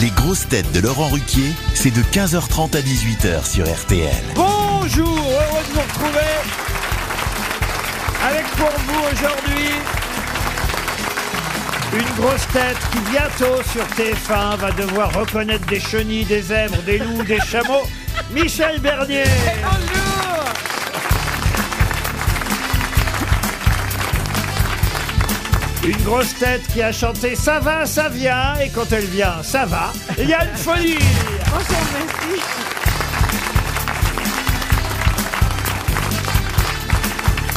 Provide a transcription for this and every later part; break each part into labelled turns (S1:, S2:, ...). S1: Les grosses têtes de Laurent Ruquier, c'est de 15h30 à 18h sur RTL.
S2: Bonjour, heureux de vous retrouver avec pour vous aujourd'hui une grosse tête qui bientôt sur TF1 va devoir reconnaître des chenilles, des zèbres, des loups, des chameaux. Michel Bernier. Une grosse tête qui a chanté Ça va, ça vient, et quand elle vient, ça va, il y a une folie.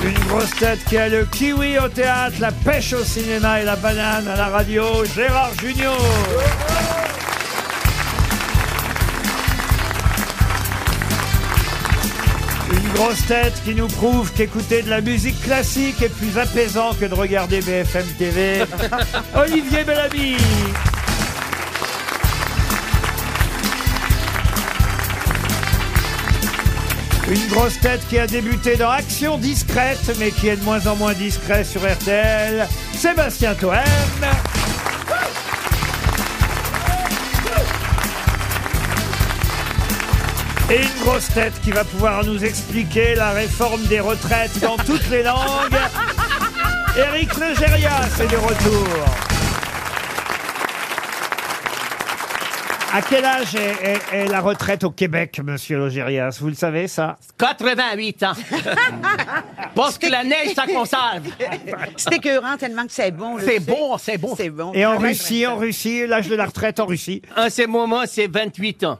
S2: Une grosse tête qui a le kiwi au théâtre, la pêche au cinéma et la banane à la radio, Gérard Junior. Une grosse tête qui nous prouve qu'écouter de la musique classique est plus apaisant que de regarder BFM TV, Olivier Bellamy. Une grosse tête qui a débuté dans Action discrète, mais qui est de moins en moins discret sur RTL, Sébastien Toen. Et une grosse tête qui va pouvoir nous expliquer la réforme des retraites dans toutes les langues. Éric Legeria, c'est de retour. À quel âge est, est- est la retraite au Québec, monsieur Logérias Vous le savez, ça
S3: 88 ans. Parce que la neige, ça conserve.
S4: C'est écœurant tellement que c'est bon. là,
S3: C'est
S4: tu sais.
S3: bon, c'est bon.
S4: C'est bon.
S2: Et en
S4: Ouais,
S2: Russie, en Russie, l'âge de la retraite en Russie.
S3: En ce moment, c'est 28 ans.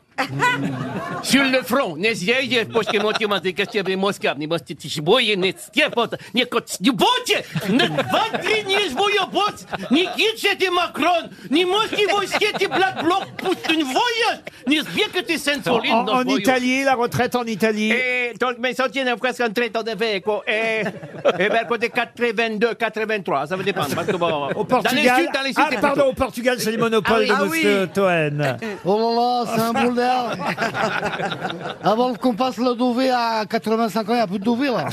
S3: Sur le front, не здесь, почки моти мазы, костями мозгам, не мастите чебои, не степот, не кот не боте, не ватри не жбуя бот, не кидшете макрон, не мозги войскете блат блок, пусть не воя, не сбегайте
S2: En,
S3: сенсолин.
S2: en- en Italie, la retraite en Italie.
S3: Et Eh, donc, mes sorties n'ont presque un traitant de vie, quoi. Eh, ben, Et, et vers côté 82, 83, ça va dépendre. Parce que bon,
S2: Au Portugal.
S3: Dans les sud, dans les sud,
S2: ah,
S3: c'est
S2: pardon,
S3: plutôt.
S2: au Portugal, c'est les monopoles
S4: Ah
S2: de
S4: oui.
S2: monsieur Toen.
S5: Oh là là, c'est un boule d'air. Avant qu'on passe le Douvé à 85 ans, il n'y a plus de Douvé, là.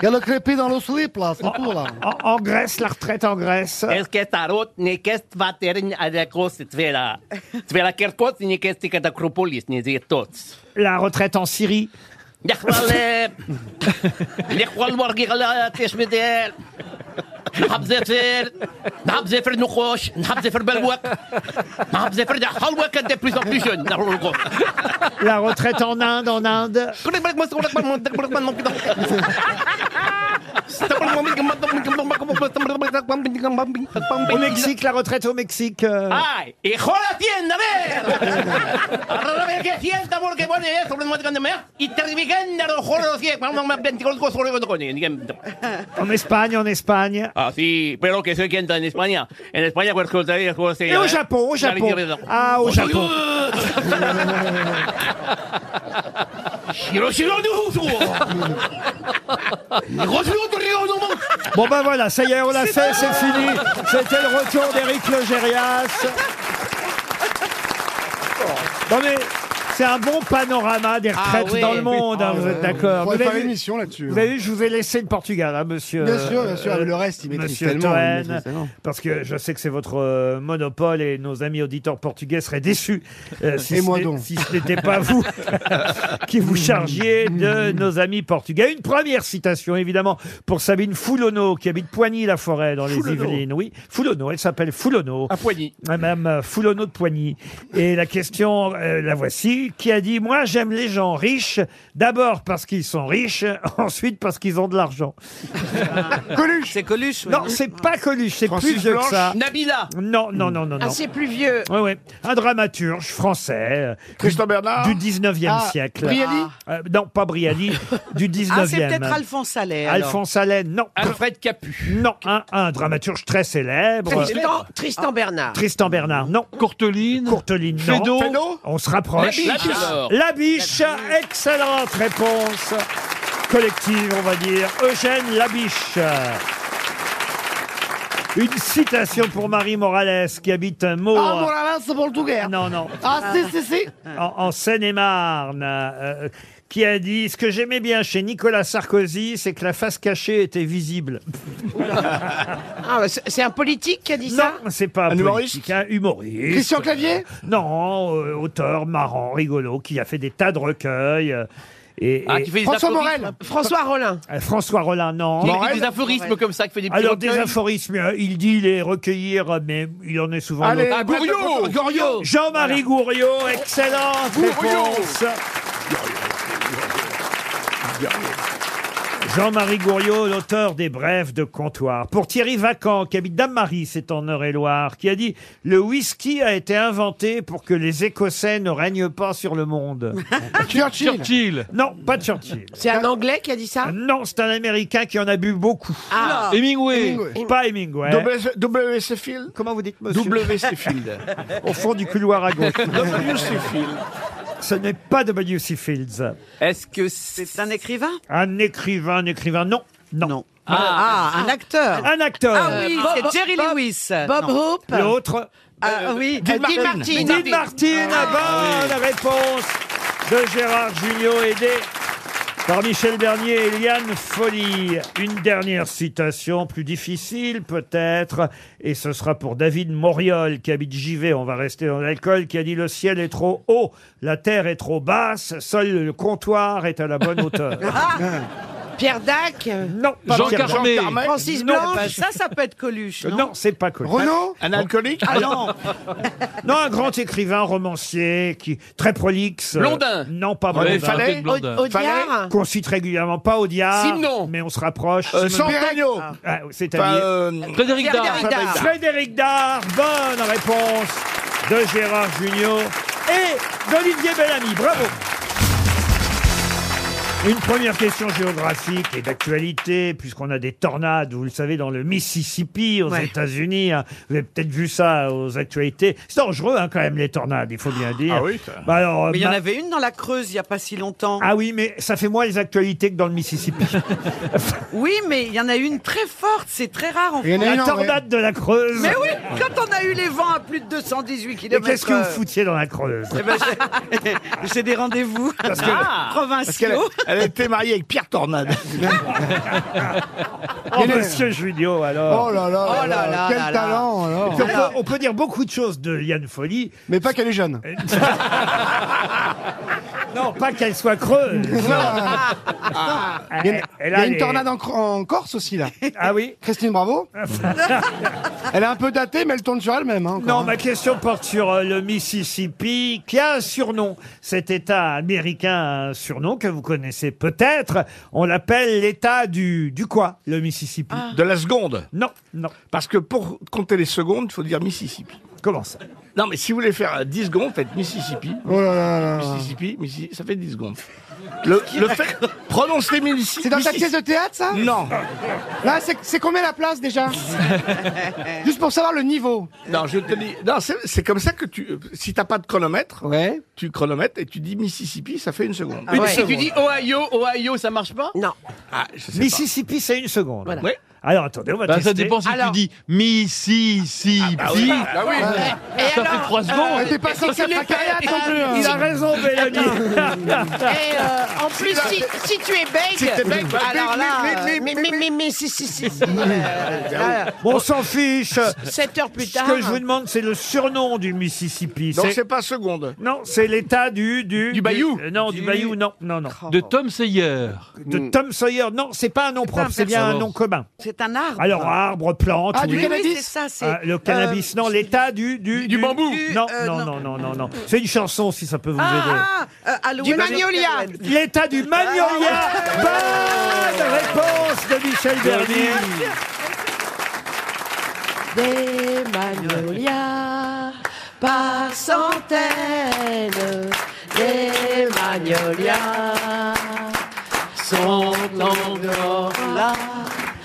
S5: Il y a le crépi dans le slip, là, c'est tout, là.
S2: En, en Grèce, la retraite en Grèce.
S3: Est-ce que ta route n'est qu'est-ce que va terminer à la course, tu fais la, tu fais la Kerkos, ni qu'est-ce que t'acropolis, ni des tots.
S2: La retraite en Syrie.
S3: يخوال يخوال ورقي غلا تيش مدير نحب زفير نحب زفير نقوش نحب زفير بالوق نحب زفير حلوة كده بليس أون بليس جون نحب نقوش
S2: La retraite en Inde, en Inde. Au Mexique, la retraite au Mexique. euh.
S3: ¡Ay! ¡Hijo de la tienda! ¡A ver! A ver qué tienda, porque pone eso, no te me Y te revigan a los joros, que vamos a ver con los joros con
S2: En Espagne, en Espagne.
S3: Ah, sí, pero que soy quien está en España. En España, pues, con el juego se.
S5: Eh,
S2: Et au Japon, au Japon. Ah, au Japon.
S3: ¡Shiro, shiro, no! ¡Negocio, no, no, no!
S2: Bon ben voilà, ça y est, on l'a fait, c'est fini. C'était le retour d'Éric Logérias. Non mais c'est un bon panorama
S5: Ah
S2: des retraites
S3: oui.
S2: dans le monde, hein, vous êtes d'accord.
S5: On
S2: Vous
S5: va faire
S2: avez vu-
S5: l'émission là-dessus. hein.
S2: vous avez vu, je vous ai laissé le Portugal, hein, monsieur. euh,
S5: Bien sûr, bien sûr, le reste, il maîtrise
S2: monsieur
S5: tellement, il
S2: Toen,
S5: maîtrise tellement.
S2: parce que je sais que c'est votre euh, monopole et nos amis auditeurs portugais seraient déçus euh,
S5: Et
S2: si, ce
S5: moi
S2: n'est-
S5: donc.
S2: si ce n'était pas vous qui vous chargiez de nos amis portugais. Une première citation, évidemment, pour Sabine Foulonneau, qui habite Poigny-la-Forêt, dans les Yvelines. Oui, Foulonneau, elle s'appelle Foulonneau.
S3: A poignée.
S2: Madame euh, Foulonneau de Poigny. Et la question, euh, la voici, qui a dit Moi, j'aime les gens riches, d'abord parce qu'ils sont riches, ensuite parce qu'ils ont de l'argent.
S5: Coluche
S6: C'est Coluche. oui.
S2: Non, c'est pas Coluche, c'est
S5: Francis
S2: plus vieux que
S5: Blanche.
S2: ça.
S3: Nabila.
S2: Non, non, non, non,
S4: Ah,
S2: non.
S4: c'est plus vieux.
S2: Ouais, ouais. Un dramaturge français euh,
S5: Christian Bernard
S2: du 19e
S5: Ah,
S2: siècle.
S5: Brialy
S2: Euh, non, pas Brialy, du 19e.
S4: Ah, c'est peut-être Alphonse Allais. alors.
S2: Alphonse Allen, non.
S3: Alfred Capu.
S2: Non, un, un dramaturge très célèbre. Euh,
S4: Tristan,
S2: Ah.
S4: Tristan
S7: Ah.
S4: Bernard.
S2: Tristan Bernard, non.
S6: Courteline.
S2: Courteline, non.
S6: Feydeau.
S5: Feydeau
S2: On se rapproche.
S3: La Biche. Alors.
S2: La Biche, excellente réponse collective, on va dire. Eugène Labiche. Une citation pour Marie Morales qui habite un mot.
S5: Ah, hein. Morales, c'est portugais.
S2: non, non.
S5: Ah, si, si, si.
S2: En, en Seine-et-Marne. euh, qui a dit Ce que j'aimais bien chez Nicolas Sarkozy, c'est que la face cachée était visible.
S4: Ah, bah, c'est c'est un politique qui a dit ça
S2: Non, c'est pas un
S6: humoriste
S2: politique, un humoriste.
S5: Christian Clavier
S2: Non, euh, auteur marrant, rigolo, qui a fait des tas de recueils. euh, et,
S3: Ah,
S2: et-
S3: qui fait des
S5: François
S3: aphorismes.
S5: Morel
S4: François Rollin.
S2: Euh, François Rollin, non.
S3: Qui écrit des aphorismes comme ça, qui fait des petits
S2: Alors, des
S3: recueils.
S2: aphorismes, euh, il dit les recueillir, mais il en est souvent
S5: Allez,
S2: d'autres.
S6: Ah, Gouriot
S3: Goriot
S2: Jean-Marie Gouriot, excellente
S6: Gouriot.
S2: réponse. Jean-Marie Gouriot, l'auteur des Brèves de comptoir. Pour Thierry Vacan, qui habite Dame-Marie, c'est en Eure-et-Loire, qui a dit « Le whisky a été inventé pour que les Écossais ne règnent pas sur le monde.
S5: Churchill
S8: Churchill, »
S2: Non, pas de Churchill.
S4: Ah, C'est un Anglais qui a dit ça
S2: Non, c'est un Américain qui en a bu beaucoup.
S4: Ah,
S8: Hemingway,
S2: Pas Hemingway.
S6: W. W. Sefield
S2: Comment vous dites, monsieur
S6: W. Sefield.
S2: Au fond du couloir à gauche.
S6: W. Sefield.
S2: Ce n'est pas W.C. Fields.
S3: Est-ce que c'est...
S4: c'est un écrivain
S2: Un écrivain, un écrivain, non. Non.
S4: Ah, un acteur.
S2: Un acteur.
S4: Ah oui,
S3: Bob-
S4: c'est Jerry
S3: Bob-
S4: Lewis.
S7: Bob
S4: Non.
S7: Hope.
S2: L'autre. euh,
S4: Ah oui, Dean Martin. Ah,
S2: Dean Martin, bonne réponse de Gérard Junior aidé par Michel Bernier et Liane Folly. Une dernière citation, plus difficile peut-être, et ce sera pour David Moriol qui habite JV, on va rester dans l'alcool, qui a dit « Le ciel est trop haut, la terre est trop basse, seul le comptoir est à la bonne hauteur
S4: Ah Pierre Dac. ».
S2: Non, pas
S8: Jean
S2: Pierre
S8: Carmé. Euh,
S2: Jean Carmé.
S4: Francis
S2: Non,
S4: Blanche. Ça, ça peut être Coluche. Non,
S2: Euh, Non, c'est pas Coluche.
S5: Renaud
S6: Un alcoolique
S4: Ah non.
S2: Non, un grand écrivain, romancier, qui très prolixe. Euh,
S3: Blondin.
S2: Non, pas
S8: Ouais,
S2: Blondin.
S8: fallait-
S4: Au-
S8: Blondin.
S4: Audiard.
S2: Qu'on cite régulièrement, pas Audiard.
S3: Simenon.
S2: Mais on se rapproche.
S6: Euh,
S2: Simenon.
S6: Santagno
S2: Ah,
S6: Enfin,
S2: C'est-à-dire.
S6: euh,
S8: Frédéric
S4: Pierre
S8: Dard,
S4: Derrida.
S2: Frédéric Dard, bonne réponse de Gérard Junior et d'Olivier Bellamy. Bravo. Une première question géographique et d'actualité, puisqu'on a des tornades, vous le savez, dans le Mississippi, aux
S4: Ouais.
S2: États-Unis. hein. Vous avez peut-être vu ça aux actualités. C'est dangereux, hein, quand même, les tornades, il faut bien dire.
S6: Ah oui, ça.
S2: Bah alors,
S4: Mais il y en
S2: ma-
S4: avait une dans la Creuse il n'y a pas si longtemps.
S2: Ah oui, mais ça fait moins les actualités que dans le Mississippi.
S4: Oui, mais il y en a une très forte, c'est très rare en
S5: Il y en a
S4: France.
S2: la
S5: une en vrai.
S2: tornade de la Creuse.
S4: Mais oui, quand on a eu les vents à plus de 218
S2: Mais
S4: km
S2: qu'est-ce que vous foutiez dans la Creuse
S4: Eh ben, J'ai des rendez-vous Ah.
S6: Parce qu'elle
S4: provinciaux.
S6: elle a été mariée avec Pierre Tornade.
S2: Oh, monsieur Junio,
S5: Ah,
S2: alors.
S5: Oh là là, là
S4: Oh là
S5: là,
S4: là
S5: quel
S4: là là.
S5: talent alors.
S2: On peut, on peut dire beaucoup de choses de Liane Folly. Euh,
S5: Mais pas qu'elle est jeune.
S2: Non, pas qu'elle soit creuse.
S9: Ah.
S5: Il y a une,
S2: Elle
S5: il y a
S2: a
S5: une
S2: les-
S5: tornade en, Cor- en Corse aussi là.
S2: Ah oui
S5: Christine Bravo. elle est un peu datée, mais elle tourne sur elle-même. hein, encore,
S2: Non,
S5: hein.
S2: ma question porte sur euh, le Mississippi, qui a un surnom. Cet État américain a un surnom que vous connaissez peut-être. On l'appelle l'État du... Du quoi, le Mississippi
S4: Ah.
S6: De la seconde.
S2: Non, non.
S6: Parce que pour compter les secondes, il faut dire Mississippi.
S2: Comment ça
S6: Non, mais si vous voulez faire euh, 10 secondes, faites Mississippi.
S5: Oh là là là là.
S6: Mississippi, Mississippi, ça fait 10 secondes. Le, le fait. Prononcez Mississippi.
S5: C'est dans ta pièce de théâtre ça
S6: Non,
S5: Là, c'est c'est combien la place déjà Juste pour savoir le niveau.
S6: non, je te dis. Non, c'est c'est comme ça que tu. euh, Si t'as pas de chronomètre,
S5: Ouais.
S6: tu chronomètres et tu dis Mississippi, ça fait une seconde.
S4: Ah ouais.
S3: Si tu dis Ohio, Ohio, ça marche pas
S4: Non.
S6: Ah, je sais
S2: Mississippi, c'est une seconde.
S6: pas. Ouais.
S2: Alors attendez, on va
S8: Bah,
S2: tester. bah
S8: ça dépend si
S4: Alors-
S8: tu dis Mississippi.
S6: Ah oui. Ah oui.
S4: Et
S8: Ça fait
S4: alors,
S7: euh,
S8: trois secondes.
S5: bah Elle t'es pas censé être à Carrière, non plus. hein.
S2: Il a raison, Mélanie.
S7: Et euh, en plus, si, si tu es
S6: Si
S7: bègue,
S6: t'es mec, bah,
S7: alors
S6: mais- mais-
S7: là,
S6: mais-
S7: euh, mais, mais, mais, mais, si, si, si, si, euh, là,
S2: Bon, on s'en fiche.
S7: 7 heures plus
S2: Ce
S7: tard.
S2: que je vous demande, c'est le surnom du Mississippi.
S6: Donc
S2: C'est-
S6: c'est pas seconde.
S2: Non, c'est l'État du, du...
S3: Du Bayou.
S2: euh, non, du, Bayou, non, non, non.
S8: De Tom Sayer.
S2: De Tom Sawyer, non, c'est pas un nom propre,
S4: un
S2: c'est bien un
S8: personnage.
S2: nom commun.
S4: c'est un arbre.
S2: Alors, Ah, arbre, plante,
S5: Ah,
S2: oui.
S5: du
S4: Oui,
S5: cannabis
S4: oui, c'est ça, c'est.
S2: Ah, le cannabis, non, l'État du, du,
S3: du bambou.
S4: Du-
S2: Non,
S4: euh,
S2: non,
S4: non.
S2: non, non, non, non. C'est une chanson, si ça peut vous aider.
S4: Ah, ah, euh, Halloween.
S7: Du magnolia.
S2: L'État du Magnolia. Bonne réponse de Michel Bernier.
S7: Des magnolias par centaines, des magnolias sont encore là.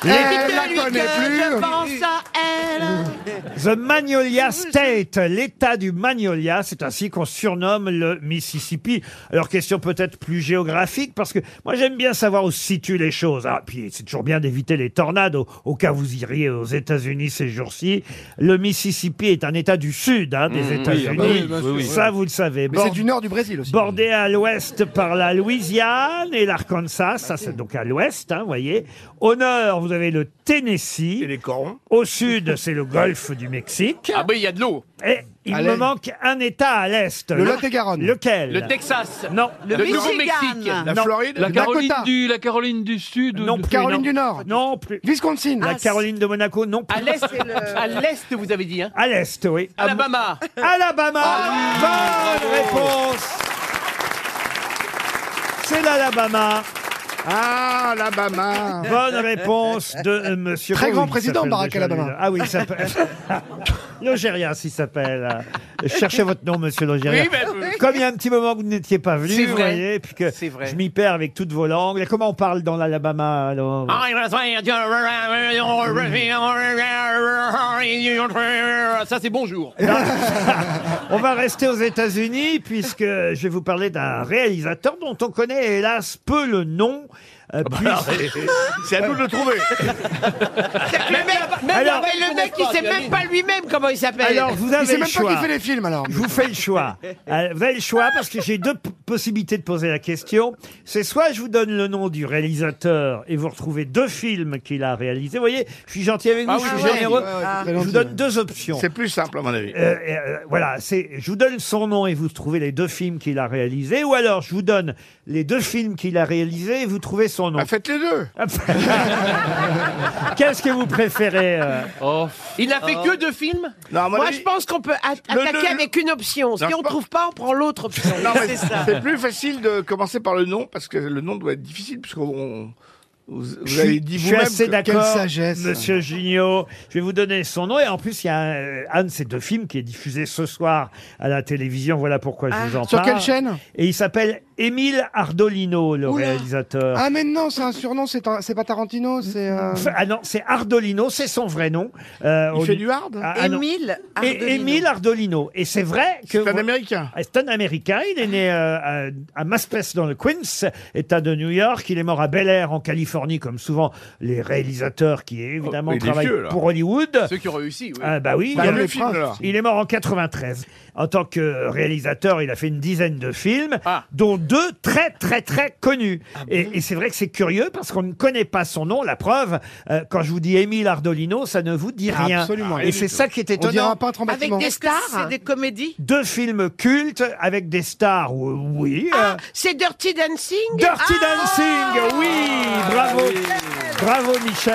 S5: Elle
S7: Dites-lui
S5: la
S7: que
S5: connaît
S7: je
S5: plus.
S7: pense à elle.
S2: The Magnolia State, l'état du Magnolia, c'est ainsi qu'on surnomme le Mississippi. Alors, question peut-être plus géographique, parce que moi j'aime bien savoir où se situent les choses. Ah, puis c'est toujours bien d'éviter les tornades, au, au cas où vous iriez aux États-Unis ces jours-ci. Le Mississippi est un état du sud hein, des
S9: Mm,
S2: États-Unis.
S8: ah bah oui, bien sûr.
S2: Ça, vous le savez.
S9: Mais c'est
S2: Bord-
S9: du nord du Brésil aussi.
S2: Bordé à l'ouest par la Louisiane et l'Arkansas, ça c'est donc à l'ouest, hein, voyez. Au nord, vous avez le
S6: Et
S2: Tennessee.
S6: les corons.
S2: Au sud, c'est le golfe du Mexique.
S3: Ah ben, il y a de l'eau.
S2: Et il
S9: À
S2: me
S9: l'est.
S2: manque un État à l'est.
S9: Le Lot-et-Garonne.
S2: Lequel
S3: Le Texas.
S2: Non.
S3: Le,
S4: Michigan.
S3: Nouveau-Mexique.
S6: La
S2: Non.
S6: Floride.
S8: La Caroline,
S9: Dakota.
S8: du, la Caroline du Sud ou
S2: Non
S8: de-
S2: plus.
S9: Caroline
S2: non.
S9: du Nord.
S2: Non plus.
S9: Wisconsin.
S2: La Caroline de Monaco, non plus.
S3: À l'est, à l'est, vous avez dit, hein
S2: À l'est, oui.
S3: Alabama.
S2: Ah, Alabama.
S3: Ah
S2: Bonne
S3: oui, bravo.
S2: réponse. C'est l'Alabama.
S6: Ah, Alabama.
S2: Bonne réponse de euh, Monsieur.
S9: Très
S2: Bowie,
S9: grand
S2: il
S9: président,
S2: s'appelle
S9: Barack
S2: déjà, lui,
S9: Obama.
S2: là. Ah oui, il s'appelle. Logérien, s'il s'appelle. Cherchez votre nom, Monsieur Logérien.
S3: Oui, ben,
S2: Comme il y a un petit moment que vous n'étiez pas venu,
S3: C'est
S2: vous
S3: vrai.
S2: voyez, puis que
S3: C'est vrai.
S2: je m'y perds avec toutes vos langues. Et comment on parle dans l'Alabama alors
S3: Ah, Ça, c'est bonjour.
S2: On va rester aux États-Unis puisque je vais vous parler d'un réalisateur dont on connaît hélas peu le nom. euh, puis-
S6: C'est à nous de le trouver.
S4: Le mec, même non,
S2: Alors-
S4: mais le mec, il sait même pas lui-même comment il s'appelle.
S2: Alors vous avez
S9: Il sait
S2: le
S9: même pas
S2: choix.
S9: qui fait les films alors.
S2: Je vous fais le choix. Euh, Vous avez le choix parce que j'ai deux p- possibilités de poser la question. C'est soit je vous donne le nom du réalisateur et vous retrouvez deux films qu'il a réalisés. Vous voyez, je suis gentil avec vous,
S6: Ah
S2: je
S6: oui,
S2: suis
S6: oui,
S2: généreux.
S9: ouais, ouais, c'est très
S2: je vous
S9: gentil,
S2: donne
S9: ouais.
S2: deux options.
S6: C'est plus simple, à mon avis.
S2: Euh, euh, voilà, c'est. Je vous donne son nom et vous trouvez les deux films qu'il a réalisés, ou alors je vous donne les deux films qu'il a réalisés et vous trouvez son nom.
S6: Ah, faites les deux.
S2: Qu'est-ce que vous préférez euh
S8: Oh,
S3: Il a fait
S2: Ah.
S3: que deux films
S6: Non, à mon
S4: Moi,
S6: avis-
S4: je pense qu'on peut at-
S6: Le-
S4: attaquer
S6: le-
S4: avec une option. Si
S6: Non, je
S4: on
S6: pense-
S4: trouve pas, on prend l'autre option.
S6: Non, mais
S4: c'est ça.
S6: c'est plus facile de commencer par le nom parce que le nom doit être difficile puisqu'on vous, vous
S2: Je
S6: avez
S2: suis,
S6: dit
S2: je suis
S6: vous-même.
S2: assez
S6: que-
S2: d'accord,
S9: quelle sagesse.
S2: Monsieur Gignot. Je vais vous donner son nom et en plus il y a un, un de ces deux films qui est diffusé ce soir à la télévision. Voilà pourquoi je vous en
S9: Sur
S2: parle.
S9: quelle chaîne
S2: Et il s'appelle Émile Ardolino, le
S9: Oula.
S2: réalisateur.
S9: Ah mais non, c'est un surnom, c'est un- c'est pas Tarantino, c'est. euh,
S2: F- Ah non, c'est Ardolino, c'est son vrai nom. Euh,
S6: Il
S2: on
S6: fait
S2: lui-
S6: du hard
S2: Ah, ah non.
S4: Émile Ardolino.
S2: Et Émile Ardolino. Et c'est vrai que.
S6: C'est un américain.
S2: Ah, C'est un Américain, il est né euh, à, à Maspeth dans le Queens, état de New York. Il est mort à Bel Air en Californie, comme souvent les réalisateurs qui évidemment
S6: Oh, il est
S2: travaillent
S6: vieux, là.
S2: pour Hollywood.
S3: Ceux qui ont réussi, oui.
S2: Ah bah oui,
S9: Bah,
S2: il, y a-
S9: le
S6: le
S9: film,
S6: film alors.
S2: il est mort en 93. En tant que réalisateur, il a fait une dizaine de films,
S3: Ah.
S2: dont deux très très très connus.
S9: Ah
S2: et et c'est vrai que c'est curieux parce qu'on ne connaît pas son nom. La preuve, euh, quand je vous dis Émile Ardolino, ça ne vous dit rien.
S9: Absolument.
S2: Et c'est ça qui est
S9: On dirait
S2: étonnant.
S9: un peintre en
S4: Avec
S9: bâtiment.
S4: des
S9: Est-ce que
S4: stars.
S9: c'est
S4: C'est des comédies.
S2: Deux films cultes avec des stars, euh, oui. euh,
S4: Ah, c'est Dirty Dancing.
S2: Dirty
S4: Ah
S2: Dancing, oui, bravo, bravo Michel.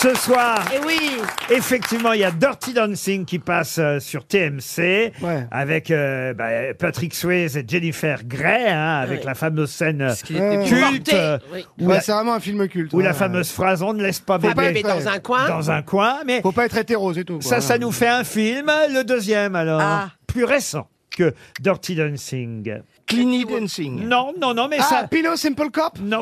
S2: Ce soir,
S4: Eh oui.
S2: effectivement, il y a Dirty Dancing qui passe euh, sur TMC avec euh, bah, Patrick Swayze et Jennifer Grey, hein, avec la fameuse scène euh,
S9: était
S2: culte euh,
S4: Porté, oui.
S2: où,
S9: Ouais,
S2: la,
S9: Bah, c'est vraiment un film culte. hein.
S2: où la
S9: ouais.
S2: fameuse phrase "On ne laisse pas
S4: Faut pas bébé
S2: bébé
S4: dans un coin.
S2: dans un coin", mais
S9: Faut pas être hétéro, c'est tout.
S2: ça, ça nous fait un film. Le deuxième, alors,
S4: Ah.
S2: plus récent que Dirty Dancing.
S6: Cleany Dancing.
S2: Non, non, non, mais ça.
S9: Ah, Pino Simple Cop.
S2: Non.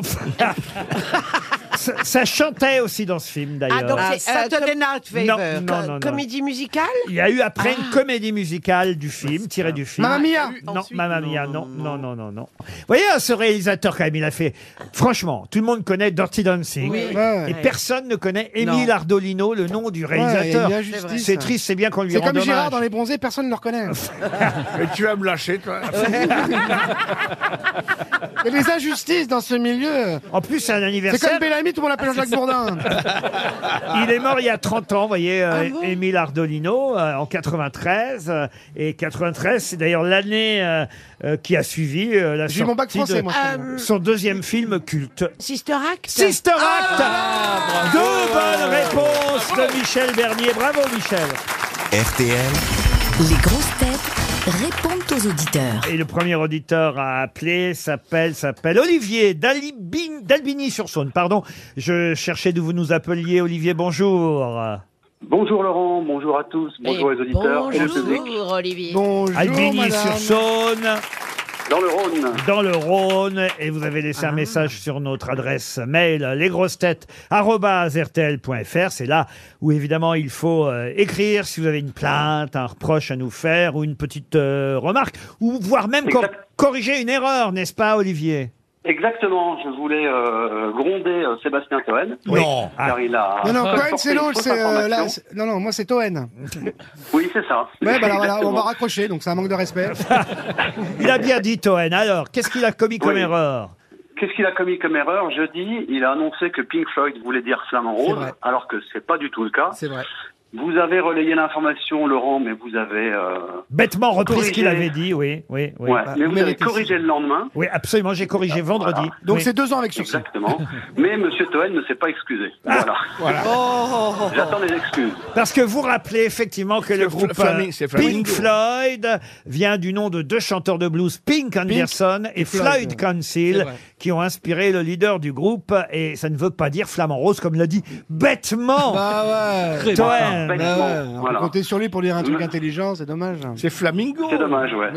S2: ça, ça chantait aussi dans ce film
S4: Ah, donc
S2: d'ailleurs.
S4: c'est Saturday Night Fever.
S2: Non, non, non, non.
S4: Comédie musicale Ah.
S2: Il y a eu après une comédie musicale du film, tirée du film.
S9: Ah. Mamma Mia.
S2: Non, Mamma Mia, non, non, non, non, non. Vous voyez, hein, ce réalisateur, quand même, il a fait. Franchement, tout le monde connaît Dirty Dancing.
S4: Oui.
S9: Ouais.
S2: Et personne ne connaît Émile Ardolino, le nom du
S9: Ouais, il y a
S2: réalisateur.
S9: une injustice,
S2: c'est
S9: ça.
S2: triste, c'est bien qu'on lui
S9: C'est
S2: rende
S9: comme Gérard
S2: hommage.
S9: dans Les Bronzés, personne ne le reconnaît.
S6: Et tu vas me lâcher, toi.
S2: Ah,
S9: Il y a des injustices dans ce milieu.
S2: En plus, c'est un
S9: C'est
S2: anniversaire. Ah,
S9: comme Bellamy, tout le monde l'appelle Jacques Bourdin.
S4: Ah.
S2: Il est mort il y a 30 ans, vous voyez, euh, Émile Ardolino, euh, en 93. euh, et 93, c'est d'ailleurs l'année euh, euh, qui a suivi euh, la
S9: J'ai eu mon bac
S2: sortie de
S9: français, moi. c'est bon.
S4: Euh,
S2: son deuxième film culte.
S4: Sister Act Ah,
S2: Sister Act Deux bonnes réponses de Michel Bernier. Bravo Michel
S1: RTL,
S10: Les grosses têtes répondent aux auditeurs.
S2: Et le premier auditeur à appeler s'appelle s'appelle Olivier d'Alibin- d'Albigny-sur-Saône. Pardon, je cherchais d'où vous nous appeliez. Olivier, bonjour.
S11: Bonjour Laurent, bonjour à tous, bonjour
S7: Et
S11: les auditeurs et le public.
S7: Bonjour Olivier.
S9: Bonjour, madame.
S2: Albigny-sur-Saône.
S11: Dans le Rhône.
S2: Dans le Rhône. Et vous avez
S9: Ah.
S2: laissé un message sur notre adresse mail, lesgrossetêtes.rtl.fr. C'est là où, évidemment, il faut euh, écrire si vous avez une plainte, un reproche à nous faire ou une petite euh, remarque, ou voire même cor- corriger une erreur, n'est-ce pas, Olivier
S11: Exactement, je voulais euh, gronder euh, Sébastien Cohen.
S2: Non.
S11: Car il a.
S9: Non, non,
S11: apporté
S9: Cohen, c'est
S11: une
S9: l'autre,
S11: fausse
S9: c'est. euh, là,
S11: information.
S9: c'est- non, non, moi, c'est Toen.
S11: Oui, c'est ça.
S9: Ouais, bah alors voilà, on
S11: Exactement.
S9: va raccrocher, donc c'est un manque de respect.
S2: Il a bien dit, Toen. Alors, qu'est-ce qu'il a commis comme
S11: Oui.
S2: erreur
S11: Qu'est-ce qu'il a commis comme erreur Jeudi, il a annoncé que Pink Floyd voulait dire Flamand Rose, alors que c'est pas du tout le cas.
S9: C'est vrai.
S11: Vous avez relayé l'information, Laurent, mais vous avez. euh,
S2: Bêtement repris ce qu'il
S11: corrigé-
S2: avait dit, oui, oui, oui.
S11: Ouais, mais vous avez corrigé le lendemain.
S2: Oui, absolument, j'ai corrigé vendredi. Oui.
S9: deux ans avec
S11: sursis. Exactement. hein. Mais M. Toen ne s'est pas excusé.
S9: Ah,
S11: Voilà. J'attends des excuses.
S2: Parce que vous rappelez effectivement que le groupe
S6: Flaming-
S2: euh,
S6: c'est Flamingo.
S2: Pink Floyd vient du nom de deux chanteurs de blues, Pink Anderson et
S6: et
S2: Floyd
S6: Floyd. C'est
S2: Council,
S6: vrai.
S2: qui ont inspiré le leader du groupe. Et ça ne veut pas dire flamant rose, comme l'a dit bêtement
S9: Bah ouais.
S2: Toen.
S9: Bah ouais, On peut compter sur lui pour dire un truc intelligent, c'est dommage.
S6: C'est Flamingo.
S11: C'est dommage, ouais.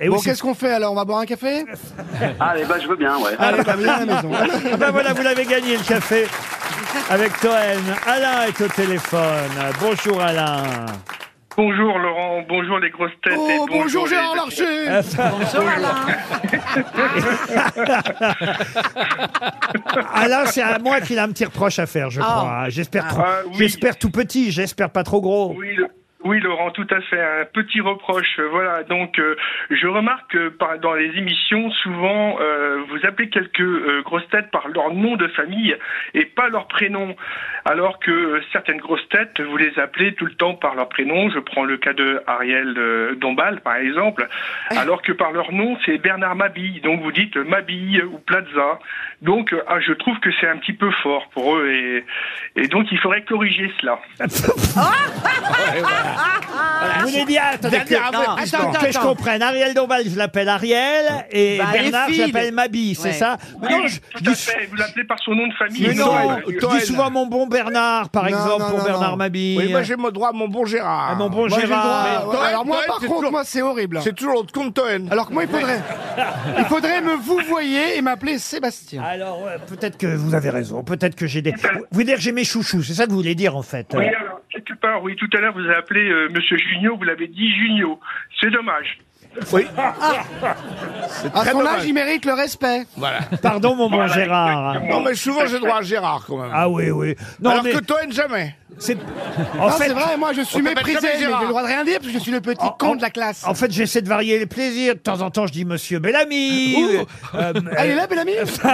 S2: Et
S9: bon,
S2: aussi-
S9: qu'est-ce qu'on fait alors On va boire un café
S11: Allez, bah, je veux bien, ouais.
S9: Allez, bah, viens à la maison.
S2: Ah ben voilà, vous l'avez gagné le café avec Toen. Alain est au téléphone. Bonjour Alain.
S12: Bonjour Laurent, bonjour les grosses têtes. et
S9: Oh, bonjour Gérard
S12: les-
S9: Larcher
S2: Bonjour Alain, Ah, c'est à moi qu'il a un petit reproche à faire, je
S12: Ah.
S2: crois. hein. J'espère
S12: Ah,
S2: trop-
S12: euh, oui.
S2: j'espère tout petit, j'espère pas trop gros.
S12: Oui, le- oui, Laurent, tout à fait. Un petit reproche, euh, voilà. Donc, euh, je remarque que par- dans les émissions, souvent, euh, vous appelez quelques euh, grosses têtes par leur nom de famille et pas leur prénom, alors que euh, certaines grosses têtes, vous les appelez tout le temps par leur prénom. Je prends le cas de Ariel euh, Dombal, par exemple, alors que par leur nom, c'est Bernard Mabille. Donc, vous dites euh, Mabille ou Plaza. Donc, euh, ah, je trouve que c'est un petit peu fort pour eux et, et donc il faudrait corriger cela. Ah,
S2: Vous voulez bien attendez,
S12: Dernière
S2: que,
S12: avertissement.
S2: attends, que je
S12: attends.
S2: comprenne. Ariel Dombal, je l'appelle Ariel et
S12: Bah,
S2: Bernard,
S12: les
S2: je
S12: filles.
S2: l'appelle Mabi, c'est
S12: Ouais.
S2: ça
S12: Oui,
S2: Non, je-
S12: tout à fait. Vous l'appelez par son nom de famille. euh,
S2: Mais non,
S12: Noël.
S2: je dis souvent mon bon Bernard, par
S6: Non,
S2: exemple,
S6: non,
S2: pour
S6: non,
S2: Bernard
S6: non.
S2: Mabille.
S6: Oui, moi j'ai mon droit à mon bon Gérard.
S2: Ah, mon bon Moi, j'ai le Gérard. droit.
S6: Mais Toen,
S9: Alors moi,
S6: Toen,
S9: par
S6: c'est
S9: contre,
S6: toujours-
S9: moi, c'est horrible.
S6: C'est toujours l'autre compte Toen.
S9: Alors que moi, il faudrait, il faudrait me vous voyez et m'appeler Sébastien.
S2: Alors, euh, Peut-être que vous avez raison, peut-être que j'ai des. Vous voulez dire que j'ai mes chouchous, c'est ça que vous voulez dire en fait. euh,
S12: Oui, alors, quelque part, oui, tout à l'heure, vous avez appelé euh, Monsieur Junio, vous l'avez dit Junio. C'est dommage.
S6: Oui.
S9: à
S2: Ah
S6: très
S9: son
S6: dommage.
S9: âge, il mérite le respect.
S6: Voilà.
S2: Pardon, mon bon Gérard.
S6: Non, mais souvent j'ai droit à Gérard quand même.
S2: Ah oui, oui. Non,
S6: Alors
S2: mais-
S6: que Toen, jamais.
S2: C'est.
S9: Non, c'est vrai, moi, je suis méprisé, mais j'ai le droit de rien dire parce que je suis le petit con
S2: en-
S9: de la classe.
S2: En fait, j'essaie de varier les plaisirs. De temps en temps, je dis Monsieur Bellamy.
S9: Ouh.
S2: Euh,
S9: Elle est
S2: euh,
S9: là, Bellamy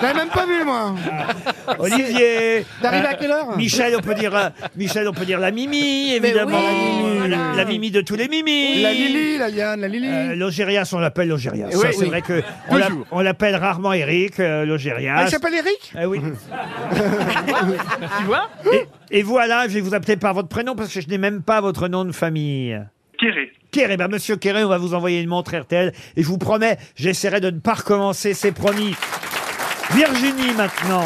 S9: J'avais même pas vu, moi.
S2: Olivier.
S9: T'arrives
S2: Euh,
S9: à quelle heure
S2: Michel, on peut dire euh, Michel, on peut dire la Mimi, évidemment. la, Mimi, la Mimi de tous les Mimi.
S9: La Lily, la Yann, la Lily.
S2: Euh, Logérias, on l'appelle Logérias.
S9: Oui,
S2: Ça, c'est
S9: oui.
S2: vrai que on l'a- on l'appelle rarement Eric euh, Logérias.
S9: Ah, il s'appelle Eric
S2: Eh oui. tu vois et, et vous, Alain, je vais vous appeler par votre prénom parce que je n'ai même pas votre nom de famille.
S12: Kéré.
S2: Kéré, ben monsieur Kéré, on va vous envoyer une montre RTL et je vous promets, j'essaierai de ne pas recommencer, c'est promis. Virginie maintenant.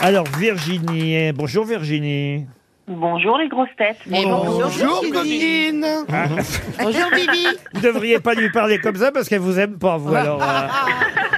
S2: Alors Virginie, eh, bonjour Virginie.
S13: Bonjour les grosses têtes.
S9: Bonjour, Goguine.
S13: Bonjour, Bibi.
S2: Vous devriez pas lui parler comme ça parce qu'elle vous aime pas vous alors. euh.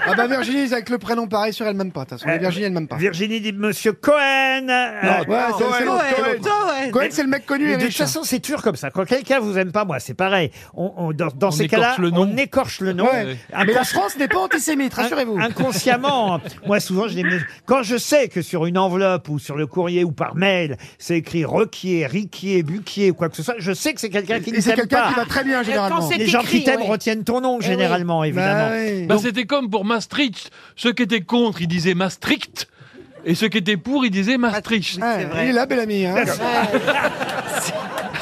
S9: Ah bah Virginie, c'est avec le prénom pareil sur elle même pas. De toute façon,
S2: Euh,
S9: Virginie, elle même pas.
S2: Virginie dit Monsieur Cohen. Euh,
S9: Non, ouais, c'est- c'est l'autre, Cohen. Cohen. Cohen, c'est le mec connu et
S2: Mais De toute
S9: riche.
S2: façon, c'est dur comme ça. Quand quelqu'un vous aime pas, moi, c'est pareil. On, on- dans dans
S9: On
S2: ces cas-là,
S9: écorche le nom.
S2: on écorche le nom.
S9: Ouais. Mais la France n'est pas antisémite, rassurez-vous.
S2: Inconsciemment, moi souvent, je les mets- quand je sais que sur une enveloppe ou sur le courrier ou par mail, c'est écrit Requier, Riquier, Buquier ou quoi que ce soit, je sais que c'est quelqu'un qui
S9: Et
S2: ne
S9: c'est
S2: t'aime
S9: quelqu'un
S2: pas.
S9: qui va très bien, Et quand généralement. c'est
S2: Les gens
S9: écrit,
S2: qui t'aiment
S9: oui.
S2: retiennent ton nom
S9: Eh oui.
S2: généralement,
S9: Bah
S2: évidemment.
S9: oui.
S8: Bah,
S2: Ah. Donc,
S8: C'était comme pour Maastricht. Ceux qui étaient contre, ils disaient Maastricht. Et ceux qui étaient pour, ils disaient Maastricht.
S9: Ouais, il est là, Bellamy. Hein.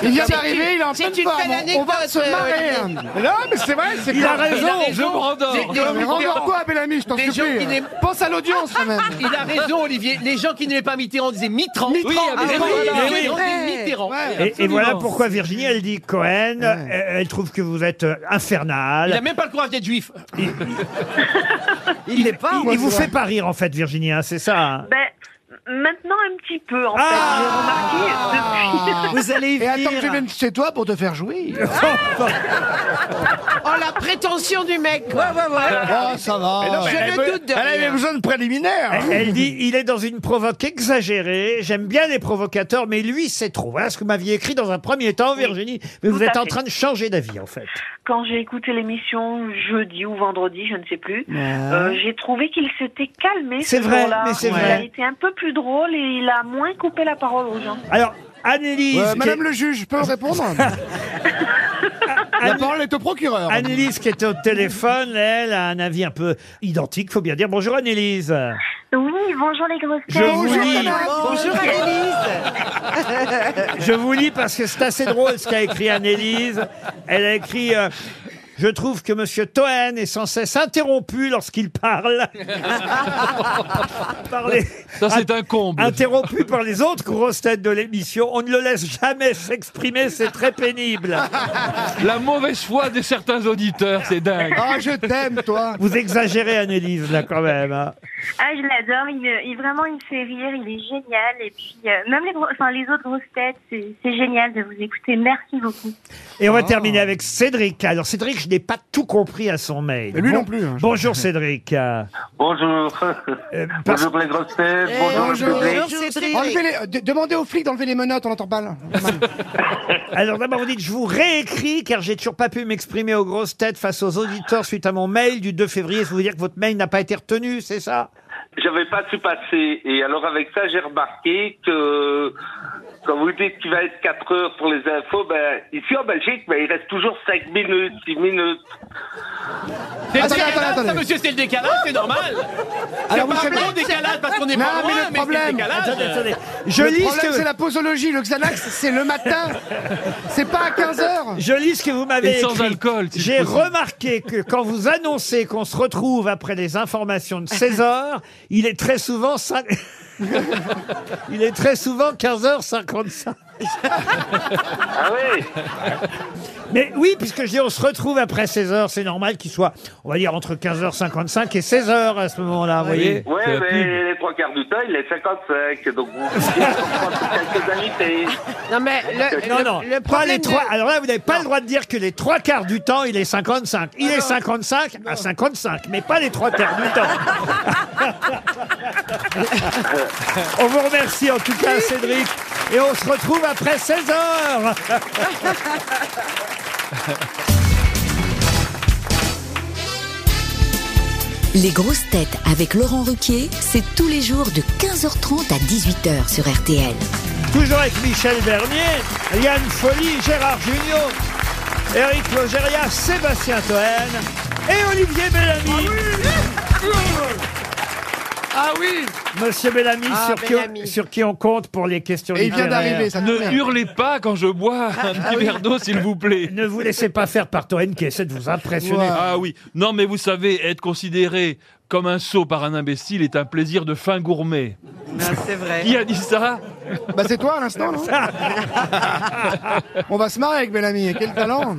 S9: Il vient
S7: C'est
S9: d'arriver, il est en
S7: une-
S9: train de
S7: c'est une
S9: forme.
S7: belle
S9: On va
S7: anecdote,
S9: se marrer.
S7: euh,
S9: hein.
S6: Mais non, mais c'est vrai, c'est
S9: Il
S6: quand-
S9: a raison.
S6: il a raison.
S9: Je me rendors.
S6: C'est-
S9: Non, mais rendors quoi, Bellamy, je t'en
S3: Des gens qui
S9: supplie.
S3: n'aiment-
S9: Pense à l'audience, quand même.
S3: Il a raison, Olivier. Les gens qui n'aimaient pas Mitterrand disaient Mitterrand.
S9: Mitterrand,
S3: Oui,
S9: ah
S3: les gens
S9: oui,
S3: qui
S9: oui,
S3: disaient
S9: oui.
S3: Mitterrand.
S2: Et- Et, voilà pourquoi Virginie, elle dit Cohen, elle, elle trouve que vous êtes euh, infernal.
S3: Il a même pas le courage d'être juif.
S2: Il,
S3: l'est pas,
S2: il
S3: moi,
S2: vous
S3: c'est vrai.
S2: fait pas rire en fait, Virginie, hein, c'est ça. hein.
S13: Ben,
S14: maintenant un petit peu, en
S2: Ah.
S14: fait. J'ai
S9: Ah.
S14: remarqué depuis.
S5: Vous allez Et attends que je vienne chez toi pour te faire jouer.
S9: Ah.
S7: Oh, la prétention du mec Ouais, ouais,
S5: Ah, ça va. Mais non, mais
S7: Oh, Je
S5: elle
S7: le
S5: avait-
S7: doute de
S5: elle avait
S7: rien.
S5: besoin de préliminaires.
S2: Elle, elle dit, il est dans une provoque exagérée. J'aime bien les provocateurs, mais lui, c'est trop. Voilà ce que vous m'aviez écrit dans un premier temps, Virginie. Mais vous
S14: tout
S2: êtes
S14: à
S2: en
S14: fait.
S2: train de changer d'avis, en fait.
S14: Quand j'ai écouté l'émission jeudi ou vendredi, je ne sais plus, euh, j'ai trouvé qu'il s'était calmé.
S2: C'est
S14: ce
S2: vrai,
S14: jour-là.
S2: mais c'est
S14: il
S2: vrai.
S14: a été un peu plus drôle et il a moins coupé la parole aux gens.
S2: Alors, Annelise.
S14: Ouais,
S2: qui
S14: madame
S2: est-
S14: le
S5: juge, je peux répondre La parole est au procureur.
S2: Annelise, qui était au téléphone, elle a un avis un peu identique, faut bien dire. Bonjour, Annelise.
S14: Oui, bonjour les grosses
S2: Je têtes. vous lis.
S7: Bonjour Annelise
S2: Je vous lis parce que c'est assez drôle ce qu'a écrit Annelise. Elle a écrit euh, Je trouve que Monsieur Toen est sans cesse interrompu lorsqu'il parle. Par les-
S8: Ça, c'est un comble.
S2: Interrompu par les autres grosses têtes de l'émission. On ne le laisse jamais s'exprimer, c'est très pénible.
S8: La mauvaise foi de certains auditeurs, c'est dingue.
S5: Ah, je t'aime, toi.
S2: Vous exagérez, Annelise, là, quand même. hein.
S14: Ah, je l'adore. Il, me- il- vraiment, il me fait rire. Il est génial. Et puis, euh, même les, gros- enfin, les autres grosses têtes, c'est c'est génial de vous écouter. Merci beaucoup.
S2: Et on
S9: Ah.
S2: va terminer avec Cédric. Alors, Cédric, je n'ai pas tout compris à son mail.
S9: Et lui non plus, hein.
S2: Bonjour, Cédric. Euh,
S4: Bonjour.
S5: Eh,
S2: parce-
S4: Bonjour les grosses têtes. Bonjour, le
S9: Eh,
S4: public.
S9: Enlevez les- euh, de- Demandez aux flics d'enlever les menottes, on n'entend pas là.
S2: Alors d'abord, vous dites, je vous réécris car j'ai toujours pas pu m'exprimer aux grosses têtes face aux auditeurs suite à mon mail du 2 février. Ça veut dire que votre mail n'a pas été retenu, c'est ça
S4: J'avais pas su passer. Et alors, avec ça, j'ai remarqué que quand vous dites qu'il va être 4 heures pour les infos, ben, ici en Belgique, ben, il reste toujours 5 minutes, 6 minutes.
S3: C'est le
S4: Attendez,
S3: décalage,
S4: attendez,
S3: ça,
S4: attendez.
S3: monsieur, c'est le décalage, c'est normal.
S9: Alors,
S3: C'est
S9: vous
S3: pas un
S9: savez-
S3: bon décalage parce qu'on est
S9: Non,
S3: pas loin,
S9: mais
S3: mais
S9: le
S3: c'est le
S9: problème,
S3: décalage.
S9: attendez, attendez.
S2: Je
S9: le
S2: lis
S9: problème,
S2: que-
S9: c'est la posologie. Le Xanax, c'est le matin. C'est pas à 15h.
S2: Euh, Je lis ce que vous m'avez
S8: Et sans
S2: écrit.
S8: alcool, si
S2: J'ai
S8: possible.
S2: remarqué que quand vous annoncez qu'on se retrouve après les informations de 16 heures, il est très souvent cin- il est très souvent 15h55.
S4: Ah oui
S2: Mais oui, puisque je dis on se retrouve après 16 heures, c'est normal qu'il soit, on va dire, entre 15h55 et 16 heures à ce moment-là, Ah, vous voyez
S4: Ouais, mais les trois quarts du temps, il est 55. Donc, vous vous prenez quelques invités.
S7: Non, mais le,
S2: Non,
S7: le-
S2: non,
S7: le
S2: pas
S7: problème
S2: les trois.
S7: de-
S2: Alors là, vous n'avez pas le droit de dire que les trois quarts du temps, il est 55.
S7: Ah
S2: Il est 55 à 55, mais pas les trois quarts du temps. on vous remercie en tout cas, Cédric. Et on se retrouve après 16 heures.
S15: Les grosses têtes avec Laurent Ruquier, c'est tous les jours de 15h30 à 18h sur RTL.
S2: Toujours avec Michel Bernier, Yann Folly, Gérard Junior, Eric Logéria, Sébastien Toen et Olivier Bellamy.
S5: Eh, Ah oui
S2: Monsieur Bellamy,
S5: Ah,
S2: sur, qui on,
S5: Bellamy.
S2: sur qui on compte pour les questions
S5: Et il vient
S2: littéraires.
S5: d'arriver, ça nous
S8: Ah. Ne hurlez pas quand je bois un petit verre d'eau, s'il vous plaît.
S2: Ne vous laissez pas faire par Toen qui essaie de vous impressionner.
S8: Ah oui, non mais vous savez, être considéré comme un sot par un imbécile est un plaisir de fin gourmet.
S7: C'est vrai.
S8: Qui a dit ça
S9: Bah, c'est toi à l'instant, non On va se marrer avec Bellamy. Quel talent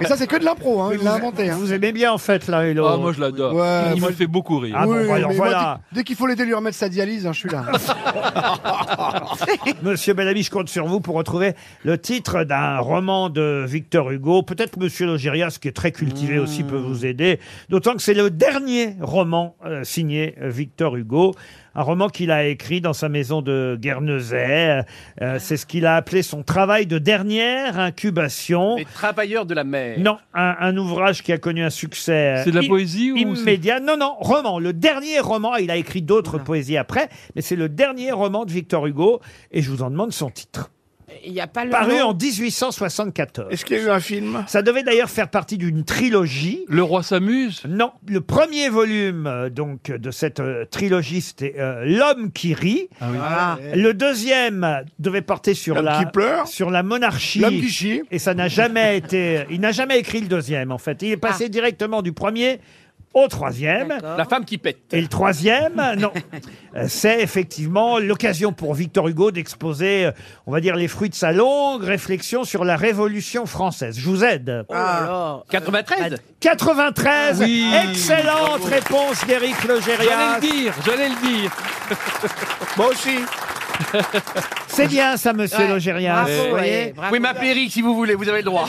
S9: Mais ça, c'est que de l'impro, hein. il l'a inventé. hein.
S2: Vous aimez bien en fait là, Hello.
S8: Ah moi je l'adore.
S9: Ouais,
S8: Il
S9: moi-
S8: me fait beaucoup rire.
S2: Ah bon, bah, alors
S9: mais moi,
S2: voilà.
S9: dès dès qu'il faut l'aider à lui remettre sa dialyse, hein, je suis là.
S2: Monsieur Bellamy, je compte sur vous pour retrouver le titre d'un roman de Victor Hugo. Peut-être que Monsieur Logérias, qui est très cultivé aussi, peut vous aider. D'autant que c'est le dernier roman euh, signé euh, Victor Hugo. Un roman qu'il a écrit dans sa maison de Guernesey. Euh, c'est ce qu'il a appelé son travail de dernière incubation.
S3: Les travailleurs de la mer.
S2: Non, un, un ouvrage qui a connu un succès. euh,
S8: C'est de la
S2: i-
S8: poésie ou
S2: immédiat. Non, non, roman. Le dernier roman. Il a écrit d'autres poésies après, mais c'est le dernier roman de Victor Hugo. Et je vous en demande son titre.
S7: Il n'y a pas le.
S2: Paru
S7: nom.
S2: en 1874.
S16: Est-ce qu'il y a eu un film
S2: Ça devait d'ailleurs faire partie d'une trilogie.
S8: Le roi s'amuse
S2: Non, le premier volume euh, donc de cette euh, trilogie c'était euh, L'homme qui rit.
S8: Ah
S2: Le deuxième euh, devait porter sur
S16: Ah. L'homme
S2: la
S16: qui pleure.
S2: sur la monarchie.
S16: L'homme qui chie.
S2: euh, Et ça n'a jamais été. Il n'a jamais écrit le deuxième en fait. Il est passé directement du premier au troisième.
S3: La femme qui pète.
S2: Et le troisième, non, euh, c'est effectivement l'occasion pour Victor Hugo d'exposer, euh, on va dire, les fruits de sa longue réflexion sur la Révolution française. Je vous aide.
S3: Oh Ah. 93
S2: 93
S3: Oui.
S2: Excellente
S3: Bravo.
S2: réponse d'Éric Logérias.
S8: J'allais le dire, j'allais le dire.
S2: Moi aussi. C'est bien ça, monsieur
S3: Ouais,
S2: Logérias.
S3: bravo,
S2: vous voyez.
S3: ouais, bravo. Euh, Oui, m'appelez Eric si vous voulez, vous avez le droit.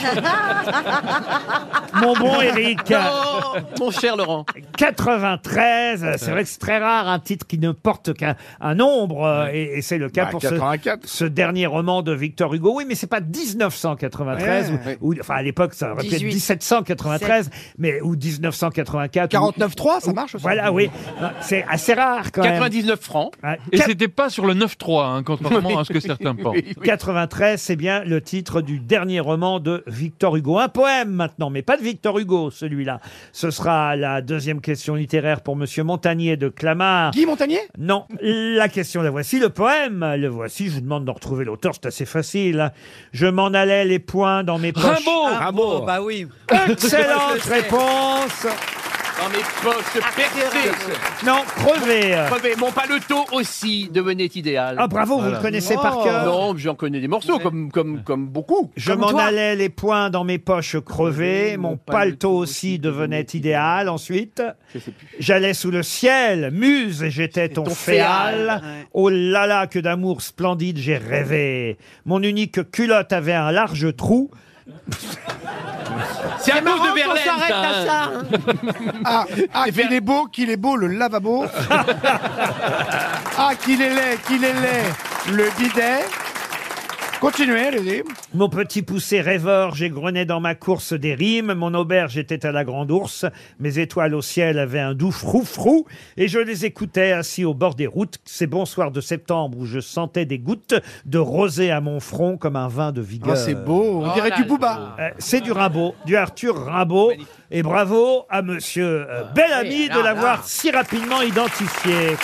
S2: Mon bon Eric.
S3: Non, mon cher Laurent.
S2: 93, c'est vrai que c'est très rare un titre qui ne porte qu'un un nombre, euh, et, et c'est le cas
S6: Bah,
S2: pour ce-
S6: 84.
S2: Ce, dernier roman de Victor Hugo. Oui, mais c'est pas 1993,
S6: Ouais.
S2: ou, ou- enfin à l'époque ça aurait pu être
S6: 18.
S2: 1793, mais ou 1984.
S9: 49.3, ça marche aussi.
S2: Voilà, oui, Non, c'est assez rare quand même. Ah,
S8: 99
S3: francs.
S8: Et
S2: Quatre-
S8: c'était pas sur le 9-3, hein, contrairement à ce que certains pensent.
S2: 93, c'est bien le titre du dernier roman de Victor Hugo. Un poème maintenant, mais pas de Victor Hugo, celui-là. Ce sera la deuxième question littéraire pour Monsieur Montagnier de Clamart.
S9: Guy Montagnier
S2: Non, la question la voici, le poème le voici. Je vous demande d'en retrouver l'auteur, c'est assez facile. hein. Je m'en allais les poings dans mes poches.
S3: Rimbaud
S7: Oh,
S3: Rimbaud, bah oui.
S2: Ah Excellente réponse.
S3: Dans mes poches percées.
S2: Non, crevé.
S3: Crevé. Mon paletot aussi devenait idéal. Oh.
S2: Ah, bravo, vous le connaissez par cœur.
S3: Non, j'en connais des morceaux, comme, comme, comme beaucoup.
S2: Je m'en allais les poings dans mes poches crevées, mon paletot aussi devenait idéal. Ensuite, j'allais sous le ciel, muse, et j'étais ton,
S6: ton
S2: féal.
S6: féal,
S2: Oh là là, que d'amour splendide j'ai rêvé. Mon unique culotte avait un large trou.
S3: C'est à cause de
S9: qu'on
S3: Verlaine.
S9: s'arrête
S3: ça,
S9: à
S3: hein.
S9: ça, Ah,
S3: Eh
S9: ah, qu'il est beau, qu'il est beau, le lavabo. ah, qu'il est laid, qu'il est laid, le bidet. Continuez, allez-y.
S2: Mon petit poussé rêveur, j'égrenais dans ma course des rimes. Mon auberge était à la grande ours. Mes étoiles au ciel avaient un doux frou-frou. Et je les écoutais assis au bord des routes. Ces bons soirs de septembre où je sentais des gouttes de rosée à mon front comme un vin de vigueur.
S9: Ah, c'est beau, on dirait du Booba.
S2: Euh, c'est du Rimbaud, du Arthur Rimbaud. Et bravo à monsieur euh, Bellamy
S9: Oui, là,
S2: de
S9: là.
S2: l'avoir si rapidement identifié.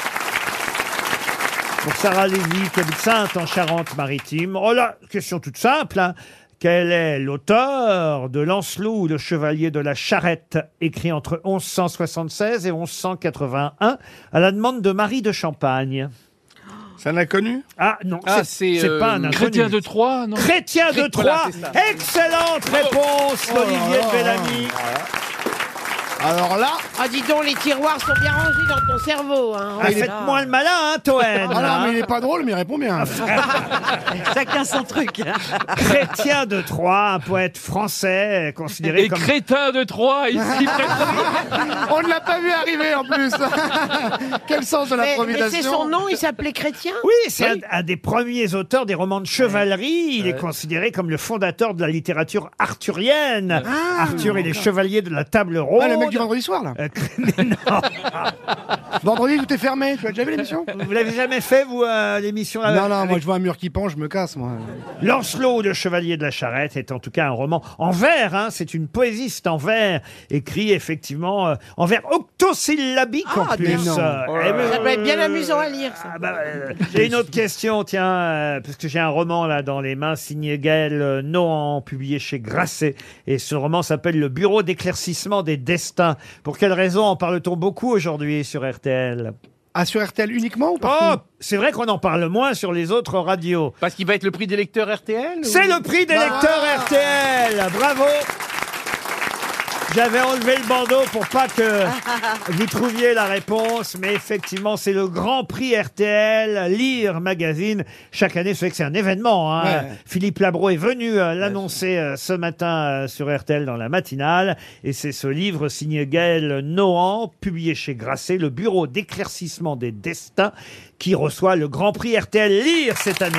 S2: Pour Sarah Lévy, qui habite Sainte en Charente-Maritime. Oh là, question toute simple. hein. Quel est l'auteur de Lancelot ou le chevalier de la charrette, écrit entre 1176 et 1181, à la demande de Marie de Champagne
S6: C'est un inconnu
S2: Ah non,
S6: Ah,
S2: c'est
S6: c'est,
S2: c'est
S6: euh,
S2: pas un inconnu.
S6: Chrétien de
S8: Troyes, non
S2: Chrétien de
S6: Chrét- voilà,
S2: Troyes
S6: c'est ça.
S2: Excellente réponse
S9: Oh
S2: d'Olivier Bellamy.
S9: Alors là...
S7: Ah, dis donc, les tiroirs sont bien rangés dans ton cerveau. Hein.
S2: Ah, Faites-moi le malin, hein, Toen
S9: Ah
S2: là,
S9: non, mais il
S2: hein.
S9: est pas drôle, mais il répond bien.
S4: Chacun son truc.
S7: hein.
S2: Chrétien de Troyes, un poète français euh, considéré
S8: Et
S2: comme...
S8: crétin de Troyes, ici
S9: On ne l'a pas vu arriver en plus. Quel sens de
S7: Mais,
S9: la
S7: mais c'est son
S9: providation
S7: nom, il s'appelait Chrétien
S2: Oui, c'est un, un des premiers auteurs des romans de chevalerie. Il est considéré comme le fondateur de la littérature arthurienne.
S8: Ah.
S2: Arthur et les chevaliers de la table ronde.
S9: Ah, le mec du vendredi soir, là.
S2: Euh,
S9: Vendredi, tout est fermé. Tu as déjà vu l'émission
S2: Vous l'avez jamais fait, vous, euh, l'émission avec-
S9: Non, non,
S2: avec
S9: moi je vois un mur qui pend, je me casse, moi.
S2: Lancelot, le chevalier de la charrette, est en tout cas un roman en vers. hein, c'est une poésie, c'est en vers, écrit effectivement euh, en vers octosyllabique en plus.
S9: Ah, non.
S2: Euh, eh ben,
S7: Ça peut être bien
S2: euh,
S7: amusant à lire, ça.
S2: euh, J'ai une autre question, tiens, euh, parce que j'ai un roman là dans les mains, signé Gaël euh, Nohan, publié chez Grasset. Et ce roman s'appelle Le Bureau d'éclaircissement des destins. Pour quelle raison en parle-t-on beaucoup aujourd'hui sur RTL
S9: Ah, sur RTL uniquement ou
S2: Oh,
S9: partout
S2: c'est vrai qu'on en parle moins sur les autres radios.
S3: Parce qu'il va être le prix des lecteurs RTL ou-
S2: C'est le prix des
S3: Bah,
S2: lecteurs
S9: Ah.
S2: RTL. Bravo. J'avais enlevé le bandeau pour pas que vous trouviez la réponse, mais effectivement, c'est le grand prix RTL, Lire Magazine. Chaque année, c'est vrai que c'est un événement. hein.
S6: Ouais.
S2: Philippe Labro est venu euh, l'annoncer euh, ce matin euh, sur RTL dans la matinale. Et c'est ce livre signé Gaël Nohan, publié chez Grasset, Le Bureau d'éclaircissement des destins, qui reçoit le grand prix RTL Lire cette année.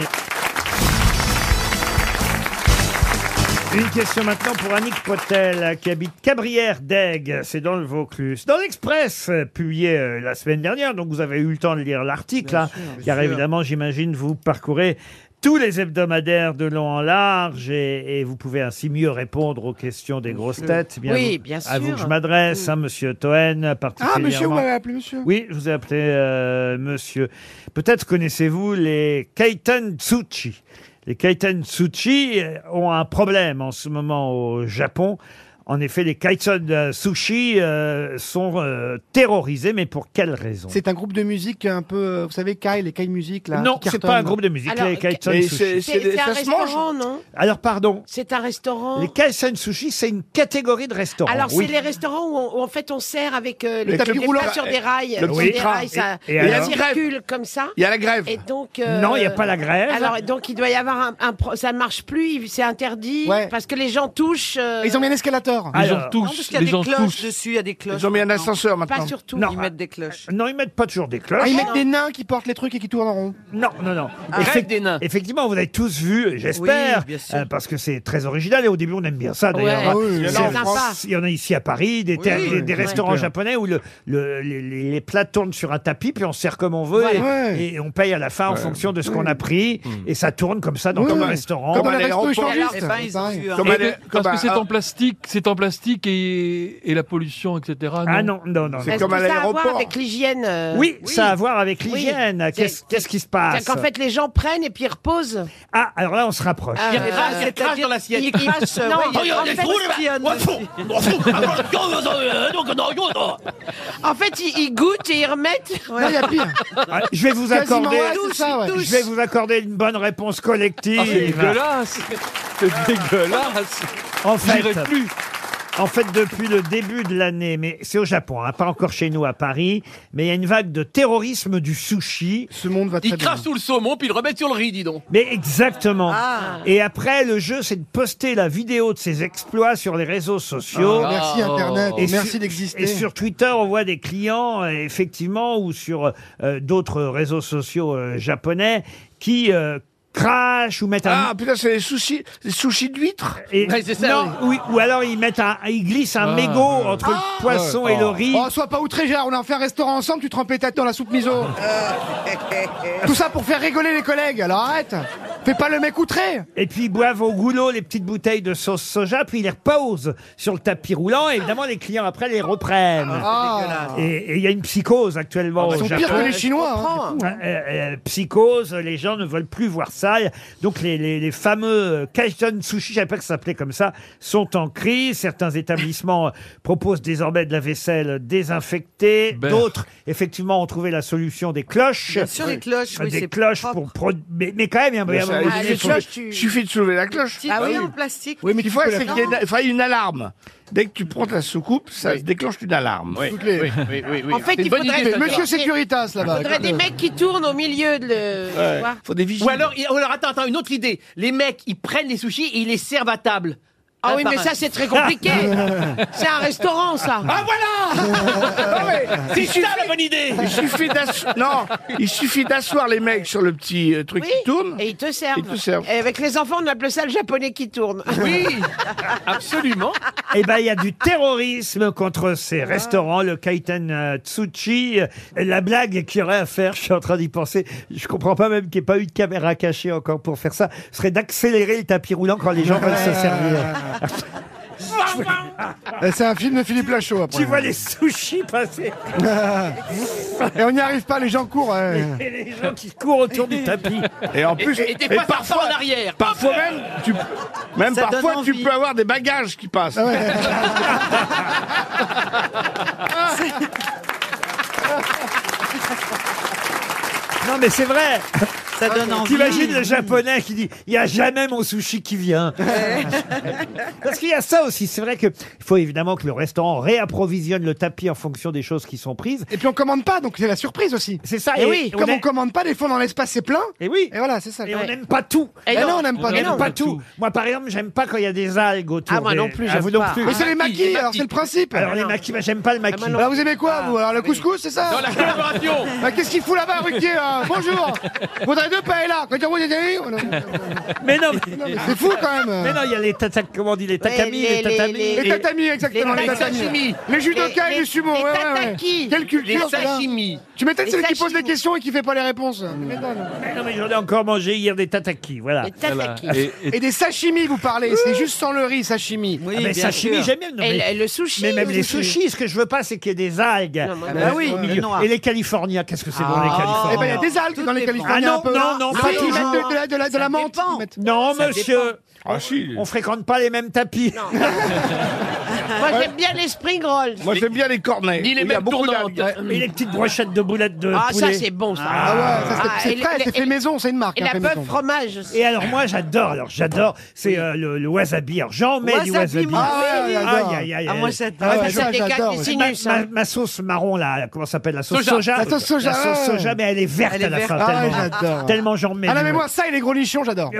S2: Une question maintenant pour Annick Potel, qui habite Cabrières d'Aigues, c'est dans le Vaucluse. Dans l'Express, euh, publié euh, la semaine dernière, donc vous avez eu le temps de lire l'article, hein, car évidemment, j'imagine, vous parcourez tous les hebdomadaires de long en large, et, et vous pouvez ainsi mieux répondre aux questions des grosses
S7: sûr.
S2: têtes.
S7: Oui,
S2: vous-
S7: bien
S2: À vous
S7: sûr.
S2: que je m'adresse, hein, monsieur Toen, particulièrement.
S9: Ah, monsieur, vous m'avez appelé monsieur
S2: Oui, je vous ai appelé euh, monsieur. Peut-être connaissez-vous les Kaiten Tsuchi. Les Kaiten Tsuchi euh, ont un problème en ce moment au Japon. En effet, les Kaitson euh, Sushi euh, sont euh, terrorisés, mais pour quelle raison
S9: C'est un groupe de musique un peu, euh, vous savez, Kai, les Kai Music là.
S2: Non,
S9: qui
S2: c'est
S9: cartonnent.
S2: pas un groupe de musique,
S9: Alors,
S2: les Kaitson
S9: mais
S2: Sushi.
S9: c'est- c'est des-
S7: C'est un
S9: ça se mange.
S7: restaurant, non
S2: Alors, pardon,
S7: C'est un restaurant.
S2: les Kaitson Sushi, c'est une catégorie de restaurants.
S7: Alors,
S2: oui.
S7: c'est les restaurants où, on- où, en fait on sert avec euh,
S2: Le
S7: les-
S2: tapis
S7: les plats
S2: roulant.
S7: sur des rails.
S2: Le
S7: sur
S2: petit
S7: des
S2: train.
S7: rails, ça,
S2: Et- et alors
S7: ça
S2: Il y a la
S7: circule comme ça.
S2: Il y a la grève.
S7: Et donc, euh,
S2: Non, il y a pas la grève.
S7: Alors, donc il doit y avoir un. un pro- ça ne marche plus, il- c'est interdit. Parce que les gens touchent. euh,
S9: Ils ont mis un escalator.
S2: Les gens Alors- touchent,
S4: Non, parce qu'il y a
S2: les
S4: des
S2: gens
S4: cloches
S2: touchent.
S4: dessus, il y a des cloches.
S9: Ils ont mis un
S4: maintenant.
S9: ascenseur maintenant.
S4: Pas surtout,
S2: Non.
S4: ils mettent des cloches.
S2: Non, ils mettent pas toujours des cloches.
S9: Ah, ils mettent des nains qui portent les trucs et qui tournent en rond.
S2: Non, non, non.
S9: Ah,
S2: Effect-
S9: rêve
S2: Effectivement, vous avez tous vu, j'espère,
S9: Oui, bien sûr.
S2: euh, parce que c'est très original et au début on aime bien ça d'ailleurs.
S9: Ouais. Ah oui,
S2: C'est-
S9: c'est sympa.
S2: en France, Il y en a ici à Paris, des,
S9: Oui,
S2: ter-
S9: oui,
S2: des- des
S9: oui,
S2: restaurants
S9: super.
S2: japonais où le, le- les, les- les plats tournent sur un tapis, puis on sert comme on veut et-
S9: Voilà. Hmm.
S2: et, on paye à la fin en fonction de ce qu'on a pris et ça tourne comme ça dans
S9: Oui,
S2: tout le
S9: oui.
S2: restaurant.
S9: Comme à la Comme à la resto resto échangiste. échangiste. Eh ben, ils ont
S2: Pareil.
S9: eu un-
S8: Et de- parce que c'est en plastique, c'est en plastique et, et la pollution, etc.
S2: Ah non, non, non.
S7: Est-ce que ça a à voir avec l'hygiène euh,
S2: Oui, ça a à voir avec l'hygiène.
S7: Oui.
S2: Qu'est-ce
S7: C'est-
S2: Ah, qu'est-ce qui se passe
S7: C'est-à-dire qu'en fait, les gens prennent et puis ils reposent.
S2: Ah, alors là, on se rapproche.
S7: Ah, ouais.
S3: crache, il
S7: c'est-à-dire
S3: crache dans l'assiette.
S7: il crache,
S3: Non,
S7: ouais,
S3: il
S7: il
S3: y a
S7: crache
S3: des
S7: parce
S3: trous,
S7: qu'il y a
S3: là-bas.
S7: dessus. En fait, ils, ils goûtent et ils remettent.
S9: Non, il y a pire.
S2: Ah, Je vais vous
S9: Quasiment, Ah,
S2: accorder. Ah,
S9: ouais, c'est ça, ouais.
S2: Je vais vous accorder une bonne réponse collective.
S8: Ah, c'est dégueulasse. C'est dégueulasse.
S2: En fait,
S8: J'irai plus.
S2: En fait, depuis le début de l'année, mais c'est au Japon, hein, pas encore chez nous à Paris, mais il y a une vague de terrorisme du sushi.
S9: Ce monde va
S3: Il crache sous le saumon, puis il le remet sur le riz, dis donc.
S2: Mais exactement.
S3: Ah.
S2: Et après, le jeu, c'est de poster la vidéo de ses exploits sur les réseaux sociaux.
S9: Ah, merci, Internet. Merci
S2: sur-
S9: d'exister.
S2: Et sur Twitter, on voit des clients, euh, effectivement, ou sur euh, d'autres réseaux sociaux euh, japonais, qui euh, crachent ou mettent un...
S6: Ah putain, c'est les sushis, les sushis d'huîtres.
S2: Et- non, oui, ou alors ils mettent un, ils glissent un mégot entre le poisson et le riz.
S9: Ah. Oh, sois pas outré, Gérard, on a fait un restaurant ensemble, tu trempais ta tête dans la soupe miso. Tout ça pour faire rigoler les collègues, alors arrête. Fais pas le mec outré.
S2: Et puis ils boivent au goulot les petites bouteilles de sauce soja, puis ils les reposent sur le tapis roulant, et évidemment les clients après les reprennent.
S9: Ah. bah,
S2: Et et il y a une psychose actuellement
S9: Ils
S2: au
S9: sont
S2: Japon.
S9: pires que les Chinois. hein, du coup.
S2: Euh, euh, psychose, les gens ne veulent plus voir ça. Donc les, les, les fameux euh, Kaiten Sushi, je savais pas que ça s'appelait comme ça, sont en crise. Certains établissements euh, proposent désormais de la vaisselle désinfectée. D'autres, effectivement, ont trouvé la solution des cloches.
S4: Bien sûr, les cloches, oui,
S2: des
S4: c'est
S2: cloches pour produ- mais, mais quand même, il y a un
S6: Mais ça,
S2: moment
S6: il
S2: donné,
S6: suffit
S2: faut-
S6: de soulever- suffit de soulever la cloche. Ah
S4: Petite oui, en plastique.
S6: Oui, mais tu
S4: Petite
S6: vois,
S4: couleur.
S6: c'est qu'il y a une- il faille une alarme. Dès que tu prends ta soucoupe, ça se déclenche une alarme.
S9: Toutes les-
S7: En
S6: C'est
S7: fait,
S6: une
S7: il
S6: bonne
S7: faudrait-
S6: idée,
S7: Mais
S6: ça,
S9: Monsieur
S6: Gérard.
S9: Securitas là-bas.
S7: Il faudrait des mecs qui tournent au milieu de le. tu vois.
S6: Faut des vigiles.
S3: Ou alors, il- oh ou alors, attends, attends, une autre idée. Les mecs, ils prennent les sushis et ils les servent à table.
S7: Ah
S3: Un
S7: oui,
S3: par
S7: mais
S3: un.
S7: ça, c'est très compliqué. c'est un restaurant, ça.
S6: Ah voilà Ah ouais.
S3: C'est ça la bonne idée
S6: Il suffit d'asseoir, non, il suffit d'asseoir les mecs sur le petit euh, truc
S7: Oui,
S6: qui tourne.
S7: et ils te servent.
S6: Ils te servent.
S7: Et avec les enfants, on appelle ça le japonais qui tourne.
S3: Oui, absolument.
S2: Eh ben, il y a du terrorisme contre ces
S4: Ah.
S2: restaurants, le Kaiten euh, Tsuchi. Euh, La blague qu'il y aurait à faire, je suis en train d'y penser, je comprends pas même qu'il n'y ait pas eu de caméra cachée encore pour faire ça, serait d'accélérer le tapis roulant quand les gens veulent se servir.
S9: Euh, C'est un film de Philippe Lachaud après.
S2: Tu vois les sushis passer
S9: Et on n'y arrive pas, les gens courent. hein. ouais.
S2: et les gens qui courent autour du tapis.
S6: Et en plus,
S3: Et- et t'es pas
S6: parfois
S3: en arrière.
S6: Parfois
S3: Hop.
S6: même, tu, même
S4: Ça donne
S6: parfois tu
S4: envie.
S6: peux avoir des bagages qui passent.
S9: Ah
S2: Non mais c'est vrai
S4: Ça donne envie.
S2: T'imagines le japonais qui dit « Il n'y a jamais mon sushi qui vient ». Parce qu'il y a ça aussi. C'est vrai qu'il faut évidemment que le restaurant réapprovisionne le tapis en fonction des choses qui sont prises.
S9: Et puis on commande pas, donc c'est la surprise aussi.
S2: C'est ça.
S9: Et,
S2: et
S9: oui,
S2: on
S9: comme on,
S2: est-
S9: commande pas, des fois dans l'espace c'est plein.
S2: Et oui.
S9: Et voilà, c'est ça.
S2: Et on
S9: Ouais.
S2: n'aime pas tout.
S9: Eh non, on n'aime pas
S2: on n'aime
S9: tout.
S2: pas tout. Moi, par exemple, j'aime pas quand il y a des algues autour.
S7: Ah, moi
S2: des-
S7: non plus,
S2: Ah,
S7: j'aime
S2: vous non
S7: pas. Ah,
S2: plus.
S9: Mais c'est les maquis,
S3: les
S9: alors
S3: maquis.
S9: c'est le principe.
S2: Alors, les maquis, bah, j'aime pas le maquis.
S9: Alors vous aimez quoi, vous Alors le couscous, c'est ça
S3: Dans la collaboration
S9: Bah, Qu'est-ce qu'il fout là-bas, Ruquier là Bonjour Faudrait deux pailles là Quand tu as envoyé des- Oh, non.
S2: Mais non,
S9: Non,
S2: mais
S9: mais C'est fou quand
S2: mais
S9: même
S2: non, il y a les tatamis, comment on dit, les tatamis,
S7: les-
S2: les, tatamis.
S7: les-
S9: Les tatamis, exactement,
S7: les
S9: les tatamis.
S3: sashimi.
S9: Les judokas
S7: Les-
S9: et les sumo,
S7: les
S9: ouais, ouais, ouais.
S7: tataki.
S9: Quelle
S3: Les
S9: culture, ça
S3: sashimi.
S9: Tu m'étonnes,
S7: Les
S9: c'est lui qui
S7: sashimi.
S9: pose les questions et qui fait pas les réponses. Tu m'étonnes.
S2: Mais non, mais j'en ai encore mangé hier des tatakis, voilà.
S7: Les tataki.
S8: Et, et-
S9: Et des sashimi, vous parlez, c'est juste sans le riz, sashimi.
S4: Oui,
S2: Ah, mais
S4: bien
S2: sashimi,
S4: sûr.
S2: j'aime bien. non,
S7: Et
S2: mais-
S7: le- le sushi.
S2: Mais même
S7: le
S2: les sushis, ce que je veux pas, Ah, c'est qu'il y ait des algues.
S7: Non, moi,
S2: Euh,
S4: bah oui,
S2: au
S4: le
S2: milieu.
S4: noir.
S2: Et les Californiens, qu'est-ce que c'est bon, les
S4: Ah.
S9: Eh ben, il y
S2: Californiens
S9: a des algues dans les
S4: Tout dépend.
S9: Californiens
S2: Ah
S9: un
S2: non,
S9: peu.
S2: non, non,
S9: Ah,
S2: pas
S9: ils
S2: toujours.
S9: mettent de, de la, de la- de la
S4: Ça
S9: menthe.
S4: dépend.
S9: ils mettent.
S2: Non, monsieur,
S6: Ah si.
S2: on fréquente pas les mêmes tapis.
S7: Moi, j'aime bien les spring rolls.
S6: Moi, j'aime bien les cornets.
S7: Ni les
S6: Il y a
S7: mêmes
S6: beaucoup
S7: tournantes.
S6: d'amis.
S7: Et les petites
S2: brochettes de boulettes de
S7: Ah, ça,
S2: poulet.
S7: c'est bon, ça.
S2: Ah ouais, ça, c'est- c'est
S7: et le-
S2: frais,
S7: le-
S2: c'est fait
S7: et-
S2: maison, c'est une marque,
S7: Et
S2: hein, fait
S7: la
S2: maison.
S7: bœuf fromage aussi.
S2: Et alors moi j'adore, alors j'adore, c'est euh, le, le wasabi. Alors j'en mets du
S7: Wasabi,
S2: wasabi.
S7: moi
S2: Aïe,
S7: aussi.
S2: aïe, aïe, aïe.
S7: Ah, moi, j'adore. Ah, ça, ça décale les sinus,
S2: Ma,
S7: hein.
S2: ma- ma sauce marron là, comment ça s'appelle la sauce
S9: Soja.
S2: soja.
S9: La sauce soja,
S2: La sauce
S9: ouais.
S2: soja, mais elle est verte
S9: Elle est
S2: à la
S9: verte.
S2: fin.
S9: Ah ouais,
S2: tellement-
S9: j'adore.
S2: Tellement j'en mets.
S9: Ah non,
S2: du-
S9: mais moi, ça et les gros nichons, j'adore.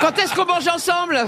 S7: Quand est-ce qu'on mange ensemble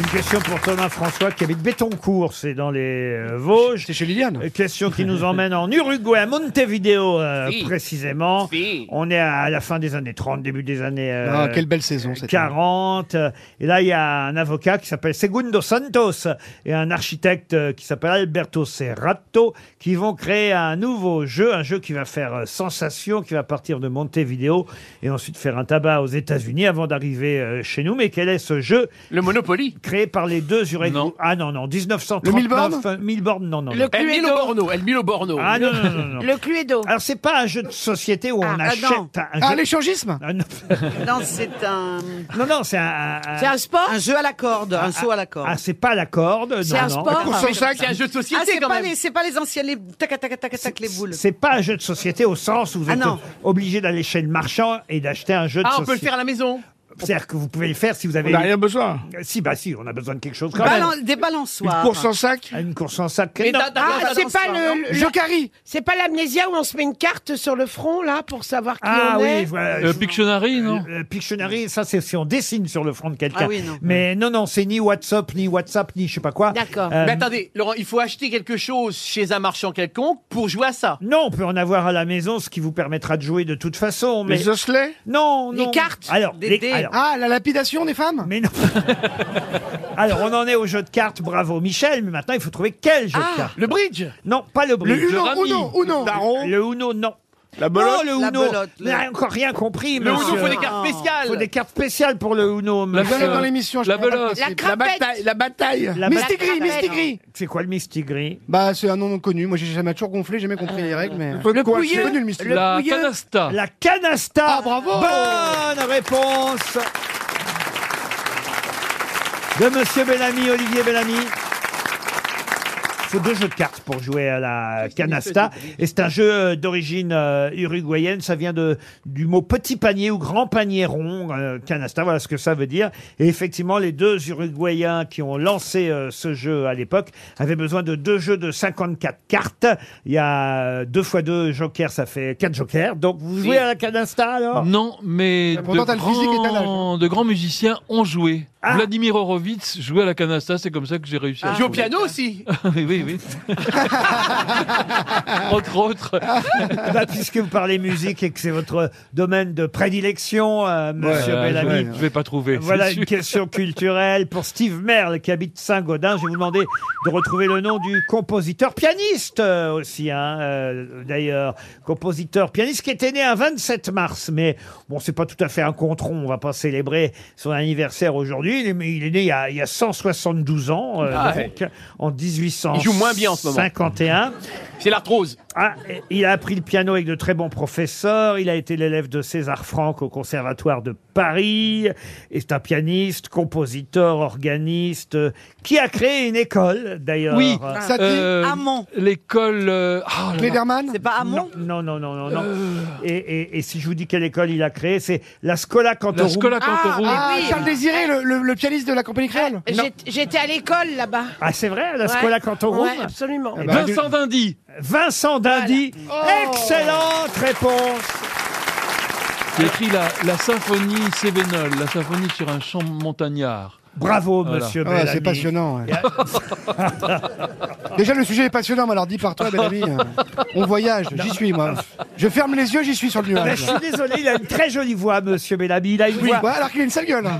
S2: Une question pour Thomas François qui habite Bétoncourt, c'est dans les euh, Vosges. C'est chez Liliane. Question qui nous emmène en Uruguay, à Montevideo euh,
S9: Si.
S2: précisément. On est à la fin des années 30, début des années euh,
S9: Ah, quelle belle saison, cette
S2: 40. euh, Et là, il y a un avocat qui s'appelle Segundo Santos et un architecte euh, qui s'appelle Alberto Serrato qui vont créer un nouveau jeu, un jeu qui va faire euh, sensation, qui va partir de Montevideo et ensuite faire un tabac aux États-Unis avant d'arriver euh, chez nous. Mais quel est ce jeu Le Monopoly. Créé par les deux Uruguayens. Ah non, non, 1939.
S3: Le Milborne
S2: euh, Milborne, non, non. non.
S3: El Milo Borno, El Milo Borno.
S2: Ah non, non, non, non.
S7: Le Cluedo.
S2: Alors, c'est pas un jeu de société où on
S7: ah,
S2: achète
S7: non.
S2: un
S7: Ah,
S2: jeu-
S9: l'échangisme
S2: Ah, non.
S4: Non, c'est un.
S2: Non, non, c'est un.
S4: C'est un sport Un jeu à la corde, un saut à la corde.
S2: Ah, c'est pas la corde.
S4: C'est
S2: non,
S4: un
S2: non.
S4: sport Ah, c'est
S2: quand
S4: pas
S2: même.
S4: les- C'est pas les anciens, les tac tac tac tac les boules.
S2: C'est pas un jeu de société au sens où vous
S4: Ah,
S2: êtes
S4: non.
S2: obligé d'aller chez le marchand et d'acheter un jeu de
S3: Ah, on
S2: société.
S3: peut le faire à la maison.
S2: C'est-à-dire que vous pouvez le faire si vous avez.
S6: On n'a rien besoin.
S2: Si, bah si, on a besoin de quelque chose quand
S4: Balan-
S2: même.
S4: Des balançoires.
S2: sac Une course en sac.
S7: Mais
S2: Non.
S7: t'as- t'as- Ah, t'as- c'est t'as- pas t'as- le- t'as- le-
S9: Jocari.
S7: C'est pas l'amnésia où on se met une carte sur le front, là, pour savoir qui
S2: Ah
S7: on est
S2: oui, voilà.
S8: Euh, Pictionary, non
S2: Le- le Pictionary, ça c'est si on dessine sur le front de quelqu'un.
S3: Ah oui, non.
S2: Mais non, non, c'est ni WhatsApp, ni WhatsApp, ni je sais pas quoi.
S3: D'accord.
S2: Euh,
S3: Mais attendez, Laurent, il faut acheter quelque chose chez un marchand quelconque pour jouer à ça.
S2: Non, on peut en avoir à la maison, ce qui vous permettra de jouer de toute façon. Mais...
S6: Les osselets
S2: Non, non.
S9: Les cartes
S2: Alors, les- alors,
S9: Ah, la lapidation des femmes
S2: Mais non. alors, on en est au jeu de cartes, bravo Michel, mais maintenant il faut trouver quel jeu de cartes.
S3: Le bridge
S2: Non, pas le bridge.
S9: Le Uno, Le Uno, rami. Uno.
S2: Le Le Uno, non. La
S9: belote
S2: Non, le
S9: La
S2: Uno.
S9: belote, le-
S2: On n'a encore rien compris,
S3: Le Uno,
S2: monsieur.
S3: faut des cartes spéciales.
S2: Faut des cartes spéciales pour le Uno,
S9: La
S2: monsieur.
S9: belote dans l'émission, je
S8: La
S9: comprends pas le
S8: belote.
S9: principe.
S7: La crapette.
S9: La bataille.
S2: La
S9: Mistigri,
S2: bataille.
S9: Mistigri.
S2: C'est quoi le mistigris
S9: Bah, c'est un nom non connu. Moi, j'ai jamais toujours gonflé, jamais compris les règles, mais.
S2: Le pouilleux.
S9: C'est connu, le Mistigri.
S8: La canasta.
S2: La canasta. Bah
S9: Ah, bravo.
S2: Bonne réponse de Monsieur Bellamy, Olivier Bellamy. Il faut deux jeux de cartes pour jouer à la canasta. Et c'est un jeu d'origine euh, uruguayenne. Ça vient de, du mot petit panier ou grand panier rond, euh, canasta. Voilà ce que ça veut dire. Et effectivement, les deux Uruguayens qui ont lancé euh, ce jeu à l'époque avaient besoin de deux jeux de 54 cartes. Il y a euh, deux fois deux jokers, ça fait quatre jokers. Donc vous jouez à la canasta alors
S8: Non, mais de
S9: Pourtant, t'as le physique et t'as
S8: grands, de grands musiciens ont joué.
S2: Ah.
S8: Vladimir Horowitz jouait à la canasta, c'est comme ça que j'ai réussi
S3: Jouer
S8: à
S3: Ah. au
S8: trouver.
S3: piano aussi.
S8: oui, oui, oui. Entre autres.
S2: Bah, puisque vous parlez musique et que c'est votre domaine de prédilection, euh, monsieur
S8: Ouais,
S2: Bellamy.
S8: je vais- Je vais pas trouver. c'est
S2: Voilà
S8: sûr.
S2: une question culturelle pour Steve Merle qui habite Saint-Gaudin. Je vais vous demander de retrouver le nom du compositeur pianiste euh, aussi, hein, euh, d'ailleurs. Compositeur pianiste qui était né un 27 mars, mais bon, c'est pas tout à fait un contron. On va pas célébrer son anniversaire aujourd'hui. Il est, mais il est né il y a, il y a 172 ans, euh,
S3: Ah,
S2: donc, en 1851.
S3: Il joue moins bien en ce moment. C'est l'arthrose.
S2: Ah, et il a appris le piano avec de très bons professeurs. Il a été l'élève de César Franck au Conservatoire de Paris. Et c'est un pianiste, compositeur, organiste, euh, qui a créé une école, d'ailleurs.
S8: Oui,
S2: Euh,
S9: ça dit
S8: euh,
S9: Hamon.
S8: L'école. euh, ah, là là.
S9: Lederman
S4: C'est pas Hamon
S2: Non, non, non, non, non.
S9: Euh.
S2: Et, et- et si je vous dis quelle école il a créée, c'est la Scola
S8: La
S2: Cantorum.
S8: Scola Cantorum.
S9: Ah,
S7: oui.
S9: Charles Désiré, le, le- le pianiste de la compagnie créole.
S7: J'ai- J'étais à l'école là-bas.
S2: Ah, c'est vrai, la
S7: Ouais.
S2: Scola Cantorum
S7: Ouais, absolument.
S2: Eh ben,
S8: Vincent Dindy.
S2: Vincent Dindy.
S9: Oh.
S2: Excellente réponse.
S8: qui a écrit la, la symphonie Cévenol, la symphonie sur un champ montagnard.
S2: Bravo,
S8: Voilà.
S2: monsieur
S9: Ah Ouais,
S2: Bellamy.
S9: c'est passionnant. ouais. Déjà, le sujet est passionnant, mais alors dis par toi, bel ami. euh, On voyage, j'y suis, moi. Je ferme les yeux, j'y suis sur le
S2: Ben,
S9: nuage.
S2: je suis désolé, il a une très jolie voix, monsieur Bellamy. Il a une
S9: Oui,
S2: voix.
S9: ouais, alors qu'il a une sale gueule. hein.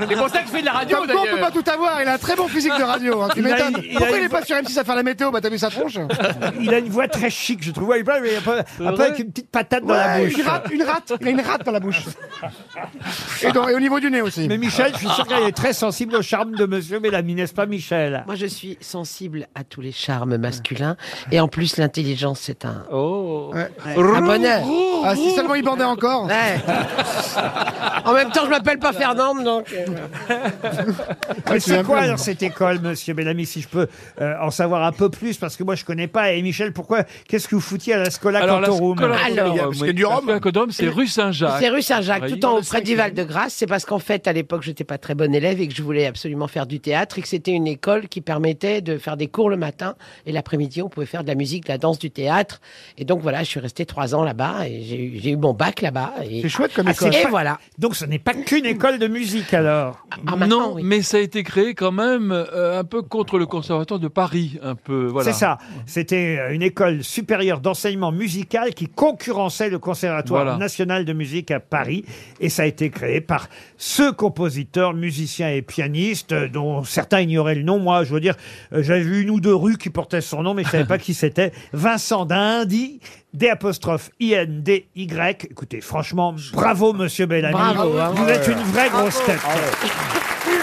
S3: C'est pour ça que je fais de la radio,
S9: Comme quoi, on peut
S3: d'ailleurs.
S9: pas tout avoir. Il a un très bon physique de radio. hein, tu
S2: Il a
S9: m'étonnes.
S2: une- il a
S9: Pourquoi
S2: une
S9: il est pas sur M6 à faire la météo Bah, t'as vu sa tronche
S2: Il a une voix très chic, je trouve. Ouais, Il parle un peu, un peu avec une petite patate dans la
S9: Ouais,
S2: bouche.
S9: Une rate, une rate. Il a une rate dans la bouche. Et, dans- et au niveau du nez aussi.
S2: Mais Michel, je suis sûr qu'il est très sensible au charme de Monsieur Mélanie, n'est-ce pas, Michel
S7: Moi, je suis sensible à tous les charmes masculins. Et en plus, l'intelligence, c'est un.
S8: Oh
S7: Un bonheur.
S9: Ah, si seulement il bandait encore.
S7: En même temps, je m'appelle pas Fernande, donc. euh,
S2: Mais
S9: tu hein.
S2: c'est
S9: l'as
S2: quoi
S9: bien.
S2: alors cette école, Monsieur Bellamy, si je peux euh, en savoir un peu plus, parce que moi je connais pas. Et Michel, pourquoi Qu'est-ce que vous foutiez à la Scola
S8: Alors, la
S2: Cantorum
S8: Scola Alors, Cantorum, Parce que oui. du Rhum- La Scola Cantorum, c'est rue Saint-Jacques.
S7: C'est rue Saint-Jacques,
S8: Oui.
S7: tout en auprès du Val-de-Grâce. C'est parce qu'en fait, à l'époque, j'étais pas très bonne élève et que je voulais absolument faire du théâtre et que c'était une école qui permettait de faire des cours le matin et l'après-midi, on pouvait faire de la musique, de la danse, du théâtre. Et donc voilà, je suis resté trois ans là-bas et j'ai eu- j'ai eu mon bac là-bas. et-
S2: C'est chouette comme
S7: Ah,
S2: école.
S7: c'est- Et
S2: pas-
S7: voilà.
S2: Donc ce n'est pas qu'une école de musique alors.
S7: Ah,
S8: non, mais ça a été créé quand même euh, un peu contre le conservatoire de Paris, un peu. Voilà.
S2: C'est ça. C'était euh, une école supérieure d'enseignement musical qui concurrençait le Conservatoire
S8: Voilà.
S2: national de musique à Paris. Et ça a été créé par ce compositeur, musicien et pianiste, euh, dont certains ignoraient le nom. Moi, je veux dire, euh, j'avais vu une ou deux rues qui portaient son nom, mais je savais pas qui c'était. Vincent d'Indy. D apostrophe I N D Y. Écoutez, franchement, bravo Monsieur Bellamy.
S1: Bravo, hein.
S2: Vous êtes une
S1: Bravo.
S2: vraie
S1: Ah
S2: grosse tête.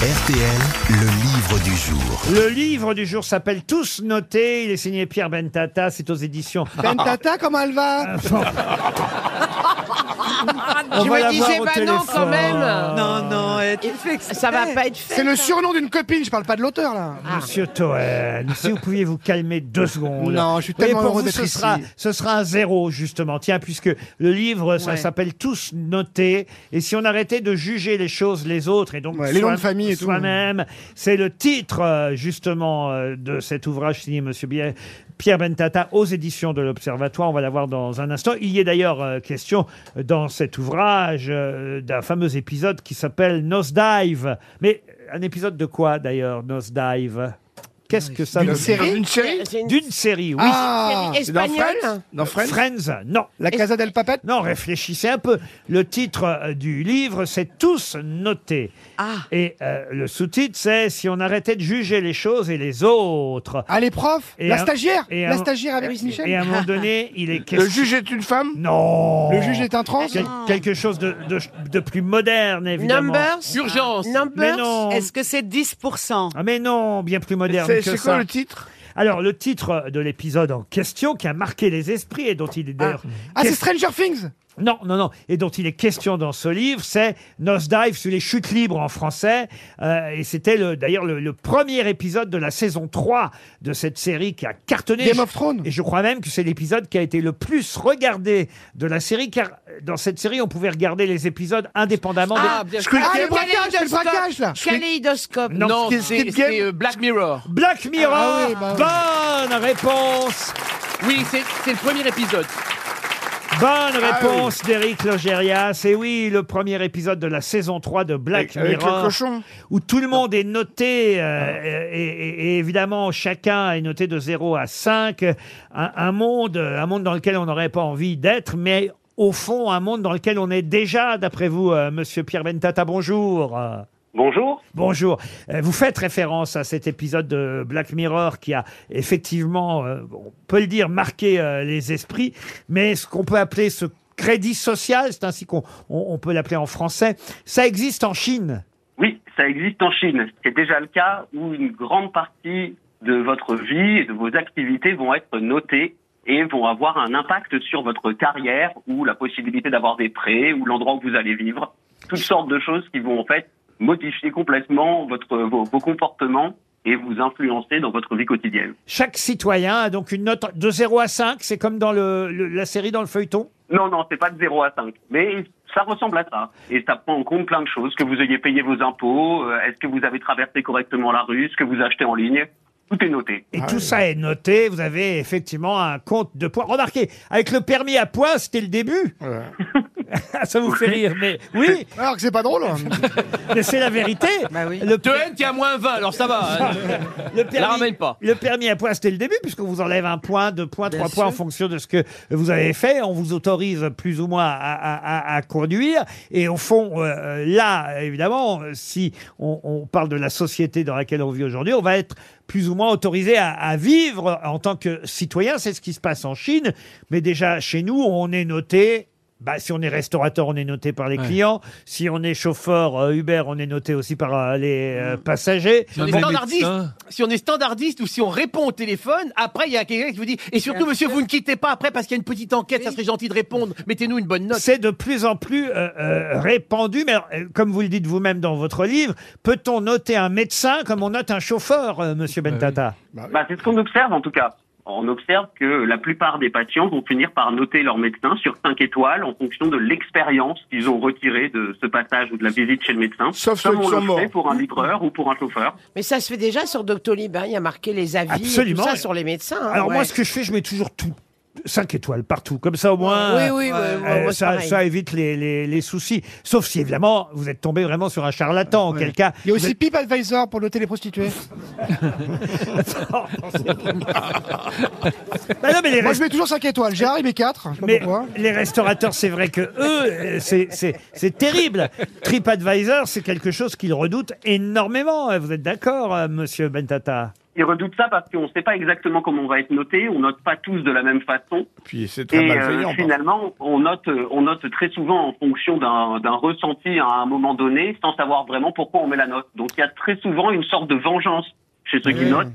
S1: RTL, le livre du jour.
S2: Le livre du jour s'appelle Tous notés. Il est signé Pierre Bentata. C'est aux éditions.
S9: Ben Tata, comment elle va
S2: Ah,
S7: Je me disais, bah non, quand même.
S2: Non, non,
S7: ça va pas être fait. hein.
S9: C'est le
S7: ça.
S9: surnom d'une copine, je parle pas de l'auteur là.
S2: Monsieur Toen, si vous pouviez vous calmer deux secondes.
S9: Non, je suis
S2: Vous voyez,
S9: tellement
S2: pour
S9: heureux
S2: vous,
S9: d'être
S2: ce
S9: ici.
S2: Sera, ce sera un zéro, justement. Tiens, puisque le livre, ça
S9: Ouais.
S2: s'appelle Tous notés. Et si on arrêtait de juger les choses, les autres, et donc
S9: Ouais, les
S2: soi-
S9: noms de famille et tout.
S2: soi-même, c'est le titre, euh, justement, euh, de cet ouvrage signé Monsieur Bier- Pierre Bentata aux éditions de l'Observatoire. On va l'avoir dans un instant. Il y est d'ailleurs euh, question euh, dans cet ouvrage euh, d'un fameux épisode qui s'appelle Nosedive. Mais un épisode de quoi, d'ailleurs, Nosedive Qu'est-ce que ça
S6: D'une
S2: veut
S6: série
S2: dire
S6: D'une série
S7: C'est une-
S2: D'une série, oui.
S9: Ah,
S7: Série c'est dans espagnole Friends
S6: Dans Friends
S2: Friends, non. La Casa del Papel Non, réfléchissez un peu. Le titre euh, du livre, c'est Tous notés. Et euh, le sous-titre, c'est Si on arrêtait de juger les choses et les autres.
S9: Ah, les profs
S2: Et
S9: La
S2: un-
S9: stagiaire
S2: et
S9: La
S2: un-
S9: stagiaire avec Michel
S2: Et à un moment donné, il est
S6: Le
S2: question-
S6: juge est une femme
S2: Non
S9: Le juge est un trans
S2: Quel- Quelque chose de, de- de plus moderne, évidemment.
S3: Urgence.
S2: Mais non.
S4: Est-ce que c'est 10%
S2: Ah, mais non, bien plus moderne
S6: C'est-
S2: que
S6: c'est
S2: ça.
S6: quoi le titre
S2: Alors, le titre de l'épisode en question, qui a marqué les esprits et dont il est d'ailleurs...
S9: Ah, c'est
S2: question-
S9: Stranger Things
S2: Non, non, non. Et dont il est question dans ce livre, c'est Nosedive sur les chutes libres en français. Euh, et c'était le- d'ailleurs le, le premier épisode de la saison 3 de cette série qui a cartonné.
S9: Game of
S2: Je-
S9: Thrones.
S2: Et je crois même que c'est l'épisode qui a été le plus regardé de la série, car dans cette série, on pouvait regarder les épisodes indépendamment
S7: Ah,
S2: des...
S7: bien
S9: Squid
S7: Ah,
S9: Game.
S7: le braquage,
S9: C'est le braquage, là.
S7: Kaléidoscope.
S2: Non,
S3: Non,
S2: Squid-
S3: c'est
S2: Squid Game.
S3: c'est, euh, Black Mirror.
S2: Black Mirror
S9: Ah oui,
S2: Bonne réponse
S3: Oui, c'est c'est le premier épisode.
S9: Ah
S2: Bonne réponse d'Éric Logérias. Et oui, le premier épisode de la saison 3 de
S6: Avec-
S2: Black
S6: avec
S2: Mirror.
S6: le cochon.
S2: Où tout le monde est noté. euh, et, et- et évidemment, chacun est noté de 0 à 5. Un, un monde, un monde dans lequel on n'aurait pas envie d'être, mais au fond, un monde dans lequel on est déjà, d'après vous, euh, monsieur Pierre Bentata. Bonjour.
S11: Bonjour.
S2: Bonjour. Euh, Vous faites référence à cet épisode de Black Mirror qui a effectivement, euh, on peut le dire, marqué euh, les esprits, mais ce qu'on peut appeler ce crédit social, c'est ainsi qu'on on- on peut l'appeler en français, ça existe en Chine.
S11: Oui, ça existe en Chine. C'est déjà le cas où une grande partie de votre vie et de vos activités vont être notées et vont avoir un impact sur votre carrière ou la possibilité d'avoir des prêts ou l'endroit où vous allez vivre. Toutes sortes de choses qui vont en fait modifier complètement votre, vos, vos comportements et vous influencer dans votre vie quotidienne.
S2: Chaque citoyen a donc une note de 0 à 5, c'est comme dans le- le- la série dans le feuilleton
S11: Non, non, c'est pas de 0 à 5, mais ça ressemble à ça. Et ça prend en compte plein de choses, que vous ayez payé vos impôts, euh, est-ce que vous avez traversé correctement la rue, ce que vous achetez en ligne, tout est noté.
S9: Ah
S2: Et tout ça est noté, vous avez effectivement un compte de points. Remarquez, avec le permis à points, c'était le début. Ça vous fait rire, mais oui.
S9: Alors que c'est pas drôle. hein.
S2: Mais c'est la vérité.
S3: Le Toen, t'es à moins 20, alors ça va. hein.
S2: Le permis,
S3: La ramène pas.
S2: Le permis à points, c'était le début, puisqu'on vous enlève un point, deux points,
S3: Bien
S2: trois points en
S3: sûr.
S2: fonction de ce que vous avez fait. On vous autorise plus ou moins à, à- à- à conduire. Et au fond, euh, là, évidemment, si on, on parle de la société dans laquelle on vit aujourd'hui, on va être plus ou moins autorisé à, à vivre en tant que citoyen. C'est ce qui se passe en Chine. Mais déjà, chez nous, on est noté bah, si on est restaurateur, on est noté par les clients. Si on est chauffeur euh, Uber, on est noté aussi par euh, les euh, passagers.
S3: Mmh. Si on, est
S2: Bon,
S3: standardiste, hein. si on est standardiste ou si on répond au téléphone, après il y a quelqu'un qui vous dit et surtout monsieur vous ne quittez pas après parce qu'il y a une petite enquête, ça serait gentil de répondre, mettez-nous une bonne note.
S2: C'est de plus en plus euh, euh, répandu, mais alors, euh, comme vous le dites vous-même dans votre livre, peut-on noter un médecin comme on note un chauffeur, euh, monsieur Bentata
S4: Bah, c'est ce qu'on observe en tout cas. On observe que la plupart des patients vont finir par noter leur médecin sur 5 étoiles en fonction de l'expérience qu'ils ont retirée de ce passage ou de la visite chez le médecin. Sauf
S7: ceux
S4: comme
S7: qui
S4: on le
S7: sont morts.
S4: fait pour un livreur ou pour un chauffeur.
S7: Mais ça se fait déjà sur Doctolib, hein, il y a marqué les avis
S2: Absolument.
S7: et tout ça sur les médecins. hein,
S2: Alors moi,
S7: ouais.
S2: ce que je fais, je mets toujours tout. 5 étoiles partout, comme ça au moins euh,
S7: Oui, oui, oui, oui, moi, c'est
S2: ça,
S7: pareil.
S2: ça évite les, les- les soucis. Sauf si évidemment vous êtes tombé vraiment sur un charlatan, en quel cas.
S9: Il y a
S2: vous
S9: aussi
S2: êtes-
S9: Pipe Advisor pour noter les prostituées.
S2: Bah non, mais les
S9: Moi,
S2: restes-
S9: je mets toujours 5 étoiles. Gérard, il met 4.
S2: Mais les restaurateurs, c'est vrai que eux, euh, c'est- c'est c'est terrible. TripAdvisor, c'est quelque chose qu'ils redoutent énormément. Euh, Vous êtes d'accord, euh, monsieur Bentata
S4: Ils redoutent ça parce qu'on ne sait pas exactement comment on va être noté, on note pas tous de la même façon.
S6: Puis c'est
S4: Et
S6: très malveillant.
S4: euh,
S6: par-
S4: finalement, on note, euh, on note très souvent en fonction d'un d'un ressenti à un moment donné, sans savoir vraiment pourquoi on met la note. Donc il y a très souvent une sorte de vengeance chez ceux qui
S6: Ouais.
S4: notent,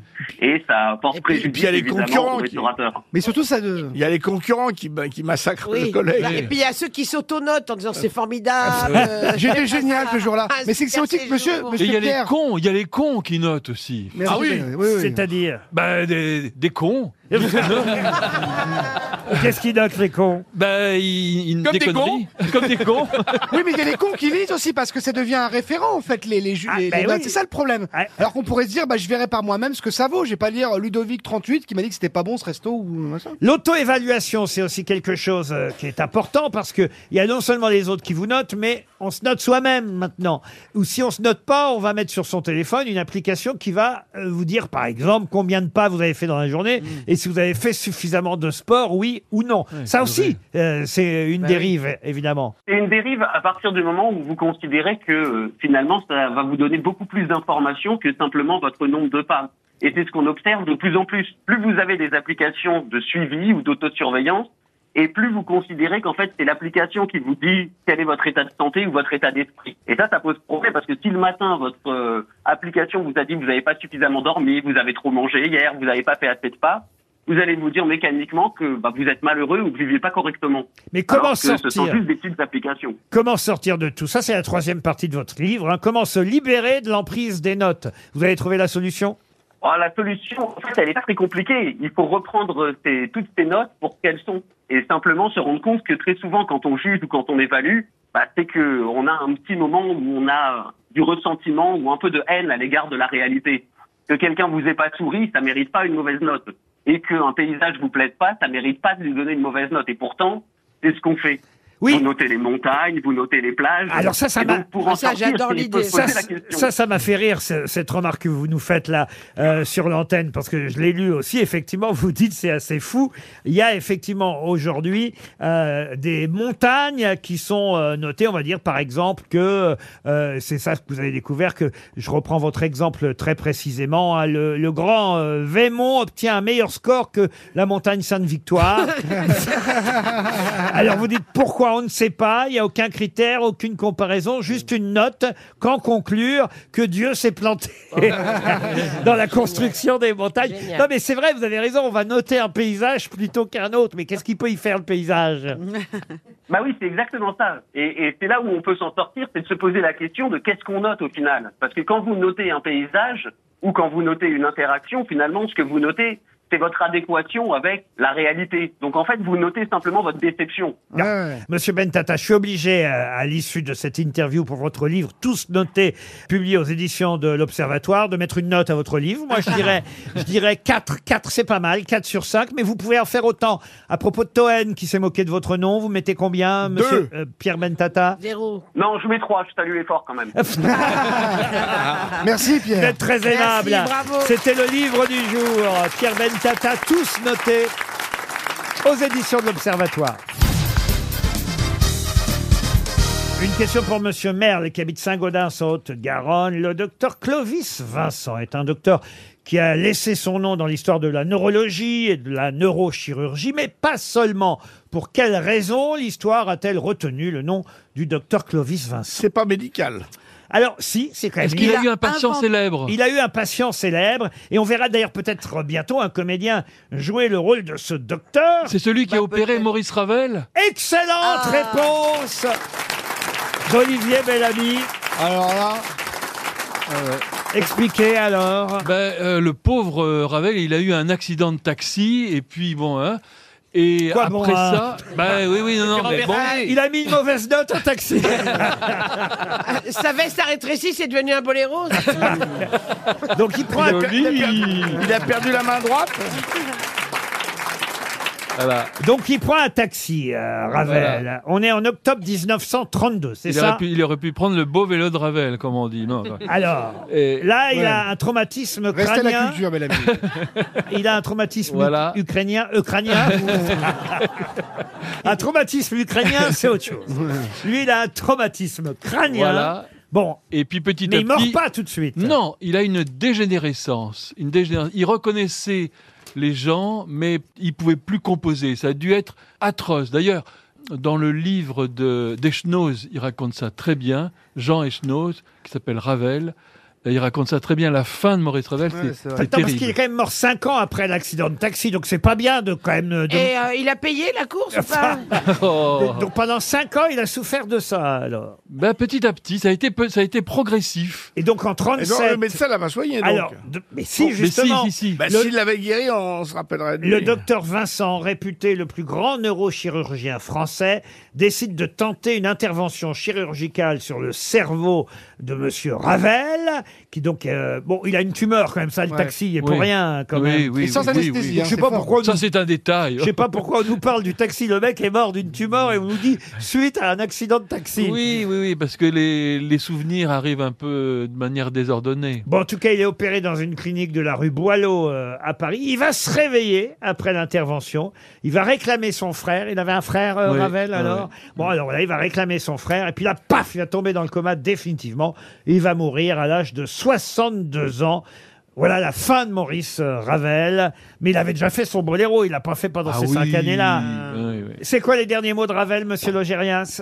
S4: et ça porte
S6: puis- et
S4: préjudice
S6: puis il y a les
S4: évidemment,
S6: concurrents
S4: aux
S6: qui-
S4: restaurateurs.
S9: Mais surtout, ça. Il
S6: y a les concurrents qui, ba- qui massacrent
S7: Oui.
S6: le collègue.
S7: Bah, Et puis il y a ceux qui s'autonotent en disant c'est formidable. euh,
S9: J'étais génial ce jour-là. Mais c'est que c'est aussi que monsieur,
S8: Et il y
S9: monsieur
S8: a les
S9: Pierre.
S8: cons, il y a les cons qui notent aussi.
S9: Merci, oui, oui, oui.
S2: Ah C'est-à-dire
S8: bah, des, des cons.
S2: Qu'est-ce qu'ils notent les cons
S8: bah, ils, ils-
S9: Comme des
S8: conneries. Comme des cons.
S9: Oui, mais il y a les cons qui lisent aussi parce que ça devient un référent en fait les les, ju- les-
S2: bah
S9: les notes.
S2: oui.
S9: C'est ça le problème. Alors qu'on pourrait se dire bah je verrai par moi-même ce que ça vaut. J'ai pas lire Ludovic 38 qui m'a dit que c'était pas bon ce resto ou machin.
S2: L'auto-évaluation, c'est aussi quelque chose euh, qui est important parce que il y a non seulement les autres qui vous notent, mais on se note soi-même maintenant. Ou si on se note pas, on va mettre sur son téléphone une application qui va euh, vous dire, par exemple, combien de pas vous avez fait dans la journée
S4: Mmh.
S2: et si vous avez fait suffisamment de sport, oui ou non. Ça aussi, euh, c'est une
S4: Bah oui.
S2: dérive, évidemment.
S4: C'est une dérive à partir du moment où vous considérez que euh, finalement ça va vous donner beaucoup plus d'informations que simplement votre nombre de pas. Et c'est ce qu'on observe de plus en plus. Plus vous avez des applications de suivi ou d'autosurveillance, et plus vous considérez qu'en fait c'est l'application qui vous dit quel est votre état de santé ou votre état d'esprit. Et ça, ça pose problème parce que si le matin votre euh, application vous a dit que vous n'avez pas suffisamment dormi, vous avez trop mangé hier, vous n'avez pas fait assez de pas, vous allez vous dire mécaniquement que bah, vous êtes malheureux ou que vous vivez pas correctement.
S2: Mais comment
S4: Alors que Ce sont
S2: sortir
S4: juste des petites applications.
S2: Comment sortir de tout ça C'est la troisième partie de votre livre. hein. Comment se libérer de l'emprise des notes Vous avez trouvé la solution
S4: Oh, la solution, en fait, elle est pas très compliquée. Il faut reprendre euh, ces- toutes ces notes pour qu'elles sont. Et simplement se rendre compte que très souvent, quand on juge ou quand on évalue, bah, c'est que on a un petit moment où on a du ressentiment ou un peu de haine à l'égard de la réalité. Que quelqu'un vous ait pas souri, ça mérite pas une mauvaise note. Et qu'un paysage vous plaise pas, ça mérite pas de lui donner une mauvaise note. Et pourtant, c'est ce qu'on fait. Vous notez les montagnes, vous notez les plages.
S2: Alors ça, ça
S4: Et
S2: m'a-
S4: donc, pour en
S7: Ah, ça,
S4: sortir,
S7: j'adore
S4: il faut se
S2: Ça,
S4: poser la
S2: ça-
S4: question.
S2: ça, ça m'a fait rire, ce- cette remarque que vous nous faites là euh, sur l'antenne, parce que je l'ai lu aussi. Effectivement, vous dites c'est assez fou. Il y a effectivement aujourd'hui euh, des montagnes qui sont euh, notées. On va dire par exemple que euh, c'est ça que vous avez découvert. Que je reprends votre exemple très précisément. hein, le, le grand euh, Vémont obtient un meilleur score que la montagne Sainte-Victoire.
S9: Ah.
S2: Alors vous dites pourquoi on ne sait pas, il n'y a aucun critère, aucune comparaison, juste une note. Qu'en conclure que Dieu s'est planté dans la construction des montagnes.
S7: Génial.
S2: Non mais c'est vrai, vous avez raison, on va noter un paysage plutôt qu'un autre. Mais qu'est-ce qu'il peut y faire le paysage
S4: Bah oui, c'est exactement ça. Et, et c'est là où on peut s'en sortir, c'est de se poser la question de qu'est-ce qu'on note au final. Parce que quand vous notez un paysage ou quand vous notez une interaction, finalement, ce que vous notez,
S11: c'est votre adéquation avec la réalité. Donc en fait, vous notez simplement votre déception.
S2: Monsieur Bentata, je suis obligé, euh, à l'issue de cette interview pour votre livre, tous notés, publié aux éditions de l'Observatoire, de mettre une note à votre livre. Moi, je dirais, je dirais 4, 4 c'est pas mal, 4 sur 5, mais vous pouvez en faire autant. À propos de Toen, qui s'est moqué de votre nom, vous mettez combien, monsieur euh, Pierre Bentata
S7: Zéro.
S11: Non, je mets trois, je salue l'effort quand même.
S2: Merci Pierre. Vous êtes très
S11: Merci,
S2: aimable.
S11: bravo.
S2: C'était le livre du jour. Pierre Bentata, tous notés aux éditions de l'Observatoire. Une question pour Monsieur Merle, qui habite Saint-Gaudens, en Haute-Garonne. Le docteur Clovis Vincent est un docteur qui a laissé son nom dans l'histoire de la neurologie et de la neurochirurgie, mais pas seulement. Pour quelle raison l'histoire a-t-elle retenu le nom du docteur Clovis Vincent C'est pas médical. Alors, si, c'est quand même.
S8: Est-ce qu'il
S2: Il
S8: a eu un patient
S2: inventé-
S8: célèbre
S2: Il a eu un patient célèbre, et on verra d'ailleurs peut-être bientôt un comédien jouer le rôle de ce docteur. Bah, C'est celui qui a opéré Maurice Ravel Excellente réponse d'Olivier Bellamy.
S8: Alors là.
S2: Ah Expliquez alors.
S8: Ben, euh, le pauvre euh, Ravel, il a eu un accident de taxi et puis bon. hein, et
S2: Quoi,
S8: après
S2: bon, hein
S8: ça, ben oui, oui, non, non, mais bon.
S2: Il a mis une mauvaise note au taxi.
S7: Sa veste a rétréci, c'est devenu un boléro.
S9: Ah,
S2: Donc il prend. un-
S6: Il a perdu la main droite
S2: Donc il prend un taxi, euh, Ravel.
S8: Voilà.
S2: On est en octobre 1932, c'est
S8: Il
S2: ça
S8: aurait, pu, il aurait pu prendre le beau vélo de Ravel, comme on dit. Non, non.
S2: Alors,
S8: Et-
S2: là, il
S8: Ouais.
S2: a un traumatisme
S8: Restez à la
S2: crânien.
S8: culture, bel ami.
S2: il a un traumatisme
S8: Voilà.
S2: u- ukrainien. ukrainien un traumatisme ukrainien, c'est autre chose. Lui, il a un traumatisme crânien.
S8: Voilà.
S2: Bon,
S8: Et puis petit
S2: Mais
S8: à
S2: il meurt
S8: petit.
S2: pas tout de suite.
S8: Non, il a une dégénérescence. Une dégénérescence. Il reconnaissait les gens, mais il pouvait plus composer. Ça a dû être atroce. D'ailleurs, dans le livre de- d'Eschnoz, il raconte ça très bien. Jean Eschnoz, qui s'appelle Ravel, il raconte ça très bien. La fin de Maurice Ravel, c'est- c'est
S2: Attends, parce qu'il est
S8: terrible.
S2: quand même mort 5 ans après l'accident de taxi, donc c'est pas bien de quand même. euh, de- Euh,
S7: Et ah. euh, il a payé la course ou pas
S8: Oh.
S2: Donc pendant 5 ans, il a souffert de ça alors.
S8: Ben, petit à petit, ça a été, peu- ça a été progressif.
S2: Et donc en 37.
S6: Et donc, le médecin l'a pas soigné, donc.
S2: Alors, de- mais si,
S6: Oh,
S2: justement.
S6: Mais si, si, si. Bah,
S2: Le-
S6: S'il l'avait guéri, on se rappellerait de
S2: Le
S6: lui.
S2: docteur Vincent, réputé le plus grand neurochirurgien français, décide de tenter une intervention chirurgicale sur le cerveau de Monsieur Ravel, qui donc euh, bon, il a une tumeur quand même ça, le
S8: Ouais.
S2: taxi il est pour
S8: Oui.
S2: rien hein, quand
S8: Oui,
S2: même.
S8: oui, Et sans oui, oui, anesthésie, oui. hein,
S2: je sais
S8: c'est
S2: pas
S8: fort.
S2: pourquoi.
S8: Ça, c'est un détail.
S2: Je sais pas pourquoi on nous parle du taxi. Le mec est mort d'une tumeur et on nous dit suite à un accident de taxi.
S8: Oui, oui, oui, parce que les, les souvenirs arrivent un peu de manière désordonnée.
S2: Bon, en tout cas, il est opéré dans une clinique de la rue Boileau euh, à Paris. Il va se réveiller après l'intervention. Il va réclamer son frère. Il avait un frère, euh,
S8: Oui,
S2: Ravel,
S9: ah
S8: ouais,
S2: alors.
S8: ouais.
S2: Bon, alors là, il va réclamer son frère. Et puis là, paf, il va tomber dans le coma définitivement. Il va mourir à l'âge de 62 ans. Voilà la fin de Maurice euh, Ravel. Mais il avait déjà fait son boléro. Il l'a pas fait pendant
S8: Ah
S2: ces
S8: oui,
S2: cinq années-là.
S8: oui, oui.
S2: C'est quoi les derniers mots de Ravel, monsieur Logérias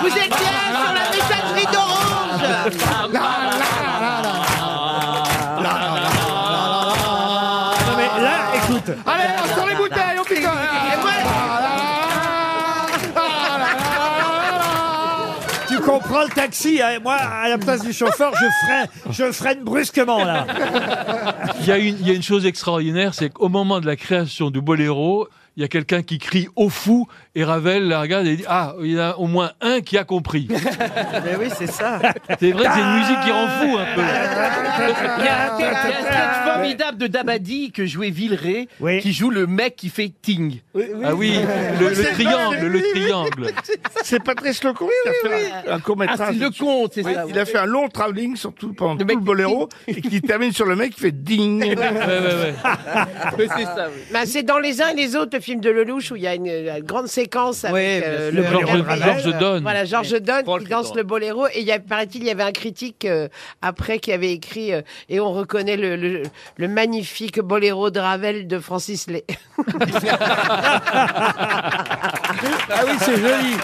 S7: Vous êtes bien sur la messagerie d'Orange
S2: Non mais là, écoute.
S9: Allez, on sort les bouteilles, on picote
S2: Tu comprends le taxi hein Moi, à la place du chauffeur, je freine, je freine brusquement là.
S8: Il y, a une, il y a une chose extraordinaire, c'est qu'au moment de la création du boléro, il y a quelqu'un qui crie au fou et Ravel la regarde et dit Ah, il y en a au moins un qui a compris.
S4: Mais oui, c'est ça.
S8: C'est vrai que c'est une musique qui rend fou un peu.
S3: Il y a un sketch- il y a un sketch formidable de Dabadi que jouait Villeray, qui joue le mec qui fait ting.
S8: Ah oui, le, le triangle, le triangle.
S6: C'est Patrice Leconte qui a fait un, un court-métrage.
S3: Ah, c'est Lecomte, c'est
S6: Oui,
S3: ça, oui.
S6: Il a fait un long travelling sur tout, pendant tout le boléro et qui termine sur le mec qui fait ding.
S8: ouais, ouais.
S3: Mais c'est ça, oui.
S7: Bah, Ah. c'est dans les uns et les autres, ce film de Lelouch où il y a une, euh, grande séquence avec euh,
S8: le Georges-
S7: regard des-
S8: Georges Donne.
S7: Voilà, Georges
S8: Ouais.
S7: Donne
S8: Paul
S7: qui danse
S8: Clément.
S7: le boléro. Et il y a- paraît-il, il y avait un critique euh, après qui avait écrit euh, et on reconnaît le, le- le magnifique boléro de Ravel de Francis Lay.
S17: Ah oui, c'est joli.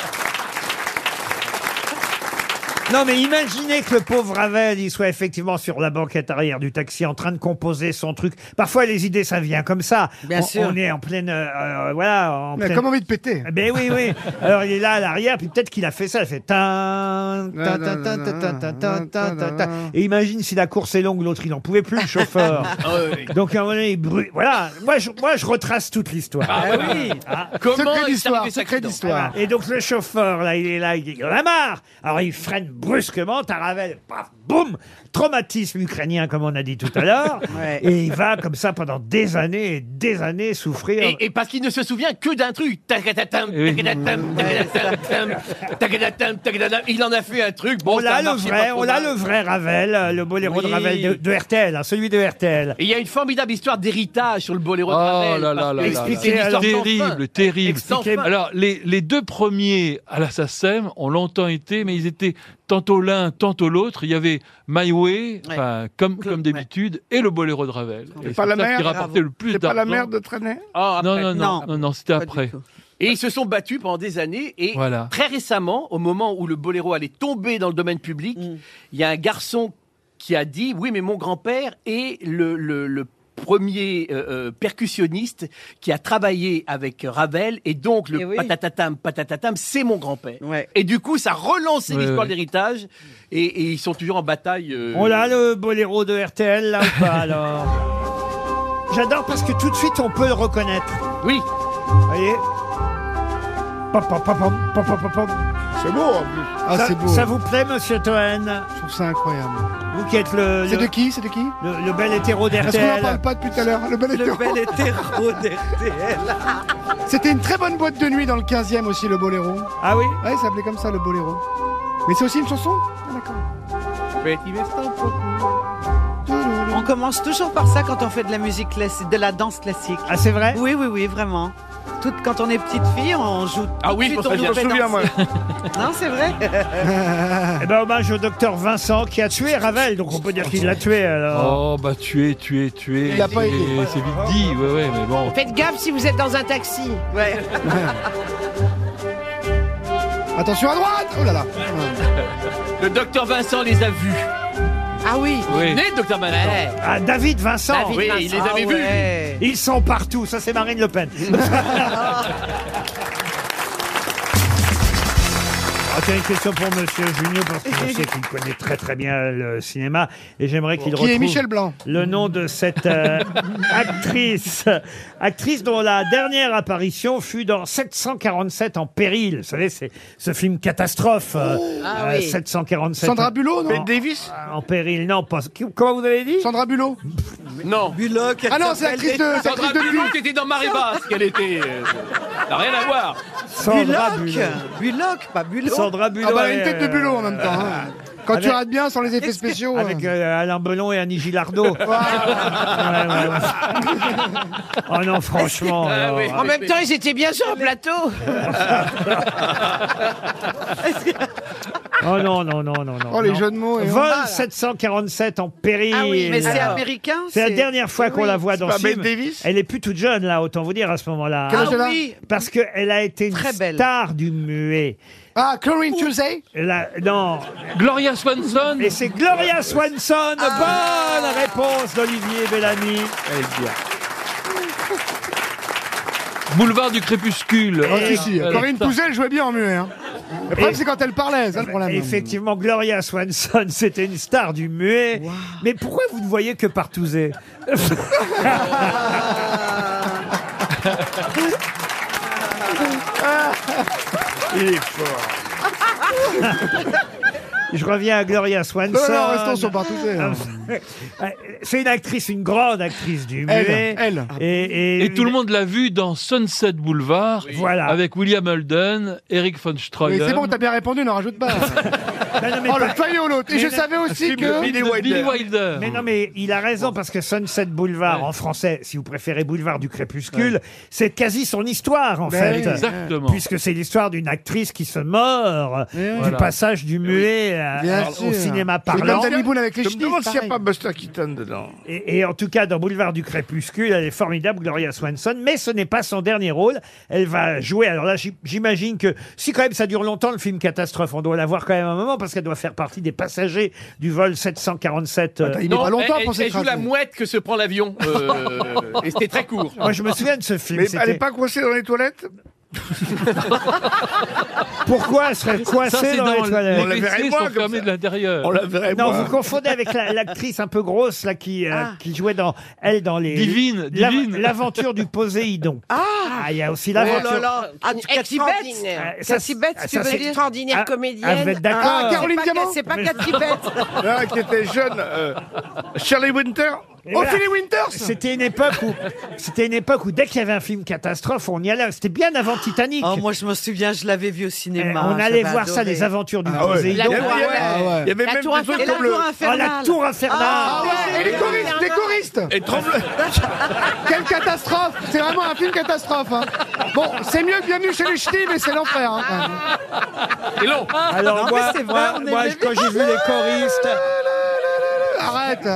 S2: Non, mais imaginez que le pauvre Ravel, il soit effectivement sur la banquette arrière du taxi en train de composer son truc. Parfois, les idées, ça vient comme ça.
S9: Bien
S2: on,
S9: sûr.
S2: On est en pleine. euh, euh, voilà. En
S9: Il a
S2: pleine-
S9: comme envie de péter.
S2: Ben oui, oui. Alors, il est là à l'arrière, puis peut-être qu'il a fait ça. Il fait. tin, tin, tin, tin, tin, tin, tin, tin, tin, tin. Et imagine si la course est longue, l'autre, il n'en pouvait plus, le chauffeur.
S9: Ah
S2: Donc, à un moment donné, il brûle. Voilà. Moi je, moi, je retrace toute l'histoire.
S9: Ah oui.
S2: Ah.
S9: Comment Secret est arrivé d'histoire, cet secret accident d'histoire.
S2: Voilà. Et donc, le chauffeur, là, il est là, il il en a marre. Alors, il freine brusquement, Taravel, paf, boum Traumatisme ukrainien, comme on a dit tout à l'heure.
S3: Ouais.
S2: Et il va, comme ça, pendant des années et des années, souffrir.
S3: Et, et parce qu'il ne se souvient que d'un truc. Tacatatam, tacatatam, tacatatam, tacatatam, tacatatam. Il en a fait un truc. Bon,
S2: on
S3: ça
S2: l'a le
S3: marché
S2: vrai,
S3: pas trop
S2: on l'a
S3: mal.
S2: le vrai Ravel, euh, le boléro de
S3: Oui.
S2: Ravel de, de RTL, hein, celui de RTL.
S3: Et il y a une formidable histoire d'héritage sur le boléro de
S8: Oh
S3: Ravel.
S8: là là
S3: parce
S8: là
S3: que
S8: là là.
S3: c'est une histoire sans fin.
S8: Terrible, terrible.
S3: Sans fin.
S8: Alors, les, les deux premiers à la SACEM ont longtemps été, mais ils étaient tantôt l'un, tantôt l'autre. Il y avait My Way, enfin, comme, comme d'habitude, et le boléro de Ravel. Et
S6: C'est pas la
S8: ça
S6: merde.
S8: qui rapportait le plus
S6: C'est pas la
S8: d'argent.
S6: merde de traîner.
S3: Ah,
S8: Non,
S3: après.
S8: non, non, non, non, c'était après.
S3: Et ils se sont battus pendant des années. Et
S8: Voilà.
S3: très récemment, au moment où le boléro allait tomber dans le domaine public, il y a un garçon qui a dit Oui, mais mon grand-père est le. le- le premier euh, euh, percussionniste qui a travaillé avec Ravel et donc le patatatam patatatam c'est mon grand-père et du coup ça relance
S2: Ouais,
S3: l'histoire
S2: ouais. Oh
S3: d'héritage et, et ils sont toujours en bataille euh,
S2: On l'a le boléro de RTL là ou pas alors J'adore parce que tout de suite on peut le reconnaître.
S3: Oui.
S2: Vous voyez C'est beau
S9: Ah,
S2: ça,
S9: c'est beau.
S2: ça vous plaît monsieur Toen
S9: Je trouve ça incroyable.
S2: Vous qui êtes le...
S9: C'est
S2: le-
S9: de qui C'est de qui
S2: le, le bel hétéro d'RTL.
S9: Parce qu'on n'en parle pas depuis tout à l'heure. Le bel hétéro. C'était une très bonne boîte de nuit dans le 15e aussi, le boléro.
S2: Ah oui
S9: Ouais, ça s'appelait comme ça, le boléro. Mais c'est aussi une chanson Ah, d'accord.
S4: On commence toujours par ça quand on fait de la musique classique, de la danse classique.
S2: Ah, c'est vrai
S4: Oui, oui, oui, vraiment. Tout, quand on est petite fille, on joue.
S3: Ah
S4: tout de
S3: oui,
S4: suite,
S3: pour ça,
S4: on
S3: je
S4: nous
S3: me
S4: fait
S3: souviens,
S4: danser. non, c'est vrai.
S2: Eh ben, hommage au docteur Vincent qui a tué Ravel, donc on peut dire qu'il l'a tué alors.
S8: Oh, bah, tué, tué, tué.
S2: Il l'a pas
S8: C'est-
S2: aidé.
S8: C'est vite dit, ouais, ouais, mais bon.
S7: Faites gaffe si vous êtes dans un taxi. Ouais.
S9: Attention à droite Oh là là
S3: le docteur Vincent les a vus
S7: ah oui
S8: Oui.
S3: né le docteur Vincent
S2: Ah, David Vincent
S3: David Oui, Vincent. il les avait vus, lui.
S2: vus Ils sont partout, ça c'est Marine Le Pen. Ah, tiens, une question pour Monsieur Junio, parce que je sais qu'il connaît très très bien le cinéma, et j'aimerais qu'il
S9: Qui
S2: retrouve
S9: est Michel Blanc.
S2: le nom de cette euh, actrice, actrice dont la dernière apparition fut dans 747 en péril. Vous savez, c'est ce film catastrophe. euh,
S9: Ah
S2: euh,
S9: oui.
S2: 747.
S9: Sandra Bullock, non
S2: Bette Davis En péril, non. Pas... Comment vous avez dit
S9: Sandra Bullock
S3: non
S9: elle Ah non, c'est l'actrice s'appelle- de- c'est
S3: Sandra
S9: l'actrice de
S3: Bullock
S9: Bullock.
S3: était dans marée basse qu'elle était euh, ça n'a rien à voir
S2: Sandra
S4: Bullock.
S2: Bullock.
S4: Bullock, pas Bullock.
S2: Sandra Bullock.
S9: Ah bah, elle a une tête de Euh, Bulot en même temps. hein. Quand tu
S2: Avec-
S9: rates bien sans les effets spéciaux.
S2: Avec
S9: hein.
S2: euh, Alain Belon et Annie Gilardo. Oh non,
S4: Ah
S2: franchement. alors.
S7: En même temps, ils étaient bien sur un plateau.
S2: Oh non, non, non, non, non.
S9: Oh, les
S2: non.
S9: jeux de mots et
S2: Vol
S9: on-
S2: 747 en péril.
S4: Ah oui, mais c'est
S2: Alors,
S4: américain,
S2: C'est la
S4: c'est-
S2: dernière fois qu'on
S4: Oui.
S2: la voit
S4: C'est
S2: dans
S4: pas
S2: ce film.
S4: Bette Davis
S2: Elle est plus toute jeune, là, autant vous dire, à ce moment-là.
S9: Quel âge Ah elle a oui.
S2: Parce qu'elle a été une
S9: Très belle.
S2: star du muet.
S9: Ah, Corinne Tuesday
S2: La- non.
S8: Gloria Swanson.
S2: Et c'est Gloria Swanson.
S4: Ah.
S2: Bonne réponse d'Olivier Bellamy.
S8: Boulevard du Crépuscule. Euh,
S9: Oh, si, si.
S8: Voilà.
S9: Corinne Touzel elle jouait bien en muet. hein. Le problème,
S2: Et-
S9: c'est quand elle parlait, c'est ça le problème.
S2: Effectivement, Gloria Swanson, c'était une star du muet. Mais pourquoi vous ne voyez que Partouzé
S6: Il est fort.
S2: Je reviens à Gloria Swanson. Euh,
S9: Non, non, restons sur Partouzé, hein.
S2: C'est une actrice, une grande actrice du
S8: Elle,
S2: muet.
S9: elle.
S2: Et,
S8: Et tout le monde l'a vu dans Sunset Boulevard,
S2: Voilà.
S8: avec William Holden, Eric von
S9: Mais
S8: Stroheim.
S9: c'est bon, t'as bien répondu, n'en rajoute pas. Oh, le faillot, l'autre. Et je savais aussi que- de Billy Wilder.
S2: Mais non, mais il a raison parce que Sunset Boulevard, en français, si vous préférez Boulevard du Crépuscule, c'est quasi son histoire en
S8: Ben
S2: fait.
S8: oui, exactement.
S2: Puisque c'est l'histoire d'une actrice qui se meurt
S9: Eh
S2: du
S8: Voilà.
S2: passage du muet à-
S6: Bien
S2: au
S6: sûr.
S2: cinéma
S6: C'est comme
S2: parlant.
S6: Danny Boone avec les Je me demande ch'tis, s'il y a pareil. pas Buster Keaton dedans.
S2: Et, et en tout cas, dans Boulevard du Crépuscule, elle est formidable, Gloria Swanson, mais ce n'est pas son dernier rôle. Elle va jouer, alors là, j'im- j'imagine que si quand même ça dure longtemps, le film Catastrophe, on doit la voir quand même un moment, parce qu'elle doit faire partie des passagers du vol 747. euh,
S3: Non, elle- elle, elle joue la mouette que se prend l'avion. euh, et c'était très court.
S2: Moi, je me souviens de ce film.
S6: Mais elle
S2: c'était-
S6: est pas coincée dans les toilettes
S2: Pourquoi elle serait coincée
S8: c'est
S2: dans,
S8: dans
S2: les
S8: les WC
S2: toilettes
S8: On la verrait sont moi, comme fermés ça. de l'intérieur. On la
S6: Eh,
S8: verrait
S2: Non,
S8: moi.
S2: vous confondez avec la- l'actrice un peu grosse là qui, euh,
S6: Ah.
S2: qui jouait dans elle dans les
S8: Divine,
S2: l'av-
S8: divine.
S2: l'aventure du Poséidon. Ah, il y a aussi l'aventure.
S3: Oh
S7: Ah,
S2: tu-
S7: Cathy
S2: Euh,
S7: Betts
S2: ça,
S7: Cathy Betts,
S2: ça,
S7: tu veux
S2: c'est-
S7: dire extraordinaire
S2: Ah,
S7: comédienne
S2: ah, vous êtes d'accord.
S7: c'est
S6: Caroline
S7: pas-
S6: Diamant
S7: C'est pas
S6: Mais- Ah,
S7: Cathy Betts
S6: Non, qui était jeune. euh, Shirley Winter Ophélie Winters
S2: C'était une époque où c'était une époque où dès qu'il y avait un film catastrophe, on y allait. C'était bien avant Titanic.
S4: Oh, moi, je me souviens, je l'avais vu au cinéma.
S2: Eh, on
S4: j'avais
S2: allait voir ça,
S4: adoré.
S2: les aventures du
S4: Ah ouais. La
S2: Poséidon.
S4: tour- Ah ouais. Ah ouais. Il y avait La même tour des trucs infernale. comme le-
S2: Ah, la tour infernale.
S9: Ah, ouais, et les choristes, les choristes
S6: Et tremble.
S9: Quelle catastrophe C'est vraiment un film catastrophe. hein. Bon, c'est mieux que Bienvenue chez les Ch'tis, mais c'est l'enfer. hein, quand même.
S3: C'est long.
S2: Ah,
S5: Ah,
S2: Alors moi, moi- moi, quand j'ai vu les choristes,
S9: Arrête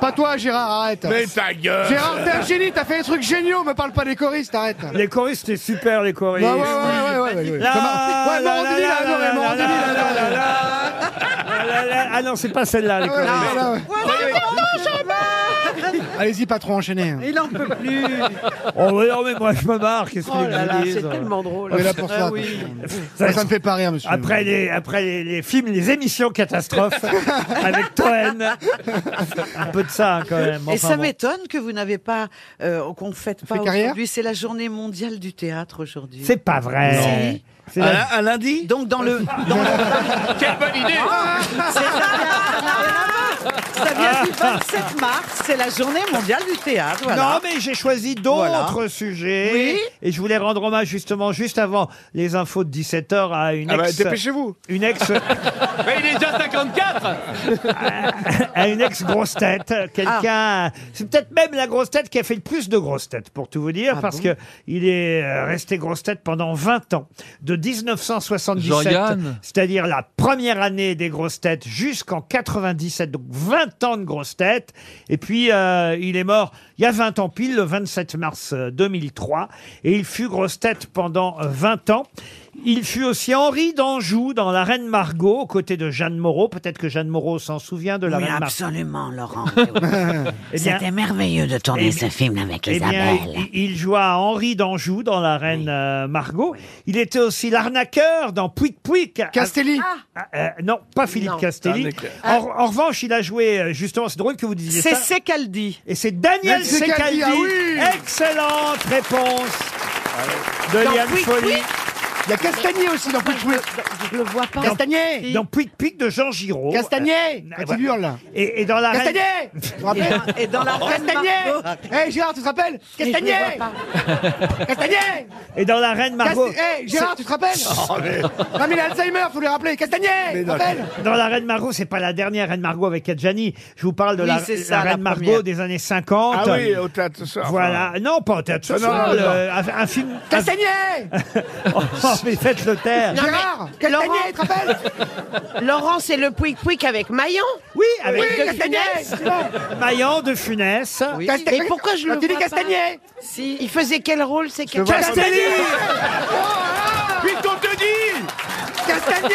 S9: Pas toi, Gérard, arrête
S6: Mais ta gueule
S9: Gérard, t'es un génie, t'as fait des trucs géniaux, me parle pas des choristes, arrête
S2: les choristes c'était super les choristes.
S9: Ouais, ouais, ouais, ouais, ouais, ouais, ouais.
S2: Là,
S9: Ça marche. Ouais,
S2: là,
S9: Morandini
S2: là,
S9: l'a
S5: Ah,
S2: là,
S9: adoré,
S2: là,
S9: Morandini
S2: là,
S9: l'a
S2: là,
S9: adoré.
S2: là, là, là. Ah non, c'est pas celle-là. les
S9: Ah ouais,
S2: choristes.
S9: là, ouais. Allez-y, patron, enchaînez.
S4: Il en peut plus.
S2: Oh mais non, mais moi je me marre, qu'est-ce que
S4: Oh
S2: vous
S4: là là,
S2: voulez,
S4: c'est
S2: ça
S4: tellement drôle.
S9: On est là pour
S4: Ah
S9: ça.
S4: oui.
S9: Ça, ça me fait pas rire, monsieur.
S2: Après les, après les, les films, les émissions catastrophes avec Toen. Un peu de ça quand même.
S4: Et
S2: enfin
S4: ça
S2: bon.
S4: m'étonne que vous n'avez pas, euh, qu'on fête pas
S9: carrière
S4: aujourd'hui. C'est la journée mondiale du théâtre aujourd'hui.
S2: C'est pas vrai. C'est la-
S4: lundi Donc dans le.
S3: Quelle
S5: Ah,
S3: bonne idée
S2: Ah,
S4: C'est- Ça vient du 27 mars, c'est la journée mondiale du théâtre. Voilà.
S2: Non, mais j'ai choisi d'autres
S4: Voilà.
S2: sujets.
S4: Oui.
S2: Et je voulais rendre hommage justement, juste avant les infos de 17h, à une
S6: Ah bah,
S2: ex.
S6: dépêchez-vous.
S2: Une ex.
S3: Mais il est déjà 54
S2: à une ex-grosse tête.
S4: Ah.
S2: Quelqu'un. C'est peut-être même la grosse tête qui a fait le plus de grosses têtes, pour tout vous
S4: Ah
S2: dire, parce que il est euh, resté grosse tête pendant 20 ans. De 1977,
S8: Jean-Yann.
S2: c'est-à-dire la première année des grosses têtes, jusqu'en 97. Donc 20 ans de grosses têtes. Et puis, euh, il est mort il y a 20 ans pile, le 27 mars euh, 2003. Et il fut grosse tête pendant euh, 20 ans. Il fut aussi Henri d'Anjou dans La Reine Margot, aux côtés de Jeanne Moreau. Peut-être que Jeanne Moreau s'en souvient de La
S18: Oui,
S2: Reine Margot.
S18: absolument, Laurent.
S2: Eh bien-
S18: C'était merveilleux de tourner
S2: Eh
S18: ce film avec
S2: Eh bien,
S18: Isabelle.
S2: il, il joua Henri d'Anjou dans La Reine euh, Margot. Il était aussi l'arnaqueur dans Pouic Pouic.
S9: Castelli
S2: Ah, euh, Non, pas Philippe
S4: Non.
S2: Castelli.
S6: Arnaqueur.
S2: En, en revanche, il a joué, euh, justement, c'est drôle que vous disiez
S4: C'est
S2: ça.
S4: Secaldi.
S2: Et c'est Daniel
S4: Daniel Secaldi,
S2: Secaldi.
S4: ah oui
S2: Excellente réponse de
S4: Dans
S2: Liane
S4: Pouic
S2: Folly.
S4: Pouic.
S9: Il y a Castagnier aussi dans Pouic
S4: Je le vois pas.
S9: Castagnier
S2: Dans Pouic Pouic de Jean Giraud.
S9: Castagnier
S2: Euh,
S9: Quand
S2: voilà.
S9: il hurle
S2: Et, et dans la Reine-
S9: Castagnier Tu te rappelles
S4: Et dans la reine
S9: Castagnier
S4: Margot.
S9: Hé Gérard, tu te rappelles
S4: Mais je le
S9: Castagnier
S4: vois pas.
S9: Castagnier
S2: Et dans la Reine Margot.
S9: Cast- Hé Gérard, tu te rappelles
S6: Oh, mais-
S9: Non mais il a Alzheimer, faut lui rappeler Castagnier Rappelle
S2: Dans la Reine Margot, c'est pas la dernière Reine Margot avec Adjani. Je vous parle de
S4: Oui,
S2: la,
S4: c'est
S2: la
S4: ça, la
S2: Reine Margot
S4: première.
S2: des années 50.
S6: Ah oui, au théâtre ce soir.
S2: Voilà. Non, pas au théâtre
S6: Ah, non,
S2: social,
S6: non, non.
S2: euh, un, un film. un-
S9: Castagnier
S2: Oh, mais faites le taire.
S9: Gérard Castagnier, tu te rappelles
S7: Laurent, c'est le Pouic Pouic avec Maillon
S2: Oui, avec
S9: Oui,
S7: de
S9: Castagnier
S7: Funès.
S9: tu vois.
S2: Maillan de Funès.
S9: Casta-
S7: Mais pourquoi je le
S2: Ah,
S9: Quand il dit
S7: vois pas
S9: Castagnier
S7: Si. Il faisait quel rôle c'est quel...
S9: vois Castelli
S6: Puisqu'on te dit
S9: Castagnier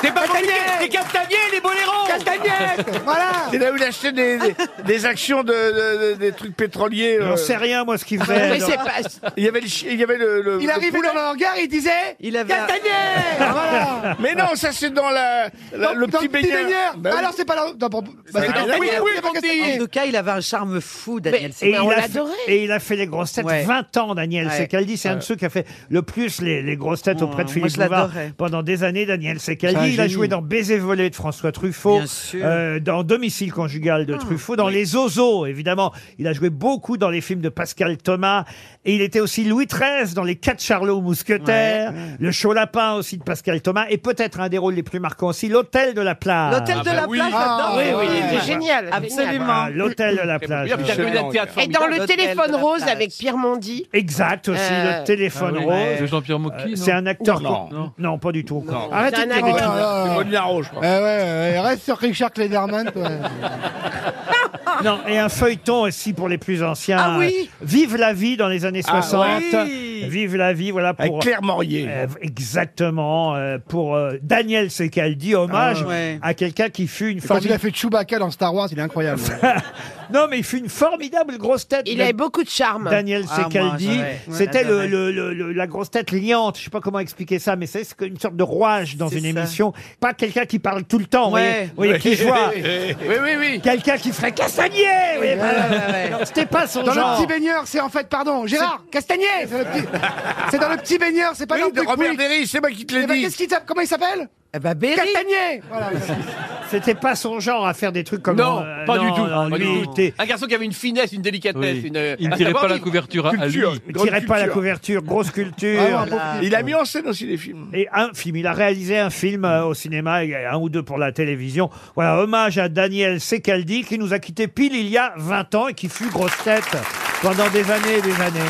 S3: T'es pas compliqué
S9: Castagnier
S3: Les castaniers, les boléros
S9: Castagnier Voilà
S6: C'est là où il achetait des, des, des actions de, de- de- des trucs pétroliers.
S2: J'en
S6: euh.
S2: sais rien, moi, ce qu'il
S7: Mais
S2: fait.
S7: c'est pas...
S6: Il y avait le. chi- Il y avait le, le-
S9: Il
S2: Euh,
S6: le
S9: arrivait
S6: poulet.
S9: dans le hangar, il disait
S4: Il avait un-
S9: Castagnier Ah, Voilà
S6: Mais non, ça c'est dans la, la-
S9: Dans-
S6: le
S9: dans
S6: petit baigneur. Bah oui.
S9: Alors c'est pas dans... dans- bah, c'est
S6: Ah,
S9: dans-
S6: oui, oui,
S9: c'est pas
S6: Conti.
S9: Castagnier.
S4: En tout cas, il avait un charme fou, Daniel.
S2: Et
S4: Secaldi.
S2: il,
S7: on
S2: a fait,
S7: l'adorait.
S2: et il a fait les grosses têtes
S4: Ouais.
S2: 20 ans, Daniel
S4: Ouais. Euh. Oh,
S2: Secaldi. C'est un de ceux qui a fait le plus les, les grosses têtes auprès de
S4: moi,
S2: Philippe
S4: je l'adorais,
S2: savoir,
S4: J'adorais.
S2: pendant des années, Daniel
S4: C'est un
S2: Secali, il a
S4: génie.
S2: joué dans Baiser volé de François Truffaut,
S4: Bien sûr. Ah,
S2: euh, dans Domicile conjugal de Truffaut, dans Les Ozos, évidemment. Il a joué beaucoup dans les films de Pascal Thomas. Et il était aussi Louis XIII dans Les Quatre Charlots Mousquetaires, Le Chaud Lapin aussi de Pascal Thomas, et peut-être un des rôles les plus marquants aussi, L'Hôtel de la Plage.
S4: L'hôtel de la plage, j'adore.
S2: Ah, bah oui, oui,
S4: c'est
S2: oui.
S7: génial.
S2: Ah, L'Hôtel de la Plage.
S7: Et dans le téléphone rose avec Pierre Mondi.
S2: Exact aussi,
S7: Euh,
S2: le téléphone
S8: Ah oui,
S2: rose. Euh,
S8: de Jean-Pierre Mocky, non
S2: C'est un acteur.
S8: Non.
S2: con- Non. pas du tout.
S5: Arrête
S2: Arrêtez de dire des conneries.
S5: je crois. Ouais, ouais, ouais, reste sur Richard Klederman, toi.
S2: Non, et un feuilleton aussi pour les plus anciens.
S5: Ah oui
S2: Euh, Vive la vie dans les années
S5: Ah
S2: 60.
S5: oui
S2: Vive la vie, voilà pour.
S6: Avec Claire Morier.
S2: Euh, exactement. euh, pour euh, Daniel Secaldi, hommage
S5: Ah ouais.
S2: à quelqu'un qui fut une
S5: Et Quand il a
S2: formidable.
S5: fait Chewbacca dans Star Wars, il est incroyable.
S2: non, mais il fut une formidable grosse tête.
S7: Il
S2: le-
S7: avait beaucoup de charme.
S2: Daniel
S7: Ah, moi, ah,
S2: Secaldi,
S7: j'adorais.
S2: c'était le,
S7: J'adorais.
S2: le- le- le- la grosse tête liante. Je sais pas comment expliquer ça, mais c'est ce que- une sorte de rouage dans une émission. Pas quelqu'un qui parle tout le temps, vous voyez,
S17: Ouais.
S2: vous voyez, qui joue.
S17: Oui,
S5: oui, oui.
S2: Quelqu'un qui ferait Castagnier. vous voyez,
S5: Ouais, ouais, ouais.
S2: Non, Eh, C'était pas son
S5: Dans
S2: genre.
S5: le petit baigneur, c'est en fait, pardon, Gérard Castagnier C'est dans le petit- c'est dans le petit baigneur, c'est pas dans le petit Robert Derry, c'est moi qui te l'ai dit. Qu'est-ce qu'il s'appelle Comment il s'appelle
S2: Eh ben, Berry.
S5: Castagnier Voilà.
S2: C'était pas son genre à faire des trucs comme
S3: Non,
S2: euh,
S3: pas
S2: non,
S3: du tout.
S2: non,
S3: pas
S2: lui,
S3: du
S2: il
S3: tout.
S2: était-
S3: Un garçon qui avait une finesse, une délicatesse.
S8: Oui.
S3: Une, euh,
S8: Il ne
S3: un
S8: tirait pas la
S3: savoir-vivre.
S8: couverture à- à
S6: Culture,
S8: lui.
S2: Il
S6: grande
S2: tirait pas la
S6: culture.
S2: couverture, grosse culture.
S6: Ah, Il a mis en scène aussi des films.
S2: Et un film, il a réalisé un film euh, au cinéma, et un ou deux pour la télévision. Voilà, hommage à Daniel Secaldi qui nous a quitté pile il y a 20 ans et qui fut grosse tête pendant des années et des années.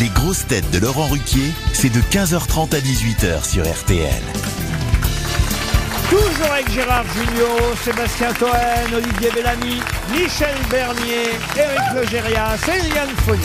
S1: Les grosses têtes de Laurent Ruquier, c'est de 15h30 à 18h sur RTL.
S2: Toujours avec Gérard Junior, Sébastien Toen, Olivier Bellamy, Michel Bernier, Éric Logérias et Liane Folie.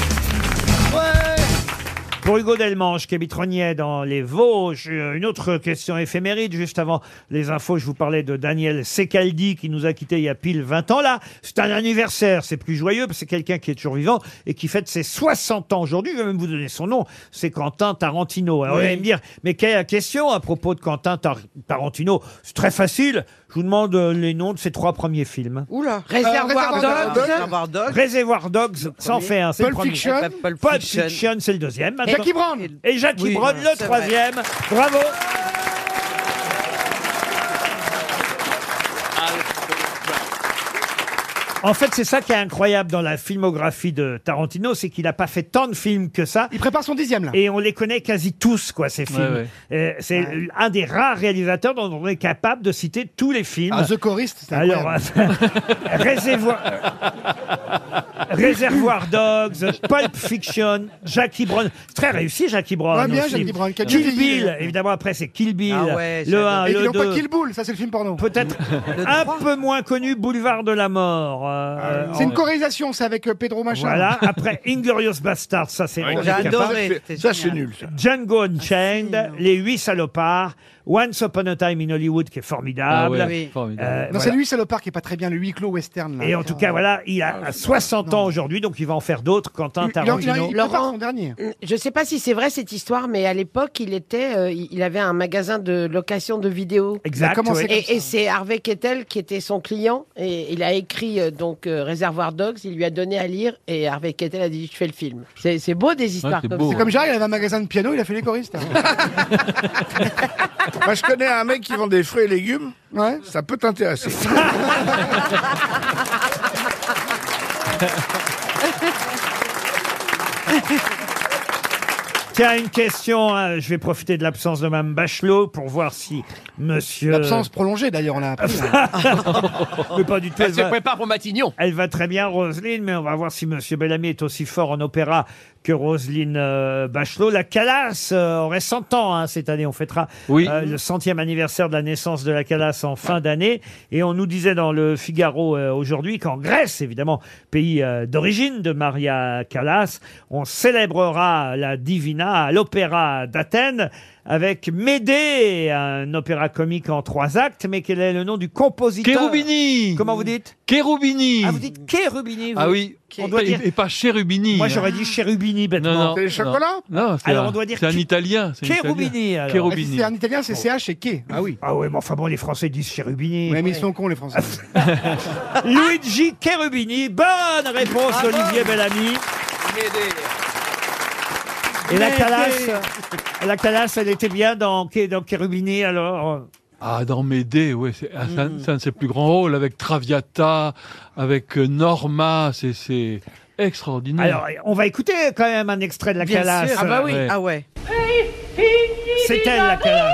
S2: Pour Hugo Delmange, qui habite Rognier dans les Vosges, euh, une autre question éphéméride. Juste avant les infos, je vous parlais de Daniel Secaldi qui nous a quittés il y a pile 20 ans. Là, c'est un anniversaire, c'est plus joyeux, parce que c'est quelqu'un qui est toujours vivant et qui fête ses 60 ans aujourd'hui. Je vais même vous donner son nom, c'est Quentin Tarantino. Alors,
S17: Oui.
S2: vous allez me dire, mais quelle est la question à propos de Quentin Tar- Tarantino C'est très facile. Je vous demande euh, les noms de ses trois premiers films.
S4: Oula.
S2: Réservoir Dogs.
S4: Réservoir Dogs.
S2: Réservoir Dogs, s'en
S4: premier.
S2: fait un. c'est le
S4: Pulp
S2: premier.
S4: Fiction.
S2: Pulp
S4: Pulp
S2: Fiction,
S4: Fiction,
S2: c'est le deuxième.
S4: Et Jackie Brown.
S2: Et Jackie
S4: Oui,
S2: Brown, le
S4: c'est vrai.
S2: troisième. Bravo.
S3: Ah,
S2: En fait, c'est ça qui est incroyable dans la filmographie de Tarantino, c'est qu'il n'a pas fait tant de films que ça.
S5: Il prépare son dixième, là.
S2: Et on les connaît quasi tous, quoi, ces films.
S5: Ouais,
S2: Euh, c'est un des rares réalisateurs dont on est capable de citer tous les films.
S5: Ah, The Choriste, c'est
S2: Alors, Réservoir... Réservoir Dogs, Pulp Fiction, Jackie Brown. C'est Très réussi, Jackie Brown.
S5: Ouais, bien,
S2: aussi.
S5: Jackie Brown. Quel
S2: Kill
S5: joli
S2: Bill,
S5: film.
S2: évidemment, après, c'est Kill Bill.
S5: Ah ouais,
S2: le 1,
S5: Et ils
S2: le
S5: n'ont pas
S2: 2.
S5: Kill Bull, ça c'est le film porno.
S2: Peut-être un peu moins connu, Boulevard de la Mort. euh,
S5: Ah, C'est
S2: en-
S5: une corrélisation, c'est avec euh, Pedro Machin.
S9: Ah,
S2: Voilà, après Inglorious Bastard, ça c'est
S5: Ouais,
S2: on
S5: Ah, j'ai
S2: est capable.
S5: adoré, Ça, c'est- c'était ça, c'est génial. nul, ça.
S2: Django Unchained, Les Huit Salopards, Once Upon a Time in Hollywood qui est formidable.
S8: Ah ouais, formidable.
S2: Euh,
S5: non,
S2: voilà.
S5: c'est lui, c'est le parc qui est pas très bien, le huis clos western. Là.
S2: Et en tout cas, voilà, il a 60 ans aujourd'hui, donc il va en faire d'autres, Quentin Tarantino.
S7: Laurent, hum, je sais pas si c'est vrai cette histoire, mais à l'époque, il était, euh, il il avait un magasin de location de vidéos.
S2: Exact, Il a commencé ouais. comme ça.
S7: Et, et c'est Harvey Kettel qui était son client, et il a écrit euh, donc euh, Réservoir Dogs. Il lui a donné à lire, et Harvey Kettel a dit je fais le film. C'est c'est beau des histoires
S5: c'est
S7: comme ça.
S8: hein.
S5: comme Jarre, il avait un magasin de piano, il a fait les choristes.
S2: Euh,
S6: Moi, je connais un mec qui vend des fruits et légumes. Ouais. Ça peut t'intéresser.
S2: Tiens, une question, hein, je vais profiter de l'absence de Mme Bachelot pour voir si monsieur...
S5: L'absence prolongée d'ailleurs, on l'a appris.
S9: hein.
S2: Mais pas du tout.
S3: Elle se
S2: va-
S3: prépare pour Matignon.
S2: Elle va très bien, Roselyne, mais on va voir si Monsieur Bellamy est aussi fort en opéra que Roselyne euh, Bachelot. La Calas euh, aurait 100 ans hein, cette année. On fêtera euh, le centième anniversaire de la naissance de la Calas en fin d'année. Et on nous disait dans le Figaro euh, aujourd'hui qu'en Grèce, évidemment, pays euh, d'origine de Maria Callas, on célébrera la Divina Anna à l'Opéra d'Athènes avec Médée, un opéra comique en trois actes. Mais quel est le nom du compositeur
S8: Cherubini
S2: Comment vous dites
S8: Cherubini
S2: Ah, vous dites Cherubini vous
S8: Ah oui,
S2: On doit
S8: et,
S2: dire...
S8: et pas Cherubini.
S2: Moi,
S8: hein.
S2: j'aurais dit Cherubini bêtement.
S8: Non, non, non. Non, c'est
S2: Alors
S8: un-
S2: on doit dire
S8: C'est un
S2: Che-
S8: italien. c'est un
S2: Cherubini,
S8: Italien.
S2: alors.
S8: Cherubini.
S9: C'est un italien, c'est CH et K. Ah oui.
S2: Ah ouais, mais enfin bon, les Français disent Cherubini.
S9: Ouais, mais ils sont cons, les Français.
S2: Luigi Cherubini. Bonne réponse,
S17: Bravo.
S2: Olivier Bellamy. Et la
S17: Médée.
S2: calasse, la calasse, elle était bien dans, dans Cherubini, alors. euh, Mm.
S8: Ah, dans Médée, oui, c'est ah, c'est un, c'est un de ses plus grands rôles, avec Traviata, avec euh, Norma, c'est- c'est extraordinaire.
S2: Alors, on va écouter quand même un extrait de la
S8: Bien
S2: calasse.
S8: sûr. Ah bah oui. Ouais. Ah
S2: ouais. C'est elle, la calasse.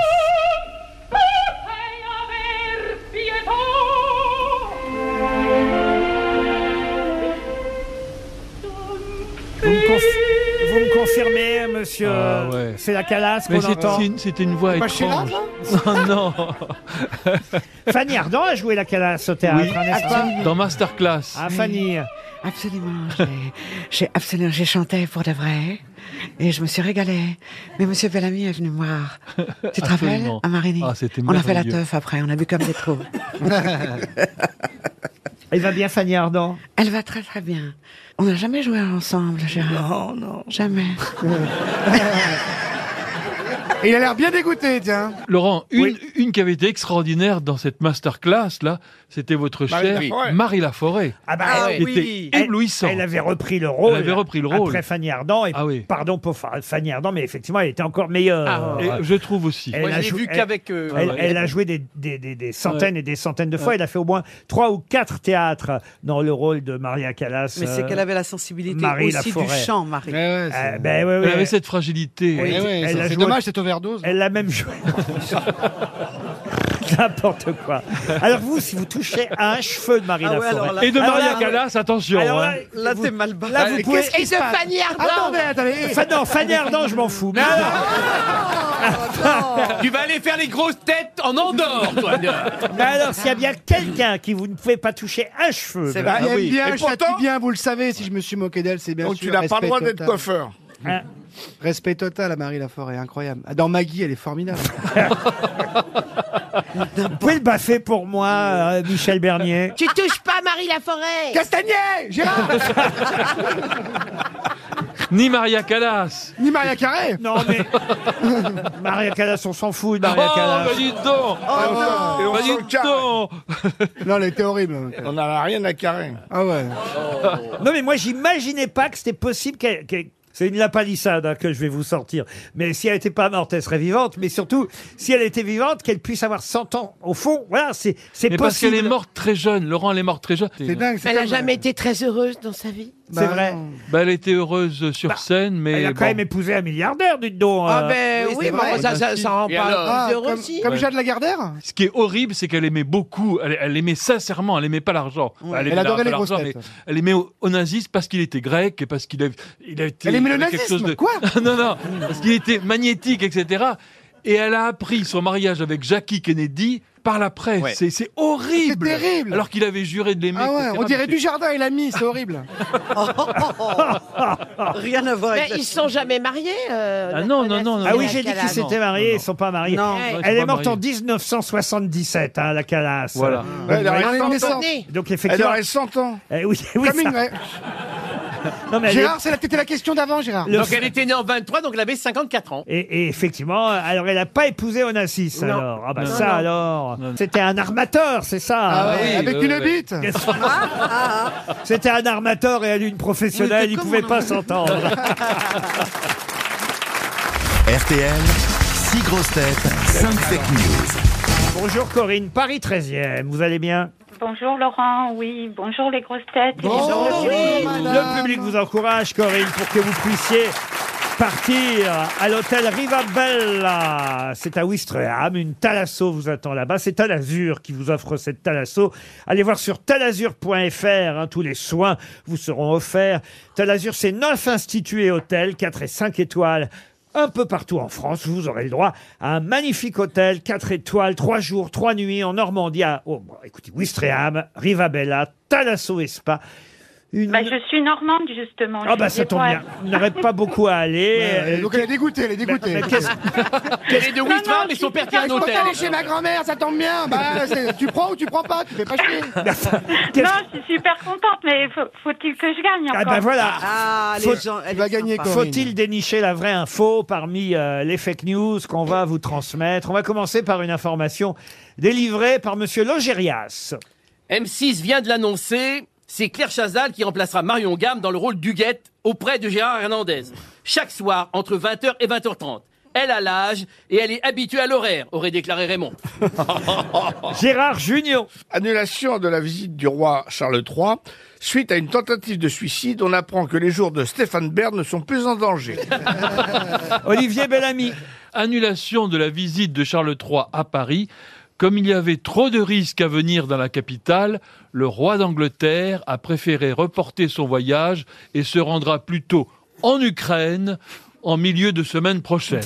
S2: Vous me, conf- vous me confirmez, monsieur
S8: Ah
S2: euh,
S8: ouais.
S2: C'est la calasse qu'on
S8: Mais c'est-
S2: entend
S8: c'est une- c'était une voix
S2: C'est pas
S8: étrange.
S2: Chirac, là
S8: non,
S2: Fanny Ardant a joué la calasse au théâtre,
S8: Oui,
S2: hein, n'est-ce pas
S8: dans Masterclass.
S2: Ah, Fanny.
S18: Absolument. j'ai- J'ai absolument, j'ai chanté pour de vrai. Et je me suis régalée. Mais Monsieur Bellamy est venu me voir. Tu te rappelles
S8: Absolument.
S18: à Marigny
S8: Ah, c'était
S18: On a fait la
S8: merveilleux.
S18: teuf après, on a bu comme des trous.
S2: Ah Elle va bien, Fanny Ardant
S18: Elle va très très bien. On n'a jamais joué ensemble, Gérard. Non, non. Jamais.
S9: Et il a l'air bien dégoûté, tiens.
S8: Laurent, une, une qui avait été extraordinaire dans cette masterclass, là, c'était votre
S9: Marie
S8: chère
S9: Laforêt.
S8: Marie Laforêt.
S2: Ah bah
S8: qui
S2: elle-
S8: était
S2: elle-
S8: éblouissante.
S2: Elle, avait repris le rôle.
S8: Elle avait repris le rôle.
S2: Après Fanny Ardant. Et Pardon pour Fa- Fanny Ardant, mais effectivement, elle était encore meilleure.
S8: Ah, ouais. Et je trouve aussi.
S2: Elle
S8: Moi,
S2: a
S8: je l'ai
S2: jou-
S8: vu
S2: elle-
S8: qu'avec, euh,
S2: Elle,
S8: ouais.
S2: elle a joué des, des- des- des centaines
S8: Ouais.
S2: et des centaines de fois.
S8: Ouais.
S2: Elle a fait au moins trois ou quatre théâtres dans le rôle de Maria Callas.
S17: Mais c'est
S2: euh,
S17: qu'elle avait la sensibilité
S2: Marie
S17: aussi du
S2: Laforêt.
S17: chant, Marie.
S2: Euh, ben, ouais, ouais.
S8: Elle avait cette fragilité.
S2: Oui,
S8: Ouais, ouais,
S2: elle
S8: c'est-
S2: a
S8: c'est
S2: joué-
S8: dommage,
S9: cette overdose.
S2: Elle l'a même joué. N'importe quoi. Alors vous, si vous touchez à un cheveu de Marie
S17: Ah ouais,
S2: Laforêt
S17: alors là- Et de Maria Callas,
S8: attention,
S2: Alors là,
S8: hein.
S17: Là,
S2: vous-
S17: t'es mal barré.
S2: Là, vous
S17: Et
S2: pouvez-
S17: qu'est-ce qui Et se de passe Fanny Ardant.
S2: Attendez, attendez. Fa- non, Fanny Ardant, je m'en fous. Mais alors-
S3: Tu vas aller faire les grosses têtes en Andorre, toi.
S2: Mais alors, s'il y a bien quelqu'un qui vous ne pouvez pas toucher un cheveu.
S9: C'est
S2: bah,
S6: Ah
S9: vrai, elle
S2: oui.
S9: aime bien,
S2: Et
S9: je
S2: pourtant-
S9: l'aime bien, vous le savez, si je me suis moqué d'elle, c'est bien
S6: Donc
S9: sûr.
S6: tu n'as pas le
S9: respect
S6: droit d'être
S9: total.
S6: coiffeur.
S2: Hein.
S9: Respect total à Marie Laforêt, incroyable. Ah, Dans Maggie, elle est formidable.
S2: Vous pouvez le baffer pour moi, euh, Michel Bernier.
S7: Tu touches pas Marie Laforêt
S9: Castagnier Gérard
S8: Ni Maria Callas.
S9: Ni Maria Carré
S2: Non, mais. Maria Callas, on s'en fout de
S8: Oh,
S2: Maria Callas. Oh,
S8: bah dis donc
S6: Et on
S8: Bah, dis
S6: s'en calme.
S8: donc
S9: Non, elle était horrible.
S6: On n'en a rien à carrer.
S9: Ah ouais.
S2: Oh. Non, mais moi, j'imaginais pas que c'était possible qu'elle. qu'elle- C'est une lapalissade hein, que je vais vous sortir. Mais si elle n'était pas morte, elle serait vivante. Mais surtout, si elle était vivante, qu'elle puisse avoir 100 ans. Au fond, voilà, c'est c'est
S8: Mais
S2: possible.
S8: parce qu'elle est morte très jeune. Laurent, elle est morte très jeune.
S7: Elle n'a jamais été très heureuse dans sa vie.
S2: C'est vrai.
S8: Bah, elle était heureuse sur scène, mais.
S2: Bah, Elle a quand
S8: bon.
S2: même épousé un milliardaire, dites donc.
S7: Ah
S2: euh.
S7: ben oui,
S9: c'est
S7: mais
S9: vrai.
S7: ça, ça, ça rend
S8: Et
S7: pas
S8: alors
S7: plus
S9: Ah,
S7: heureux
S9: comme,
S7: aussi.
S9: comme
S8: Ouais.
S9: Jade Lagardère
S8: Ce qui est horrible, c'est qu'elle aimait beaucoup, elle, elle aimait sincèrement, elle aimait pas l'argent.
S9: Ouais.
S8: aimait
S9: Elle adorait
S8: la-
S9: les grosses
S8: l'argent,
S9: têtes.
S8: mais Elle aimait au, au nazisme parce qu'il était grec et parce qu'il avait, il avait été-
S9: Elle aimait le
S8: il avait quelque
S9: nazisme,
S8: chose de-
S9: quoi
S8: Non, non, parce qu'il était magnétique, etc. Et elle a appris son mariage avec Jackie Kennedy par la presse. C'est- C'est horrible
S9: C'est terrible.
S8: Alors qu'il avait juré de l'aimer.
S9: Ah ouais,
S8: etc.,
S9: on dirait
S8: mais
S9: du jardin et l'ami, c'est horrible.
S17: Rien à voir
S7: Mais
S17: avec la
S7: ils sont jamais mariés. euh,
S8: Ah non, non, non, non.
S2: Ah oui, j'ai dit qu'ils
S7: Callas.
S2: s'étaient mariés, ils ne sont pas mariés.
S7: Non, Ouais. non, ils sont
S2: Elle est
S8: pas
S2: morte en
S8: mariés.
S2: 1977, hein, la Calas.
S8: Voilà.
S2: Donc,
S6: Elle aurait
S2: vous voyez-
S6: 100 ans.
S2: Donc
S6: Elle
S2: effectivement.
S6: aurait 100 ans.
S2: Eh oui, oui,
S9: Comme
S2: ça-
S9: une- ouais.
S2: non, mais elle est-
S9: Gérard, c'est la- c'était la question d'avant, Gérard.
S2: Le
S3: donc
S2: fr-
S3: elle était née en 23, donc elle avait 54 ans.
S2: Et, et effectivement, alors elle n'a pas épousé Onassis,
S3: Non.
S2: alors. Ah bah
S3: Non,
S2: ça,
S3: non.
S2: alors.
S8: Non, non.
S2: C'était un armateur, c'est ça
S9: Ah
S2: hein.
S9: ouais, avec
S8: ouais,
S9: une
S8: ouais.
S9: bite
S2: C'était un armateur et elle une professionnelle,
S17: Oui,
S2: ils ne
S17: mais
S2: pouvaient
S17: comment
S2: pas s'entendre.
S1: RTL, 6 grosses têtes, 5 fake news.
S2: Bonjour Corinne, Paris 13e, vous allez bien
S13: Bonjour Laurent, oui, bonjour les grosses têtes. et les gens de Paris.
S2: Le public vous encourage, Corinne, pour que vous puissiez partir à l'hôtel Rivabella. C'est à Ouistreham. Une Thalasso vous attend là-bas. C'est Talazur qui vous offre cette Thalasso. Allez voir sur talazur.fr. hein, tous les soins vous seront offerts. Talazur, c'est neuf instituts et hôtels, 4 et 5 étoiles. Un peu partout en France, vous aurez le droit à un magnifique hôtel, 4 étoiles, 3 jours, 3 nuits en Normandie. à- oh, bon, écoutez, Ouistreham, Rivabella, Talasso et Spa.
S14: Bah, je suis normande, justement.
S2: Ah bah
S14: Je
S2: ça
S14: dis,
S2: tombe
S14: ouais.
S2: bien. Vous n'aurez pas beaucoup à aller. Euh,
S9: Ouais, donc elle est
S2: dégoûtée, elle est
S9: dégoûtée.
S2: Elle est de
S9: Non, non,
S3: mais son père
S9: Je compte aller chez ma grand-mère, ça tombe bien. Bah, c'est- tu prends ou tu prends pas, tu fais pas chier.
S14: Non, je suis super contente, mais faut- faut-il que je gagne encore
S2: Ah ben voilà. Faut- Faut-il
S14: Corinne.
S2: dénicher la vraie info parmi euh, les fake news qu'on va vous transmettre On va commencer par une information délivrée par Monsieur Logérias.
S3: M6 vient de l'annoncer, c'est Claire Chazal qui remplacera Marion Gamme dans le rôle d'Huguette auprès de Gérard Hernandez. Chaque soir, entre 20h et 20h30. Elle a l'âge et elle est habituée à l'horaire, aurait déclaré Raymond.
S2: Gérard Junior.
S6: Annulation de la visite du roi Charles III. Suite à une tentative de suicide, on apprend que les jours de Stéphane Bern ne sont plus en danger.
S2: Olivier Bellamy.
S8: Annulation de la visite de Charles III à Paris. Comme il y avait trop de risques à venir dans la capitale, le roi d'Angleterre a préféré reporter son voyage et se rendra plutôt en Ukraine en milieu de semaine prochaine.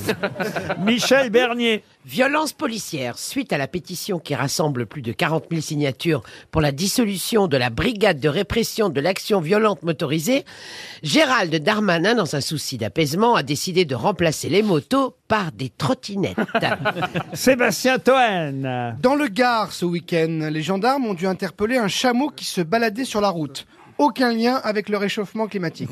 S2: Michel Bernier.
S7: Violence policière. Suite à la pétition qui rassemble plus de 40 000 signatures pour la dissolution de la brigade de répression de l'action violente motorisée, Gérald Darmanin, dans un souci d'apaisement, a décidé de remplacer les motos par des trottinettes.
S2: Sébastien Toen.
S9: Dans le Gard ce week-end, les gendarmes ont dû interpeller un chameau qui se baladait sur la route. Aucun lien avec le réchauffement climatique.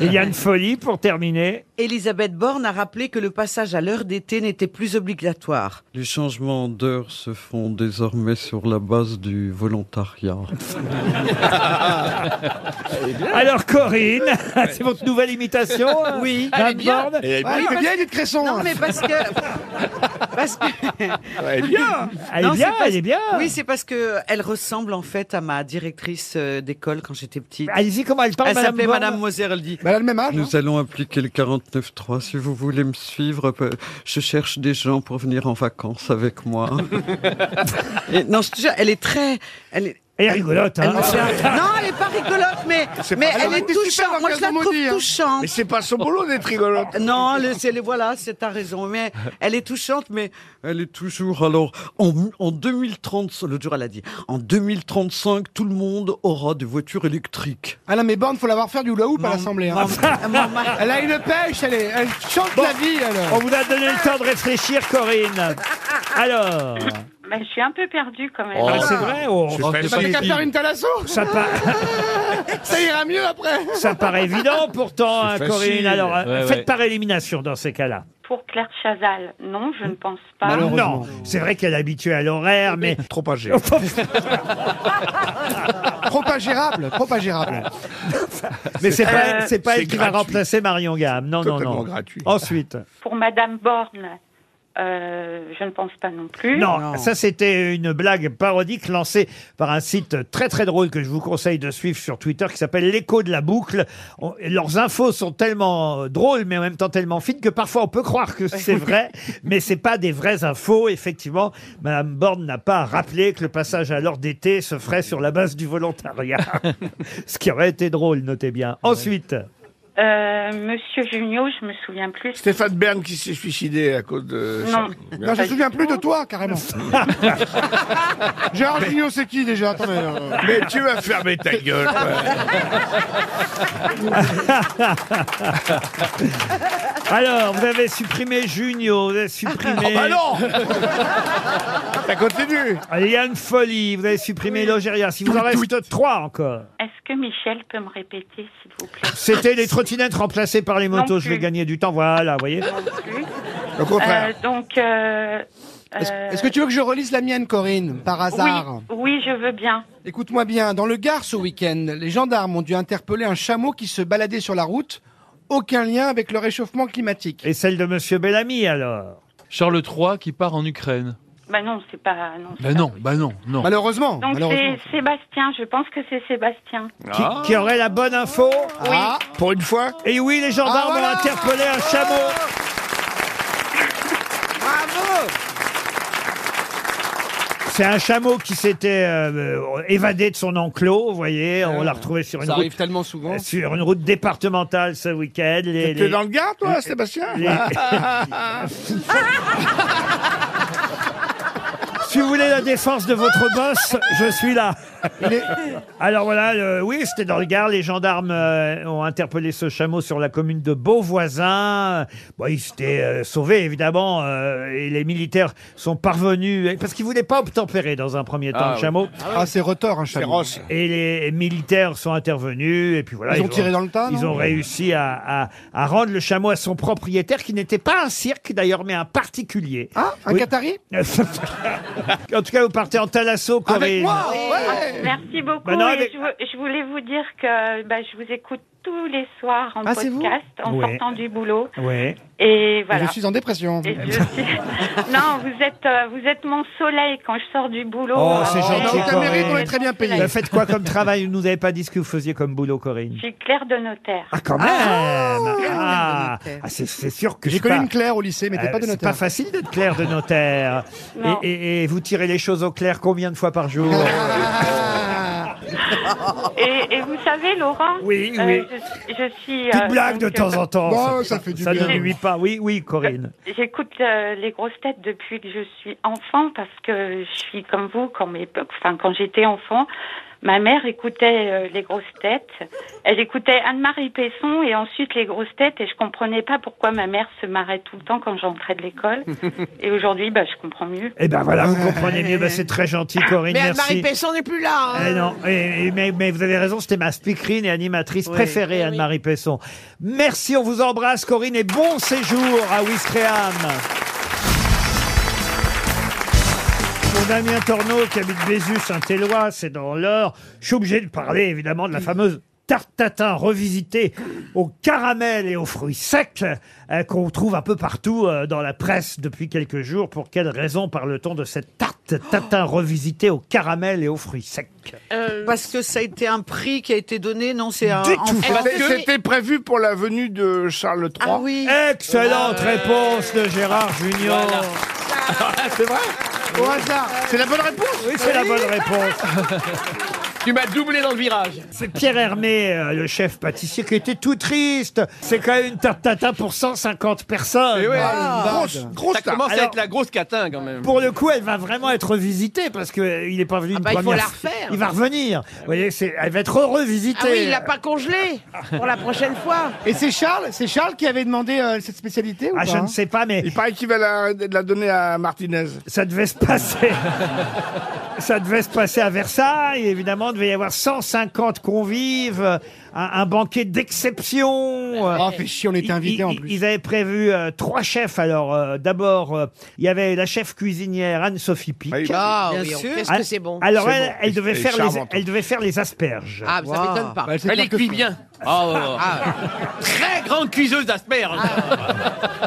S2: Il y a une folie pour terminer.
S15: Elisabeth Borne a rappelé que le passage à l'heure d'été n'était plus obligatoire.
S19: Les changements d'heure se font désormais sur la base du volontariat.
S15: Ah.
S2: Alors Corinne, c'est votre nouvelle imitation hein,
S15: Oui.
S2: Madame
S15: Elle est bien.
S2: Borne
S15: Elle est bien.
S9: Ah, il fait bien Edith Cresson.
S15: Non, mais parce que. parce que...
S19: Ah,
S9: Elle est bien.
S2: Elle est
S15: Non,
S2: bien,
S15: c'est parce-
S2: elle est bien.
S15: Oui, c'est parce que euh, elle ressemble en fait à ma directrice euh, d'école quand j'étais petite.
S2: Allez-y, comment elle parle,
S15: Elle
S2: Madame
S15: s'appelait
S2: Borne
S15: Madame Moser, elle dit.
S9: elle a le même âge.
S19: Nous allons appliquer le 49.3 si vous voulez me suivre. euh, Je cherche des gens pour venir en vacances avec moi.
S15: Et non, je te jure, elle est très. Elle est...
S2: Elle est rigolote,
S15: elle
S19: hein.
S15: me fait un- non, elle est pas rigolote, mais,
S19: C'est
S15: mais
S19: pas-
S15: elle
S19: elle
S15: est
S19: était super
S15: touchante.
S19: dans
S15: Moi, je la
S19: Quasimodo,
S15: trouve
S19: hein.
S15: touchante.
S19: Mais c'est pas son boulot d'être rigolote.
S15: Non, le- c'est les voilà, c'est ta raison. Mais elle est touchante, mais
S19: Elle est toujours alors en, en 2030. Le jour, elle a dit en 2035, tout le monde aura des voitures électriques.
S9: Ah non, mais Borne, faut l'avoir faire du hula-hoop à l'Assemblée. hein. elle a une pêche, elle, est- elle chante la vie. Elle.
S2: On vous a donné le temps de réfléchir, Corinne. Alors.
S14: Bah, je suis un peu perdue quand même.
S2: Ah bah, c'est vrai. oh,
S9: Bah, T'as qu'à faire une thalasso
S2: Ça,
S9: Ça ira mieux après.
S2: ça paraît évident pourtant, hein,
S9: C'est facile.
S2: Corinne. Alors, euh,
S9: Ouais,
S2: faites
S9: ouais.
S2: par élimination dans ces cas-là.
S14: Pour Claire Chazal, non, je ne pense pas.
S2: Non, c'est vrai qu'elle est habituée à l'horaire, mais.
S6: Trop âgée.
S9: Trop ingérable, trop ingérable.
S2: mais c'est
S14: Euh,
S2: pas, c'est pas
S14: c'est
S2: elle qui va
S14: gratuit.
S2: remplacer Marion Gamme. Non, non, non.
S6: Totalement gratuit.
S2: Ensuite.
S14: Pour Madame Borne, euh, je ne pense pas non plus.
S2: Non, ça c'était une blague parodique lancée par un site très très drôle que je vous conseille de suivre sur Twitter qui s'appelle l'écho de la boucle. On- leurs infos sont tellement euh, drôles mais en même temps tellement fines que parfois on peut croire que c'est vrai, mais c'est pas des vraies infos. Effectivement, Madame Borne n'a pas rappelé que le passage à l'heure d'été se ferait sur la base du volontariat. Ce qui aurait été drôle, notez bien. Ensuite,
S14: Euh, Monsieur Junio, je me souviens plus.
S6: Stéphane Bern qui s'est suicidé à cause de.
S14: Non.
S9: Non, je me souviens plus de toi, carrément. Gérard Junior, c'est qui déjà Attendez, euh.
S6: Mais tu vas fermer ta gueule.
S2: alors vous avez supprimé Junio, vous avez supprimé.
S6: Oh
S5: Ah
S6: bah non
S2: Ça continue. Ah, Il y a une folie. Vous avez supprimé Logérias. Si vous en reste trois encore.
S14: Est-ce que Michel peut me répéter, s'il vous plaît
S2: C'était les trottinettes remplacées par les
S14: Non
S2: motos. Je
S14: plus.
S2: vais gagner du temps. Voilà, vous voyez.
S9: Au contraire.
S14: Euh, donc. euh,
S9: Est-ce
S14: euh,
S9: est-ce que tu veux que je relise la mienne, Corinne, par hasard
S14: Oui, oui, je veux bien.
S9: Écoute-moi bien, dans le Gard ce week-end, les gendarmes ont dû interpeller un chameau qui se baladait sur la route. Aucun lien avec le réchauffement climatique.
S2: Et celle de Monsieur Bellamy alors
S8: Charles III qui part en Ukraine.
S14: Bah non, c'est pas. Non.
S8: Ben non, ben non, non.
S9: Malheureusement.
S14: Donc c'est Sébastien, je pense que c'est Sébastien.
S2: Qui, qui aurait la bonne info
S14: Oui.
S2: Pour une fois. Et oui, les gendarmes
S14: Ah, voilà
S2: ont interpellé un chameau.
S17: Bravo
S2: C'est un chameau qui s'était euh, évadé de son enclos, vous voyez. On l'a retrouvé sur une
S9: Ah, Ça
S2: route.
S9: arrive tellement souvent.
S2: Sur une route départementale ce week-end. Les-
S6: T'es
S2: les-
S6: dans le gars, toi, Ah. Sébastien
S2: les- Si vous voulez la défense de votre boss, je suis là.
S9: Il est-
S2: Alors voilà, le- oui, c'était dans le Gard. Les gendarmes euh, ont interpellé ce chameau sur la commune de Beauvoisin. Bon, il s'était euh, sauvé, évidemment. euh, et les militaires sont parvenus. Parce qu'ils voulaient pas obtempérer dans un premier temps
S9: Ah,
S2: le
S9: oui.
S2: chameau.
S9: Ah, oui. Ah, c'est retors, un chameau. Féroce.
S2: Et les militaires sont intervenus. Et puis voilà.
S9: Ils ont tiré dans le tas,
S2: Ils
S9: non
S2: ont réussi à, à- à rendre le chameau à son propriétaire, qui n'était pas un cirque d'ailleurs, mais un particulier. Ah,
S9: un Qatari
S2: En tout cas, vous partez en Thalasso, Corinne.
S14: Ah, Merci beaucoup.
S2: Bah non,
S14: et
S2: avec-
S14: je, vou- je voulais vous dire que bah, je vous écoute tous les soirs en
S9: Ah, c'est vous
S14: podcast, en
S9: Ouais.
S14: sortant du boulot.
S2: Ouais.
S14: Et voilà.
S9: Je suis en dépression.
S14: Et je suis- non, vous êtes, euh, vous êtes mon soleil quand je sors du boulot.
S2: Oh,
S14: Euh,
S2: c'est gentil.
S14: vous êtes
S2: Corinne.
S14: mon soleil.
S2: Vous faites quoi comme travail Vous nous avez pas dit ce que vous faisiez comme boulot, Corinne
S14: Je suis Claire de notaire.
S2: Ah, quand même
S9: oh,
S2: Ah,
S14: notaire.
S2: ah, c'est, c'est sûr que
S9: J'ai
S2: c'est
S9: connu
S2: pas- Euh,
S9: une Claire au lycée, mais t'es pas de
S2: C'est
S9: notaire.
S2: pas facile d'être clair de notaire.
S9: Non.
S2: Et, et- et vous tirez les choses au clair combien de fois par jour
S14: Et, et vous savez, Laurent
S2: Oui,
S14: euh,
S2: oui.
S14: je, je suis.
S2: Petite
S14: euh,
S2: blague de
S14: donc,
S2: temps
S14: euh,
S2: en temps. Ça ne nuit pas. Oui, oui, Corinne.
S14: J'écoute euh, les grosses têtes depuis que je suis enfant parce que je suis comme vous quand mes enfin quand j'étais enfant, ma mère écoutait euh, les grosses têtes. Elle écoutait Anne-Marie Pesson et ensuite les grosses têtes et je comprenais pas pourquoi ma mère se marrait tout le temps quand j'entrais de l'école. et aujourd'hui, bah je comprends mieux.
S2: Eh ben voilà, vous comprenez mieux. Ben, c'est très gentil, Corinne.
S7: Mais
S2: merci.
S7: Anne-Marie Pesson n'est plus là. hein.
S2: Eh non, eh, eh, mais, mais vous avez raison, c'était ma speakerine et animatrice
S7: Oui.
S2: préférée,
S7: Eh
S2: Anne-Marie Pesson. Merci, on vous embrasse, Corinne, et bon séjour à Wistreham. Mon Damien Torneau, qui habite Bézus, Saint-Éloi, c'est dans l'or. Je suis obligé de parler, évidemment, de la fameuse tarte tatin revisitée au caramel et aux fruits secs euh, qu'on trouve un peu partout euh, dans la presse depuis quelques jours. Pour quelle raison parle-t-on de cette tarte tatin revisitée au caramel et aux fruits secs
S4: Parce que ça a été un prix qui a été donné, non, c'est un. en
S6: Parce
S4: France.
S6: que C'était prévu pour la venue de Charles III.
S4: Ah oui.
S2: Excellente réponse de Gérard Junior.
S6: c'est vrai
S9: Au hasard.
S6: C'est la bonne réponse
S2: Oui, c'est la bonne réponse.
S3: Tu m'as doublé dans le virage.
S2: C'est Pierre Hermé, euh, le chef pâtissier, qui était tout triste. C'est quand même une tarte tatin pour 150 personnes. Bah,
S3: Et Eh ouais,
S2: Grosse- grosse
S3: ça
S2: tarte.
S3: commence à
S2: Alors,
S3: être la grosse catin quand même.
S2: Pour le coup, elle va vraiment être visitée parce qu'il n'est pas venu une
S3: bah, il faut
S2: première
S3: la
S2: fois.
S3: refaire.
S2: Il va revenir. Vous voyez, c'est- elle va être revisitée.
S7: Ah oui, il l'a pas congelé pour la prochaine fois.
S9: Et c'est Charles, c'est Charles qui avait demandé euh, cette spécialité ou
S2: Ah,
S9: pas
S2: je ne sais pas, mais
S6: Il paraît qu'il va la, la donner à Martinez.
S2: ça devait se passer. ça devait se passer à Versailles. Évidemment, il devait y avoir 150 convives, euh, un, un banquet d'exception. Oh,
S9: fait chier, on était invités en plus.
S2: Ils avaient prévu euh, trois chefs. Alors, euh, d'abord, euh, il y avait la chef cuisinière Anne-Sophie Pic.
S7: Ah oui, Bien on- sûr. qu'est-ce que c'est bon.
S2: Alors,
S7: C'est
S2: elle,
S7: bon.
S2: elle devait
S7: Elle est
S2: faire les,
S7: charmante.
S2: elle devait faire les asperges.
S7: Ah, mais ça Wow. m'étonne pas. Bah, c'est
S3: Elle
S7: clair
S3: les
S7: que
S3: cuit
S7: ça.
S3: bien. Ah, ouais, ouais. Très grande cuiseuse d'asperges.
S2: Ah.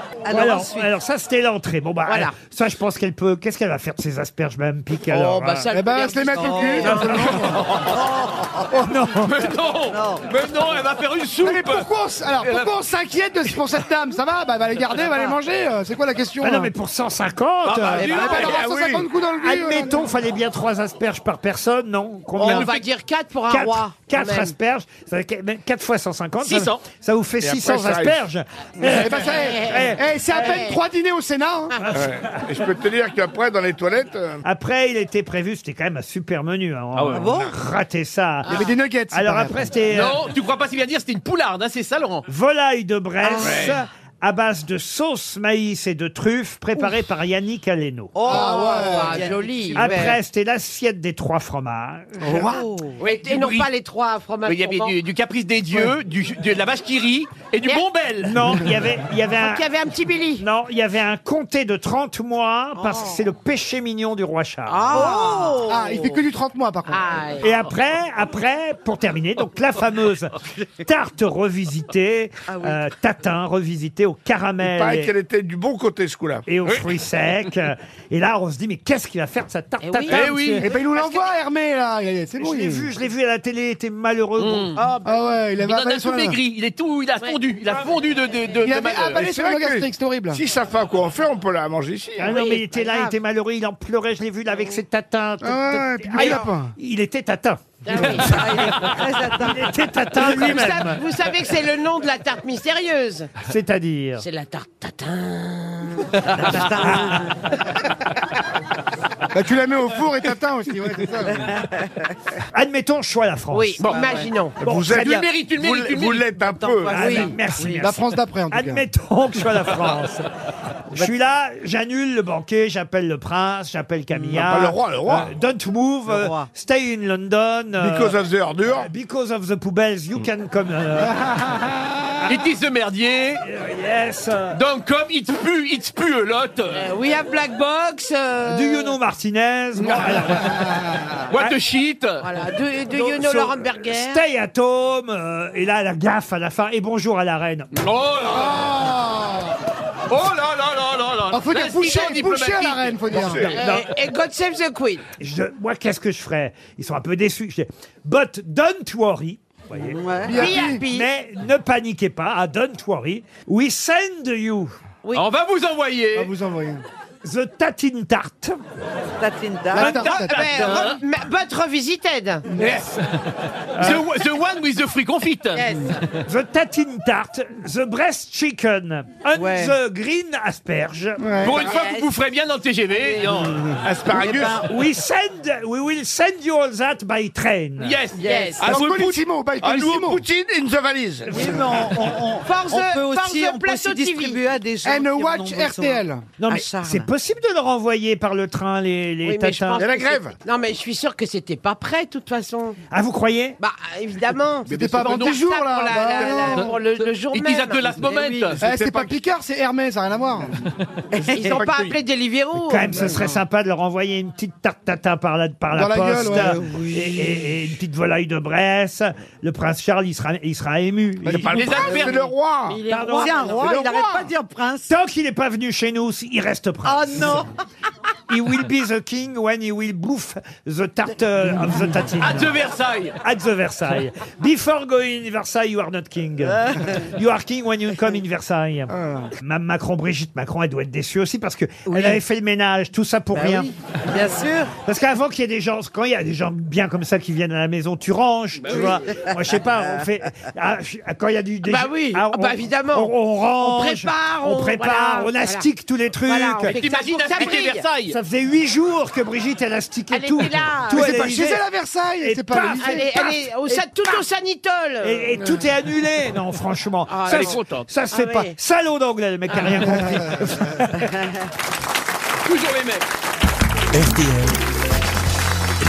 S2: Alors, alors, ça, c'était l'entrée. Bon, bah,
S3: Voilà.
S2: euh, ça, je pense qu'elle peut. Qu'est-ce qu'elle va faire de ses asperges, Mme Pic
S9: Oh,
S2: alors
S9: bah,
S2: hein
S9: ça, elle Eh ben, peut elle se les mettre au cul,
S2: Non,
S9: simplement.
S2: Oh non
S3: Mais non, Mais non, elle va faire une soupe.
S9: Mais pourquoi on, s- alors,
S3: Elle va-
S9: pourquoi on s'inquiète de, pour cette dame Ça va bah, Elle va les garder, elle va les manger. euh, C'est quoi la question
S2: Ah non,
S9: là
S2: mais pour 150
S9: Ah bah,
S2: euh,
S9: dis donc,
S2: bah,
S9: elle aura
S2: ah oui.
S9: 150 coups dans le cul,
S2: Admettons, fallait bien 3 asperges par personne, non
S7: Oh, On va dire 4 pour un roi.
S2: 4 asperges, 4 fois 150, ça-
S7: 600.
S2: ça vous fait
S9: Et après,
S2: 600
S9: ça arrive.
S2: asperges.
S9: Eh ben, ça, eh, eh, eh, c'est à peine
S2: Eh.
S9: trois dîners au Sénat. hein.
S6: Ouais. Et je peux te dire qu'après, dans les toilettes. euh,
S2: Après, il était prévu, c'était quand même un super menu. hein.
S6: Ah ouais.
S2: On
S6: Ah bon
S2: a raté ça.
S6: Il y avait des nuggets,
S3: ah.
S6: il
S2: Alors
S6: paraît,
S2: après,
S6: après.
S2: c'était euh,
S3: Non, tu crois pas si bien dire, c'était une poularde, hein, c'est ça, Laurent
S2: volaille de Bresse
S3: Ah ouais.
S2: à base de sauce maïs et de truffes préparée par Yannick Aleno.
S7: Oh, ah ouais, joli.
S2: Après,
S7: ouais. Oh.
S2: c'était l'assiette des trois fromages.
S7: Oui, et non pas les trois fromages.
S3: Mais Il y avait
S7: bourbon.
S3: du, du caprice des dieux, du, de la vache qui rit et du bon bel.
S2: Non, il y avait, il y avait un.
S7: Donc, il y avait un petit Billy. Oh.
S2: Non, il y avait un comté de 30 mois parce que c'est le péché mignon du roi Charles.
S9: Oh. Ah, il fait que du 30 mois par contre.
S2: Et après, après, pour terminer, donc la fameuse tarte revisitée,
S7: Ah
S2: euh, tatin revisité au
S6: Il paraît
S2: caramel
S6: qu'elle
S2: et,
S6: était du bon côté ce coup-là.
S2: et aux fruits secs. Et là, on se dit, mais qu'est-ce qu'il va faire de sa tarte
S9: Eh oui.
S2: tatin
S9: Eh oui.
S2: monsieur
S9: Eh ben, il nous l'envoie, Hermé, là. Il- C'est bon.
S2: Je
S9: il-
S2: l'ai vu, je l'ai vu à la télé, il était malheureux. bah.
S3: Mm.
S9: Ah, ouais, il
S3: Il
S9: avait
S3: en a
S9: avalé
S3: tout
S9: son
S3: maigri, il est tout, il a fondu, il a fondu de, de, Euh, de,
S9: Il
S3: de
S9: avait
S3: malheur.
S9: avalé
S6: Et
S9: son
S6: c'est vrai
S9: organe
S6: que
S9: gastrique, c'est horrible.
S6: Si ça fait à quoi en faire, on peut la manger ici.
S9: hein.
S2: Ah non, mais il était là, il était malheureux, il en pleurait, je l'ai vu là avec ses tatins.
S9: Ah ouais, et puis du
S2: il-
S9: lapin.
S2: il était tatin. Il était tatin
S7: Vous, sa-
S2: lui-même.
S7: vous savez que c'est le nom de la tarte mystérieuse.
S2: C'est-à-dire
S7: C'est la tarte tatin.
S9: Bah, tu la mets au four et t'attends aussi, ouais, c'est ça. Eh,
S2: Admettons, je sois la France. Ah,
S9: Oui, Bon. imaginons. Vous
S2: très
S9: êtes-
S2: bien.
S9: tu le mérites, tu le mérites, tu le mérites. T'en passes.
S2: Ah,
S9: Oui.
S2: bah, merci,
S9: Oui.
S2: merci.
S9: La France d'après, en tout cas.
S2: Admettons que je sois la France. Je suis là, j'annule le banquet, j'appelle le prince, j'appelle Camilla.
S6: Ah, pas le roi, le roi.
S2: Euh, don't move, euh, stay in London.
S6: Because of the
S2: ordure. because of the poubelles, you can come. euh,
S3: It is the merdier.
S2: yes.
S3: Donc comme it pue, it pue a lot.
S2: We have black box. Do you know Martinez? Bon, alors-
S3: What the shit.
S2: Voilà,
S7: do- do you know Laurent Berger
S2: Stay at home, euh, et là, la gaffe à la fin, et bonjour à la reine.
S3: Oh là là Oh là là là là là
S2: Ah, faut dire boucher, boucher à la
S7: reine,
S2: faut dire. Boucher.
S7: Et, et Eh, God save the Queen.
S2: Je- moi, qu'est-ce que je ferais Ils sont un peu déçus. Je dis, But don't worry. Vous voyez.
S7: Be Be happy. happy.
S2: Mais ne paniquez pas. ah, don't worry. We send you.
S3: On va vous envoyer.
S2: On va vous envoyer. The Tatin Tart.
S15: Tatin
S7: But,
S2: Tatin Tart.
S7: mais Ben, re- ma- but revisited.
S3: Yes. the, the one with the fruit confit.
S2: Euh, The Tatin Tart. The Breast Chicken. And the Green Asperge.
S3: Pour une fois, vous boufferez bien dans le TGV. non.
S2: We Eh ben, send, we will send you all that by train.
S3: Yes. Yes. À nous, Poutine- à nous, Poutine
S6: in the valise.
S7: Force-
S15: on peut
S7: force
S15: aussi, on peut aussi
S7: plateau TV.
S15: distribuer à des gens.
S7: And
S15: qui en
S7: watch
S15: ont besoin.
S2: Non,
S7: hein.
S15: Ah,
S2: mais
S15: Charles.
S2: c'est possible de le renvoyer par le train, les, les
S7: Oui, mais je
S2: Tatins.
S7: pense que c'est- Non, mais je suis sûr que c'était pas prêt, de toute façon.
S2: Ah, vous croyez
S7: Bah, évidemment.
S2: Mais c'était pas
S7: Ils
S2: avant
S7: font
S2: dix jours,
S7: ça
S2: là.
S7: Pour, la-
S2: Bah,
S7: la- la-
S2: non.
S7: pour le, le jour
S2: It
S7: même.
S2: is at the last moment.
S7: Mais oui.
S2: Eh,
S9: Eh, c'est pas Picard, c'est Hermès, ça n'a rien à voir.
S7: Ils n'ont pas appelé Deliveroo.
S2: Quand même, ce serait sympa de leur envoyer une petite tarte tatin par la, par
S9: Dans
S2: la
S9: la
S2: poste
S9: gueule, ouais.
S2: et, et- et une petite volaille de Bresse. Le prince Charles, il sera, il sera ému.
S6: c'est pas le Les prince, affaires- c'est le roi.
S15: Il est
S2: Pardon
S15: roi, C'est un roi,
S2: Le
S15: il n'arrête pas de dire prince.
S2: Tant qu'il n'est pas venu chez nous, il reste prince.
S15: Oh non.
S2: He will be the king when he will bouffe the tarte of the tatin.
S3: At the Versailles.
S2: At the Versailles. Before going in Versailles, you are not king. You are king when you come in Versailles.
S15: Ah.
S2: Mme Macron, Brigitte Macron, elle doit être déçue aussi parce que elle avait fait le ménage, tout ça pour
S15: Bah
S2: rien.
S15: oui, bien sûr.
S2: Parce qu'avant qu'il y ait des gens, quand il y a des gens bien comme ça qui viennent à la maison, tu ranges,
S15: Bah
S2: tu
S7: oui.
S2: vois. Moi, je sais pas, on fait. ah, je- quand il y a du. des-
S7: Bah oui,
S2: ah,
S7: ah bah évidemment.
S2: On, on range,
S7: On prépare,
S2: on,
S7: on-
S2: prépare,
S7: voilà,
S2: on
S7: voilà.
S2: astique tous les trucs.
S7: Voilà, on fait Mais t'imagines ça pour- ça astiquer brille. Versailles
S2: Ça faisait huit jours que Brigitte, elle astiquait
S7: Elle
S2: tout.
S7: était là.
S2: Tout,
S7: Mais c'est
S2: elle
S7: pas
S2: est
S7: chez
S2: arrivée.
S7: elle à
S9: Versailles,
S2: Et
S9: c'est pas
S2: paf,
S7: Elle est, elle est au sa- tout au sanitol.
S2: et, et tout est annulé. Non, franchement.
S7: Ah,
S2: ça,
S7: elle est
S2: se-
S7: contente.
S2: Ça se fait
S7: Ah
S2: pas.
S7: oui.
S2: Salaud d'anglais, le mec qui a rien compris.
S3: Toujours les mêmes.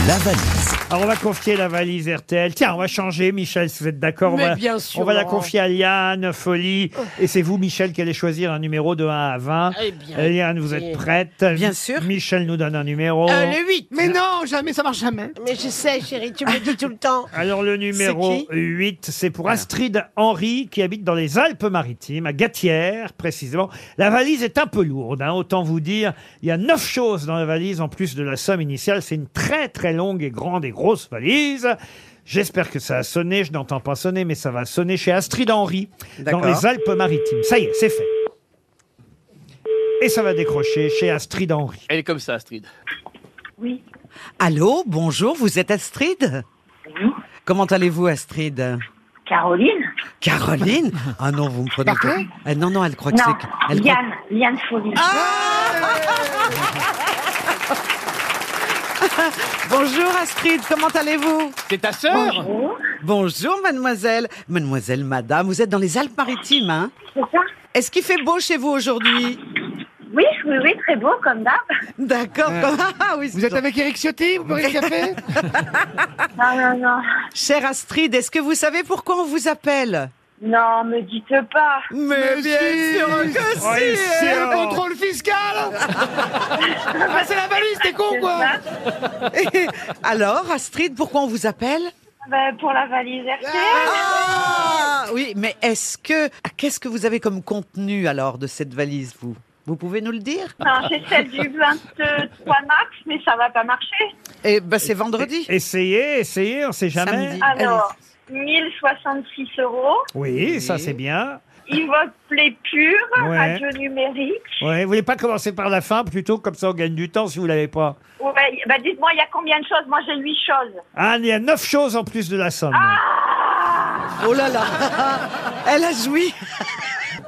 S1: La valise.
S2: Alors, on va confier la valise RTL. Tiens, on va changer, Michel, si vous êtes d'accord. on
S7: Mais
S2: va-
S7: bien sûr,
S2: On va la
S7: Laurent.
S2: confier à Liane, Folie. Et c'est vous, Michel, qui allez choisir un numéro de 1 à 20.
S7: Eh bien,
S2: Liane, vous êtes
S7: écoutez.
S2: prête Bien sûr. Michel nous donne un numéro.
S7: Euh, le 8.
S9: Mais non, jamais, ça marche jamais.
S7: Mais je sais, chérie, tu me le dis tout le temps.
S2: Alors le numéro
S7: qui
S2: 8, c'est pour Astrid Henry qui habite dans les Alpes-Maritimes, à Gatière précisément. La valise est un peu lourde, hein, autant vous dire. Il y a neuf choses dans la valise en plus de la somme initiale. C'est une très très longue et grande et grosse valise. J'espère que ça a sonné, je n'entends pas sonner, mais ça va sonner chez Astrid Henry dans
S20: D'accord.
S2: les Alpes-Maritimes. Ça y est, c'est fait. Et ça va décrocher chez Astrid Henry.
S3: Elle est comme ça, Astrid.
S15: Allô, bonjour, vous êtes Astrid Comment allez-vous, Astrid
S21: Caroline
S15: Caroline Ah non, vous me prenez pas. Ah non, non, elle croit que
S21: Non,
S15: c'est. Elle croit-
S21: Liane, Liane Folie.
S2: Ah,
S15: Bonjour Astrid, comment allez-vous
S3: C'est ta sœur
S15: Bonjour. mademoiselle. Mademoiselle, madame, vous êtes dans les Alpes-Maritimes, hein
S21: C'est ça
S15: Est-ce qu'il fait beau chez vous aujourd'hui
S21: Oui, oui, oui, très beau comme d'hab.
S15: D'accord. Ah vous êtes avec Eric Ciotti Vous
S9: boirez le café
S21: Non, non, non.
S15: Chère Astrid, est-ce que vous savez pourquoi on vous appelle
S21: Non, me dites pas.
S15: Mais, bien sûr que
S9: Oh, et
S15: si
S9: c'est
S15: hein.
S9: le contrôle fiscal Ah, c'est la valise, t'es con, quoi
S15: Alors, Astrid, pourquoi on vous appelle
S21: Ben, pour la valise RTL.
S15: Ah oui, mais est-ce que ah, qu'est-ce que vous avez comme contenu alors de cette valise vous Vous pouvez nous le dire
S21: Non, Ah, c'est celle du 23 mars, mais ça va pas marcher.
S15: Et ben c'est vendredi.
S2: Essayez, essayez, on sait jamais.
S21: Alors, 1066 euros.
S2: Oui, ça c'est bien.
S21: Evoque Play Pure,
S2: Ouais.
S21: radio numérique.
S2: Ouais, vous voulez pas commencer par la fin plutôt comme ça on gagne du temps si vous l'avez pas.
S21: Ouais, ben, dites-moi, il y a combien de choses Moi, j'ai 8 choses.
S2: Ah, il y a neuf choses en plus de la somme.
S14: Ah
S15: Oh là là Elle a joui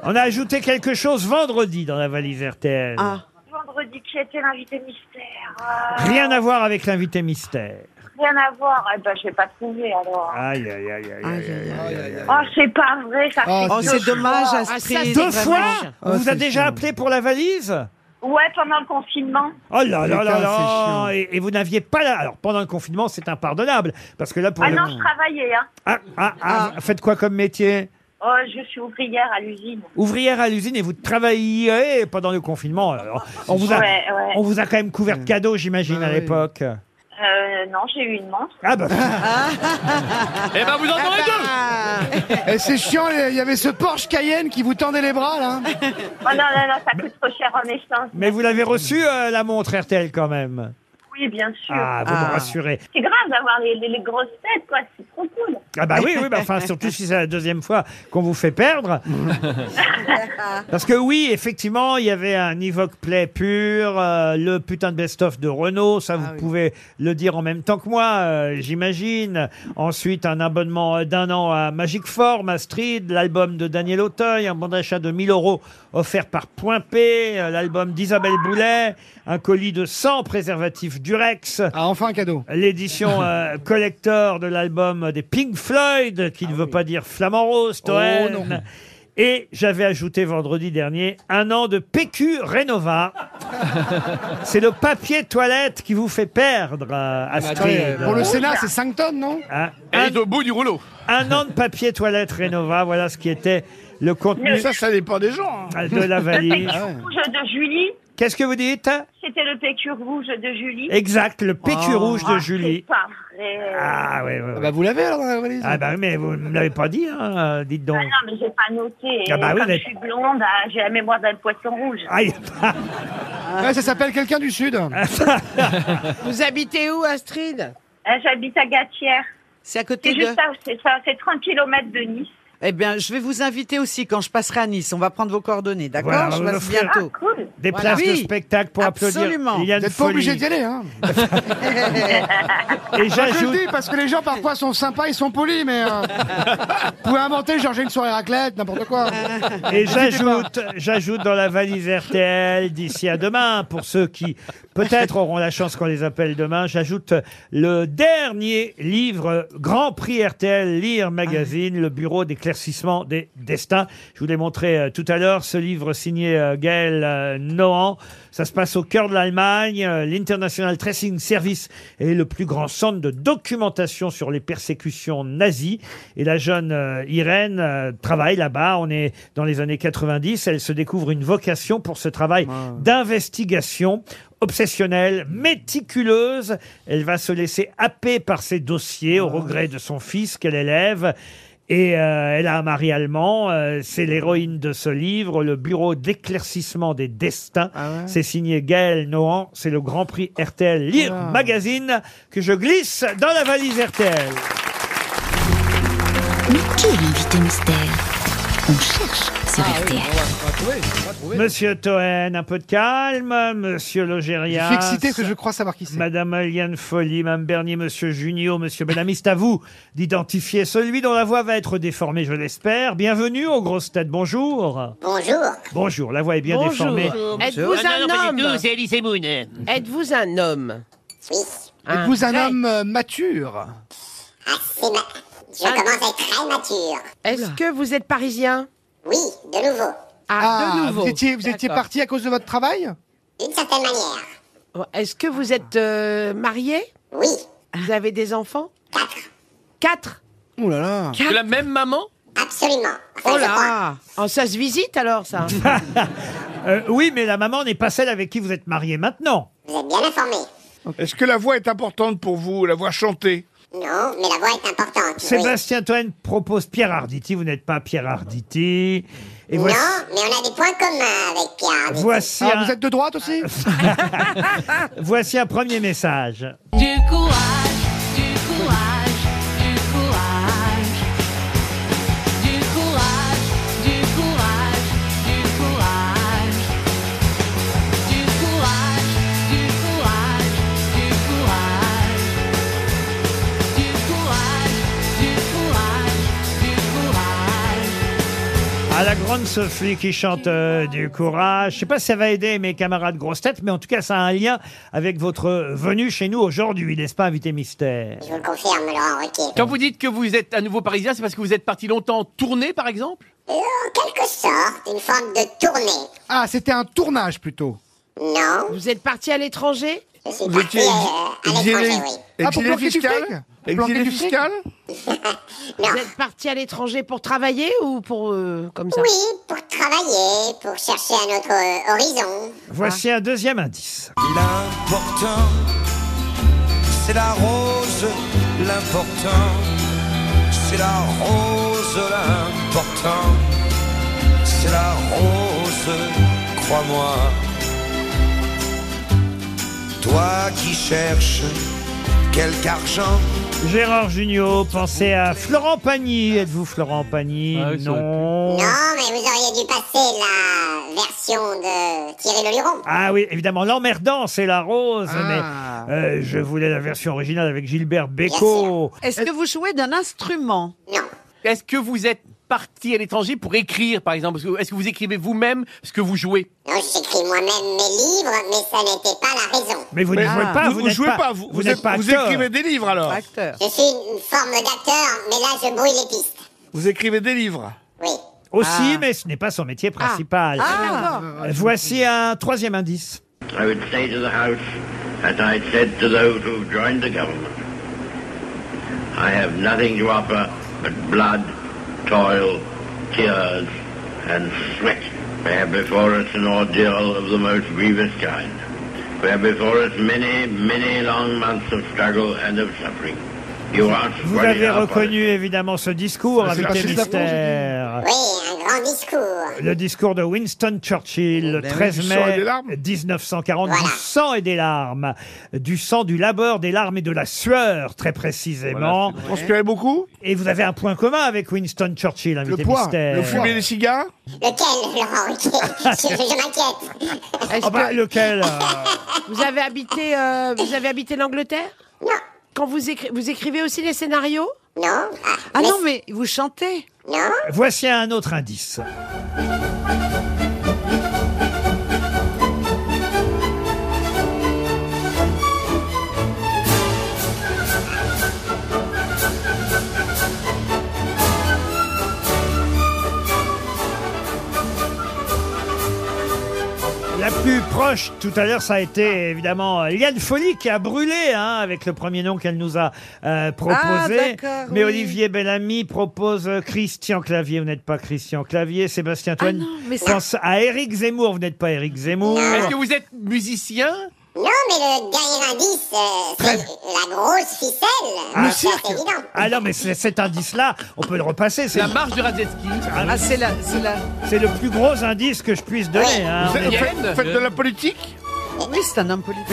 S2: On a ajouté quelque chose vendredi dans la valise RTL.
S14: Ah.
S15: Ah.
S21: Vendredi qui
S14: qui était l'invité mystère euh,
S2: Rien à voir avec l'invité mystère.
S14: Rien à voir. Eh ben, je vais pas trouver alors.
S2: Aïe, aïe, aïe, aïe, aïe, aïe, aïe, aïe, aïe.
S14: Oh, Ah, c'est pas vrai, ça fait
S15: Oh,
S14: deux fois.
S2: Deux fois
S14: Oh,
S2: On vous a déjà appelé pour la valise
S14: Ouais, pendant le confinement.
S2: Oh là là
S14: Putain,
S2: là
S14: c'est
S2: là Et, et vous n'aviez pas là. Alors pendant le confinement, c'est impardonnable parce que là pour
S14: Ah
S2: le-
S14: non, je travaillais, hein.
S2: Ah, ah, ah, faites quoi comme métier
S14: Oh, je suis ouvrière à l'usine.
S2: Ouvrière à l'usine et vous travailliez pendant le confinement. Alors, on vous a,
S14: Ouais, ouais.
S2: on vous a quand même couvert de cadeaux, j'imagine, à l'époque.
S14: Euh, non, j'ai eu une montre. Ah, bah.
S2: Ah bah.
S3: Eh ben, vous en aurez deux
S9: Et Eh, c'est chiant, il y avait ce Porsche Cayenne qui vous tendait les bras, là.
S14: Oh
S7: Ah,
S14: non, non, non, ça coûte trop cher en essence.
S2: Mais vous l'avez reçu euh, la montre RTL quand même.
S14: Oui, bien sûr.
S2: Ah, vous me rassurez.
S14: C'est grave d'avoir les, les- les grosses têtes, quoi. C'est trop cool.
S2: Ah bah oui, oui, bah, enfin surtout si c'est la deuxième fois qu'on vous fait perdre. Parce que oui, effectivement, il y avait un Evoque Play pur, euh, le putain de best-of de Renault, ça vous pouvez le dire en même temps que moi, euh, j'imagine. Ensuite, un abonnement euh, d'un an à Magic Form, Astrid, l'album de Daniel Auteuil, un bon d'achat de 1000 euros offert par Point P, euh, l'album d'Isabelle Boulet, un colis de 100 préservatifs Durex.
S9: Ah, enfin un cadeau.
S2: L'édition euh, collector de l'album des Pink Floyd,
S9: Ah
S2: qui ne veut pas dire Flamand Rose, Toen.
S9: non.
S2: Et j'avais ajouté vendredi dernier un an de PQ Renova. c'est le papier toilette qui vous fait perdre, euh, Astrid.
S9: Ah, Pour le Sénat, c'est 5 tonnes, non
S2: Hein, un,
S22: au bout du rouleau.
S2: un an de papier toilette Renova, voilà ce qui était le contenu
S22: Ça, ça dépend des gens. hein.
S2: de la valise.
S14: Le
S9: Ah
S14: PQ rouge de Julie,
S2: Qu'est-ce que vous dites
S14: c'était le PQ rouge de Julie.
S2: Exact, le PQ rouge de
S14: Ah,
S2: Julie.
S14: C'est pas vrai.
S2: Ah ouais, ouais, ouais.
S9: Bah, vous l'avez alors dans la valise
S2: Ah bah mais vous ne me l'avez pas dit, hein, euh, dites donc.
S14: Ah non, mais j'ai pas noté.
S2: Ah bah oui,
S14: Comme
S2: mais-
S14: je suis blonde, ah, j'ai la mémoire d'un poisson rouge.
S2: Aïe. Ah.
S9: Ouais, ça s'appelle quelqu'un du Sud.
S14: Vous habitez où, Astrid Euh, J'habite à Gatière.
S15: C'est à côté
S14: C'est
S15: de-
S14: juste ça, c'est ça, c'est 30 km de Nice.
S15: Eh bien, je vais vous inviter aussi quand je passerai à Nice. On va prendre vos coordonnées, d'accord
S2: Voilà, on
S15: Je
S2: va
S15: passe
S2: offrir
S15: bientôt.
S21: Ah,
S2: Des
S15: Voilà.
S2: places de
S15: Oui,
S2: spectacle pour applaudir.
S15: Absolument.
S2: Il y a
S9: Vous
S2: une
S9: n'êtes pas
S2: folie.
S9: obligé d'y aller, hein
S2: Et
S9: Moi, Je
S2: j'ajoute-
S9: le dis parce que les gens parfois sont sympas, ils sont polis, mais euh, vous pouvez inventer genre j'ai une soirée raclette, n'importe quoi.
S2: Et
S9: N'hésitez
S2: j'ajoute,
S9: pas.
S2: j'ajoute dans la valise RTL d'ici à demain, pour ceux qui peut-être auront la chance qu'on les appelle demain, j'ajoute le dernier livre Grand Prix RTL Lire Magazine, le bureau d'éclaircissement des destins. Je vous l'ai montré euh, tout à l'heure, ce livre signé euh, Gaël euh, Nohan. Ça se passe au cœur de l'Allemagne. Euh, L'International Tracing Service est le plus grand centre de documentation sur les persécutions nazies. Et la jeune euh, Irène euh, travaille là-bas. On est dans les années 90. Elle se découvre une vocation pour ce travail d'investigation obsessionnelle, méticuleuse. Elle va se laisser happer par ses dossiers au regret de son fils qu'elle élève. Et euh, elle a un mari allemand, euh, c'est l'héroïne de ce livre, le bureau d'éclaircissement des destins. C'est signé Gaël Nohan, c'est le Grand Prix RTL Lire Magazine que je glisse dans la valise RTL.
S23: Mais qui est l'invité mystère On cherche sur
S7: Ah
S23: RTL.
S2: Monsieur Toen, un peu de calme, Monsieur Logérias.
S9: Je suis excité parce que je crois savoir qui c'est.
S2: Madame Eliane Folly, Madame Bernier, Monsieur Junio, Monsieur Bellamy, c'est à vous d'identifier celui dont la voix va être déformée, je l'espère. Bienvenue aux grosses têtes, bonjour.
S3: Bonjour.
S2: Bonjour, la voix est bien déformée.
S7: Êtes-vous un homme
S3: c'est Elie Semoun.
S7: Êtes-vous un homme
S9: Êtes-vous un homme euh, mature
S7: Je commence à être très mature. Est-ce que vous êtes parisien Oui, de nouveau. Ah, de nouveau.
S9: Vous étiez, vous étiez
S7: D'accord.
S9: parti à cause de votre travail
S7: D'une certaine manière. Est-ce que vous êtes euh, marié Oui. Vous avez des enfants Quatre.
S9: Ouh là là
S7: Quatre
S3: De la même maman
S7: Absolument. oh là Oh, Ça se visite alors, ça
S2: Euh, oui, mais la maman n'est pas celle avec qui vous êtes marié maintenant.
S22: Vous êtes bien informé. Est-ce que la voix est importante pour vous, la voix chantée
S5: Non, mais la voix est importante.
S2: Sébastien Toen propose Pierre Arditi, vous n'êtes pas Pierre Arditi. Et
S5: Non,
S2: voici,
S5: mais on a des points communs avec Pierre. Arditi.
S2: voici
S9: Ah,
S2: un- Euh,
S9: Vous êtes de droite aussi
S2: voici un premier message.
S5: Du courage, du courage, du courage. Du courage, du courage, du courage. Du courage, du courage, du courage. Du courage, du courage, du courage.
S2: à la grande Sophie qui chante euh, du courage. Je sais pas si ça va aider mes camarades grosses têtes, mais en tout cas, ça a un lien avec votre venue chez nous aujourd'hui, n'est-ce pas, invité mystère
S3: Je le confirme, Laurent Quand vous dites que vous êtes à nouveau parisien, c'est parce que vous êtes parti longtemps en tournée, par exemple
S22: Euh, En quelque sorte, une forme de tournée.
S9: Ah, c'était un tournage plutôt.
S22: Non.
S7: Vous êtes parti à l'étranger
S22: Je suis
S9: Vous
S22: parti
S9: étiez
S22: euh,
S9: ex-
S22: à
S9: exilé-
S22: l'étranger, oui.
S9: Ah, pour planquer du fric Pour planquer du fric
S7: Vous êtes parti à l'étranger pour travailler ou pour euh, comme ça
S22: Oui, pour travailler, pour chercher un autre euh, horizon.
S2: Voici
S5: Ah.
S2: un deuxième indice.
S24: L'important, c'est la rose, l'important, c'est la rose, l'important, c'est la rose, crois-moi. Toi qui cherches quelque argent,
S2: Gérard Junior, pensez à Florent Pagny. Êtes-vous Florent Pagny Non.
S22: Non, mais vous auriez dû passer la version de Thierry Leluron.
S2: Ah oui, évidemment, l'emmerdant, c'est la rose,
S15: Ah.
S2: mais euh, je voulais la version originale avec Gilbert Bécaud.
S15: Est-ce que vous jouez d'un instrument
S3: Est-ce que vous êtes parti à l'étranger pour écrire, par exemple Est-ce que- Est-ce que vous écrivez vous-même ce que vous jouez
S22: Non, j'écris moi-même mes livres, mais ça n'était pas la raison.
S2: Mais vous ne
S3: Ah.
S2: jouez pas, vous, n'êtes
S6: jouez pas, vous- vous
S2: n'êtes
S6: êtes-
S2: pas
S6: vous
S2: acteur.
S6: écrivez des livres, alors.
S22: Acteur. Je suis une forme d'acteur, mais là, je brouille les pistes.
S6: Vous écrivez des livres
S2: Aussi, mais ce n'est pas son métier principal.
S22: Ah,
S2: Euh, Voici un troisième indice.
S25: I would say to the House, as I said to those who joined the government, I have nothing to offer but blood, toil, tears, and sweat. We have before us an ordeal of the most grievous kind. We have before us many, many long months of struggle and of suffering. You ask
S2: Vous
S25: what is
S2: avez
S25: our policy?
S2: reconnu évidemment ce discours,
S25: Ah, c'est
S2: invité
S25: Francis Lapointe,
S2: mystère.
S22: Oui, un grand discours.
S2: Le discours de Winston Churchill, le
S22: Ben oui,
S2: 13
S22: du sang et
S2: mai
S22: des
S2: 1940, du sang et des larmes, du sang, du labeur, des larmes et de la sueur, très précisément.
S6: Voilà, c'est vrai. Transpirez
S2: beaucoup Et vous avez un point commun avec Winston Churchill, invité
S6: poids,
S2: mystère.
S6: le fumer
S2: des cigares
S22: Lequel, Laurent Ruquier Je, je m'inquiète.
S9: Ah
S7: Est-ce
S2: bah,
S7: que-
S2: lequel euh
S7: Vous avez habité, euh, vous avez habité l'Angleterre
S22: Non.
S7: Quand vous, écri- vous écrivez aussi les scénarios
S22: Non. Ah,
S15: non, mais vous chantez
S22: Non.
S2: Voici un autre indice. La plus proche tout à l'heure, ça a été évidemment Liane Folly qui a brûlé hein, avec le premier nom qu'elle nous a euh, proposé.
S17: d'accord,
S2: Mais
S17: oui.
S2: Olivier Bellamy propose euh, Christian Clavier. Vous n'êtes pas Christian Clavier. Sébastien
S15: Ah
S2: Toine
S22: mais ça-
S2: pense à Éric Zemmour. Vous n'êtes pas Éric Zemmour.
S9: Ah,
S22: Est-ce que
S3: vous êtes musicien
S22: Non, mais le dernier indice, euh, c'est la grosse ficelle.
S2: Ah,
S22: Mais ça, c'est évident.
S2: Ah non, mais c'est- cet indice-là, on peut le repasser. C'est
S3: La marche de Radetzky.
S22: Ah, c'est la- c'est la-
S2: C'est le plus gros indice que je puisse donner. hein.
S6: Vous
S2: On est-
S6: faites, faites de la politique
S15: Oui, c'est un homme politique.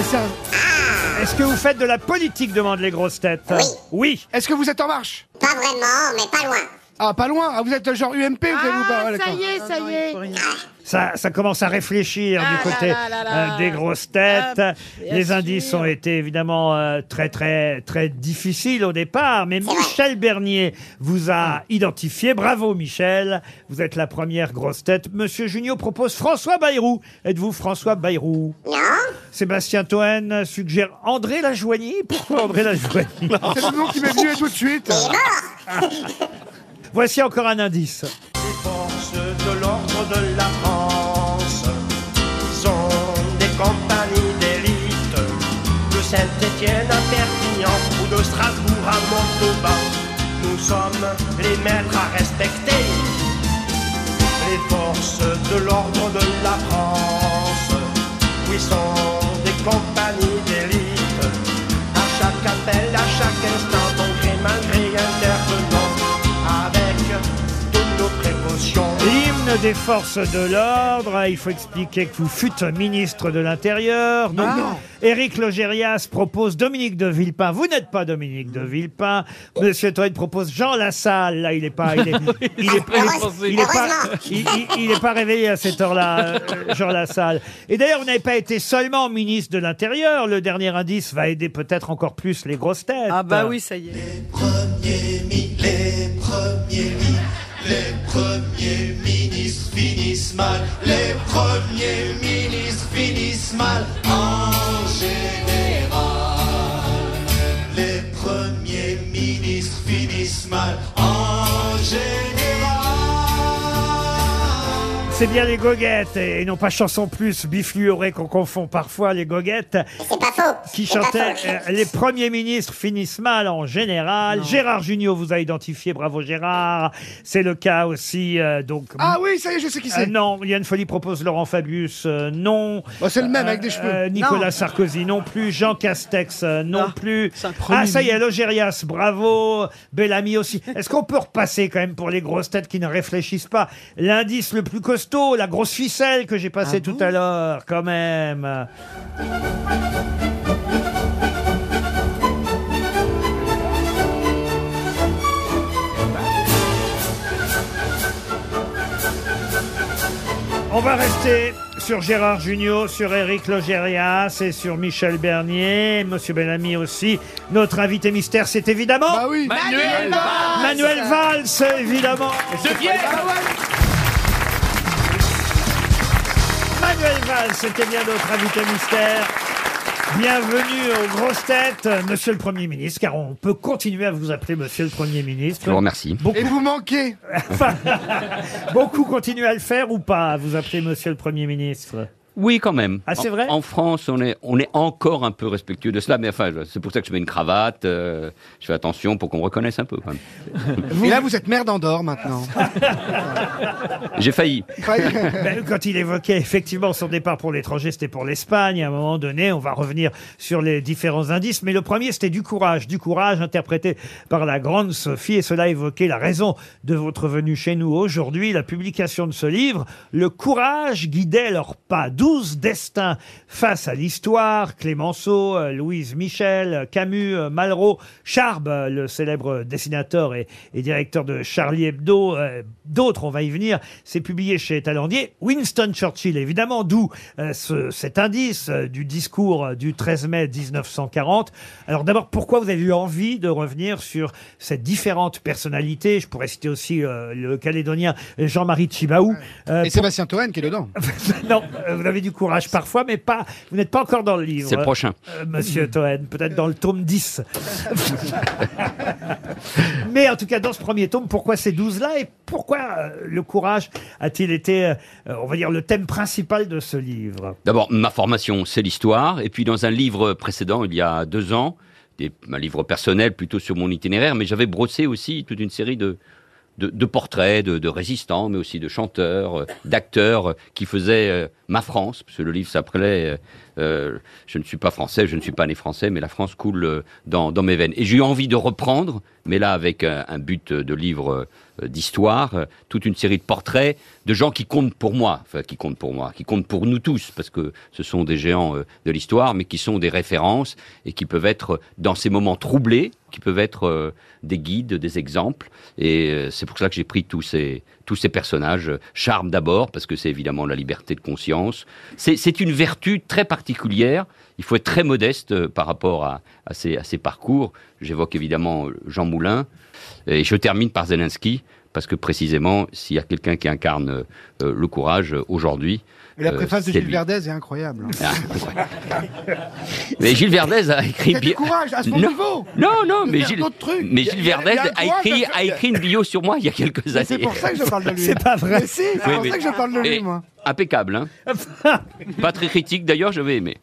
S2: Est-ce que vous faites de la politique demande les grosses têtes. Oui.
S9: Est-ce que vous êtes en marche
S22: Pas vraiment, mais pas loin.
S9: Ah, pas loin Ah, vous êtes genre UMP vous avez- vous-
S7: Ah,
S9: ouais,
S7: ça
S9: d'accord.
S7: y est, ça y est.
S22: Ah,
S2: Ça, ça commence à réfléchir du côté
S7: Ah là là là.
S2: euh, des grosses têtes.
S7: Ah, bien
S2: les indices
S7: sûr.
S2: ont été évidemment euh, très très très difficiles au départ, mais Michel Bernier vous a identifié. Bravo Michel, vous êtes la première grosse tête. Monsieur Junio propose François Bayrou. Êtes-vous François Bayrou
S22: Non.
S2: Sébastien Toen suggère André Lajoigny. Pourquoi André Lajoigny
S9: C'est le nom qui m'est venu tout de suite.
S2: Voici encore un indice.
S24: Les forces de l'ordre de la France sont des compagnies d'élite de Saint-Étienne à Perpignan ou de Strasbourg à Montauban. Nous sommes les maîtres à respecter. Les forces de l'ordre de la France, oui, sont des compagnies d'élite. À chaque appel, à chaque instant, bon gré, malgré intervenant, avec toutes nos précautions.
S2: L'hymne des forces de l'ordre, il faut expliquer que vous fûtes ministre de l'Intérieur. Donc, Éric Logérias propose Dominique de Villepin. Vous n'êtes pas Dominique de Villepin. Monsieur Toed propose Jean Lassalle. Là, il n'est pas, il est, il est- il est- il est pas, il- il- il est pas réveillé à cette heure-là, euh, Jean Lassalle. Et d'ailleurs, vous n'avez pas été seulement ministre de l'Intérieur. Le dernier indice va aider peut-être encore plus les grosses têtes.
S15: Ah bah oui, ça y est.
S24: premiers mis, les premiers mis, les premiers ministres.
S5: mal, les premiers ministres finissent mal en général. Les premiers ministres finissent mal en général.
S2: C'est bien les goguettes et non pas chanson plus bifluorée qu'on confond parfois les goguettes. Qui
S5: c'est pas
S2: chantaient
S5: faux.
S2: euh, les premiers ministres finissent mal en général. Gérard Junior vous a identifié, bravo Gérard. C'est le cas aussi euh, donc.
S9: Ah oui, ça y est, je sais qui c'est.
S2: Euh, non, Yann Folie propose Laurent Fabius, euh, non. Euh,
S9: Bah, c'est le même, avec des cheveux.
S2: Nicolas
S9: Non.
S2: Sarkozy, non plus. Jean Castex, euh, non plus.
S9: premier
S2: Ah, ça y est,
S9: ministre.
S2: Logérias, bravo. Bellamy aussi. Est-ce qu'on peut repasser quand même pour les grosses têtes qui ne réfléchissent pas L'indice le plus costaud, la grosse ficelle que j'ai passée
S9: Ah
S2: tout à l'heure, quand même. On va rester sur Gérard Junior, sur Éric Logérias et sur Michel Bernier, Monsieur Bellamy aussi. Notre invité mystère, c'est évidemment
S20: Manuel Valls.
S2: Manuel Valls, évidemment.
S6: Ah
S2: Manuel Valls, c'était bien notre invité mystère. Bienvenue aux grosses têtes, Monsieur le Premier ministre, car on peut continuer à vous appeler Monsieur le Premier ministre.
S11: Je vous remercie.
S9: Et vous manquez.
S2: Enfin, beaucoup continuent à le faire ou pas, à vous appeler Monsieur le Premier ministre
S11: Oui, quand même.
S2: Ah, c'est
S11: En-
S2: vrai
S11: En France, on est, on est encore un peu respectueux de cela, mais enfin, je- c'est pour ça que je mets une cravate, euh, je fais attention pour qu'on me reconnaisse un peu. quand même.
S9: Et là, vous êtes maire d'Andorre maintenant.
S11: J'ai failli.
S2: Ben, quand il évoquait effectivement son départ pour l'étranger, c'était pour l'Espagne. À un moment donné, on va revenir sur les différents indices. Mais le premier, c'était du courage. Du courage interprété par la grande Sophie. Et cela évoquait la raison de votre venue chez nous aujourd'hui. La publication de ce livre, Le courage guidait leurs pas. Douze destins face à l'histoire. Clémenceau, euh, Louise Michel, euh, Camus, euh, Malraux, Charb, euh, le célèbre dessinateur et, et directeur de Charlie Hebdo. euh, D'autres, on va y venir. C'est publié chez Talandier. Winston Churchill, évidemment, d'où euh, ce- cet indice euh, du discours euh, du 13 mai 1940. Alors d'abord, pourquoi vous avez eu envie de revenir sur ces différentes personnalités Je pourrais citer aussi euh, le Calédonien Jean-Marie Chibaou. et Sébastien Toen qui est dedans. non, euh, vous avez du courage parfois, mais pas. Vous n'êtes pas encore dans le livre.
S11: C'est le prochain.
S2: euh, Monsieur Toen, peut-être dans le tome 10. Mais en tout cas, dans ce premier tome, pourquoi ces 12-là et pourquoi euh, le courage a-t-il été, euh, on va dire, le thème principal de ce livre
S11: D'abord, ma formation, c'est l'histoire. Et puis, dans un livre précédent, il y a deux ans, des- un livre personnel plutôt sur mon itinéraire, mais j'avais brossé aussi toute une série de, de, de portraits de, de résistants, mais aussi de chanteurs, euh, d'acteurs euh, qui faisaient euh, ma France, parce que le livre s'appelait euh, euh, Je ne suis pas français, je ne suis pas né français, mais la France coule euh, dans, dans mes veines. Et j'ai eu envie de reprendre, mais là avec un, un but euh, de livre euh, d'histoire, euh, toute une série de portraits de gens qui comptent pour moi, enfin qui comptent pour moi, qui comptent pour nous tous, parce que ce sont des géants euh, de l'histoire, mais qui sont des références et qui peuvent être, dans ces moments troublés, qui peuvent être euh, des guides, des exemples. Et euh, c'est pour cela que j'ai pris tous ces, tous ces personnages. Euh, Charme d'abord, parce que c'est évidemment la liberté de conscience. C'est c'est une vertu très particulière. Il faut être très modeste euh, par rapport à, à, ces, à ces parcours. J'évoque évidemment euh, Jean Moulin. Et je termine par Zelensky, parce que précisément, s'il y a quelqu'un qui incarne euh, euh, le courage euh, aujourd'hui,
S9: Et la
S11: euh,
S9: préface de
S11: c'est
S9: Gilles
S11: lui.
S9: Verdez est incroyable.
S11: Ah, Mais Gilles Verdez a écrit.
S9: Il y a du
S11: bi-
S9: courage à son
S11: non,
S9: niveau
S11: Non, non,
S9: de
S11: mais
S9: faire
S11: Gilles,
S9: d'autres trucs.
S11: mais
S9: Il y a-
S11: Gilles
S9: il y a-
S11: Verdez
S9: il y a un
S11: a,
S9: courage
S11: écrit,
S9: à faire-
S11: a écrit une bio sur moi il y a quelques années.
S9: c'est pour ça que je parle de lui.
S11: C'est pas vrai.
S9: Mais si, c'est pour ça que je parle de lui, moi.
S11: Impeccable, hein. Pas très critique d'ailleurs, j'avais aimé.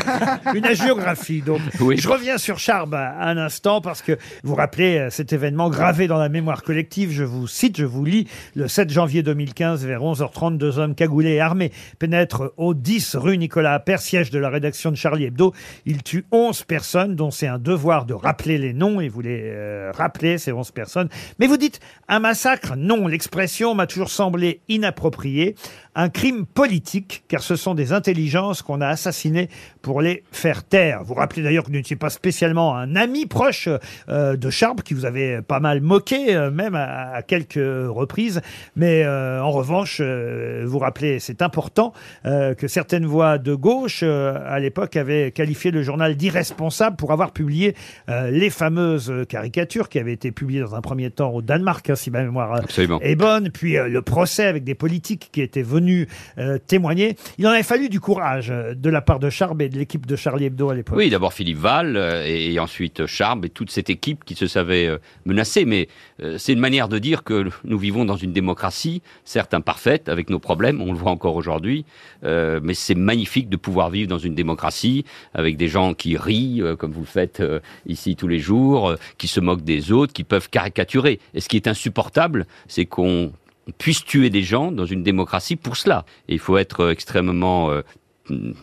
S2: une agiographie. Donc,
S11: Oui.
S2: je reviens sur Charb un instant parce que vous rappelez euh, cet événement gravé dans la mémoire collective. Je vous cite, je vous lis. Le 7 janvier 2015, vers 11h30, deux hommes cagoulés et armés pénètrent au 10 rue Nicolas Appert, siège de la rédaction de Charlie Hebdo. Ils tuent 11 personnes dont c'est un devoir de rappeler les noms et vous les euh, rappelez, ces 11 personnes. Mais vous dites un massacre Non, l'expression m'a toujours semblé inappropriée. Un crime politique, car ce sont des intelligences qu'on a assassinées pour les faire taire. Vous rappelez d'ailleurs que vous n'étiez pas spécialement un ami proche euh, de Charb, qui vous avait pas mal moqué, euh, même à, à quelques reprises. Mais euh, en revanche, euh, vous rappelez, c'est important, euh, que certaines voix de gauche, euh, à l'époque, avaient qualifié le journal d'irresponsable pour avoir publié euh, les fameuses caricatures qui avaient été publiées dans un premier temps au Danemark, hein, si ma mémoire euh,
S11: Absolument.
S2: est bonne. Puis euh, le procès avec des politiques qui étaient venus venu euh, témoigner. Il en avait fallu du courage euh, de la part de Charb et de l'équipe de Charlie Hebdo à l'époque.
S11: Oui, d'abord Philippe Val euh, et, et ensuite Charb et toute cette équipe qui se savait euh, menacée. Mais euh, c'est une manière de dire que le- nous vivons dans une démocratie, certes imparfaite, avec nos problèmes, on le voit encore aujourd'hui, euh, mais c'est magnifique de pouvoir vivre dans une démocratie avec des gens qui rient, euh, comme vous le faites euh, ici tous les jours, euh, qui se moquent des autres, qui peuvent caricaturer. Et ce qui est insupportable, c'est qu'on puisse tuer des gens dans une démocratie pour cela. Et il faut être euh, extrêmement euh,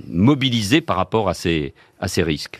S11: mobilisé par rapport à ces, à ces risques.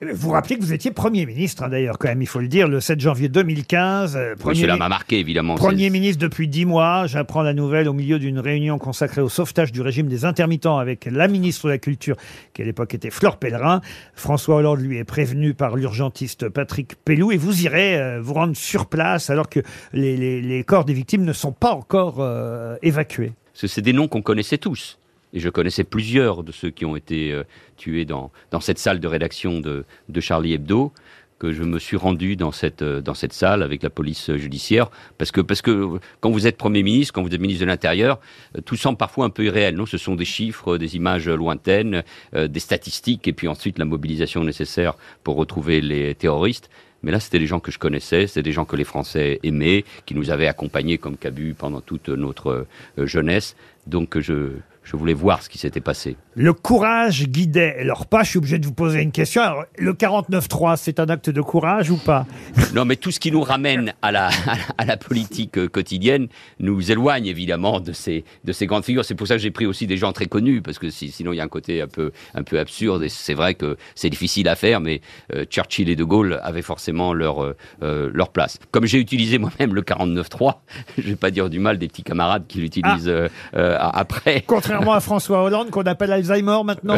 S2: Vous vous rappelez que vous étiez Premier ministre, hein, d'ailleurs, quand même, il faut le dire, le 7 janvier 2015. euh,
S11: Oui,
S2: premier
S11: cela
S2: mi-
S11: m'a marqué, évidemment.
S2: Premier ministre depuis dix mois, j'apprends la nouvelle au milieu d'une réunion consacrée au sauvetage du régime des intermittents avec la ministre de la Culture, qui à l'époque était Fleur Pellerin. François Hollande lui est prévenu par l'urgentiste Patrick Pelou et vous irez euh, vous rendre sur place alors que les, les- les corps des victimes ne sont pas encore euh, évacués.
S11: Parce que c'est des noms qu'on connaissait tous. Et je connaissais plusieurs de ceux qui ont été euh, tués dans, dans cette salle de rédaction de, de Charlie Hebdo, que je me suis rendu dans cette, euh, dans cette salle avec la police euh, judiciaire. Parce que, parce que quand vous êtes Premier ministre, quand vous êtes ministre de l'Intérieur, euh, tout semble parfois un peu irréel. Non Ce sont des chiffres, euh, des images euh, lointaines, euh, des statistiques, et puis ensuite la mobilisation nécessaire pour retrouver les terroristes. Mais là, c'était des gens que je connaissais, c'était des gens que les Français aimaient, qui nous avaient accompagnés comme Cabu pendant toute notre euh, jeunesse. Donc euh, je, je voulais voir ce qui s'était passé.
S2: Le courage guidait leur pas. Je suis obligé de vous poser une question. Alors, le 49.3, c'est un acte de courage ou pas
S11: Non, mais tout ce qui nous ramène à la, à la- à la politique euh, quotidienne nous éloigne évidemment de ces, de ces grandes figures. C'est pour ça que j'ai pris aussi des gens très connus, parce que si- sinon il y a un côté un peu, un peu absurde, et c'est vrai que c'est difficile à faire, mais euh, Churchill et De Gaulle avaient forcément leur, euh, euh, leur place. Comme j'ai utilisé moi-même le 49.3, je vais pas dire du mal des petits camarades qui l'utilisent euh, euh, a- après.
S2: Contrairement à François Hollande, qu'on appelle Alzheimer maintenant.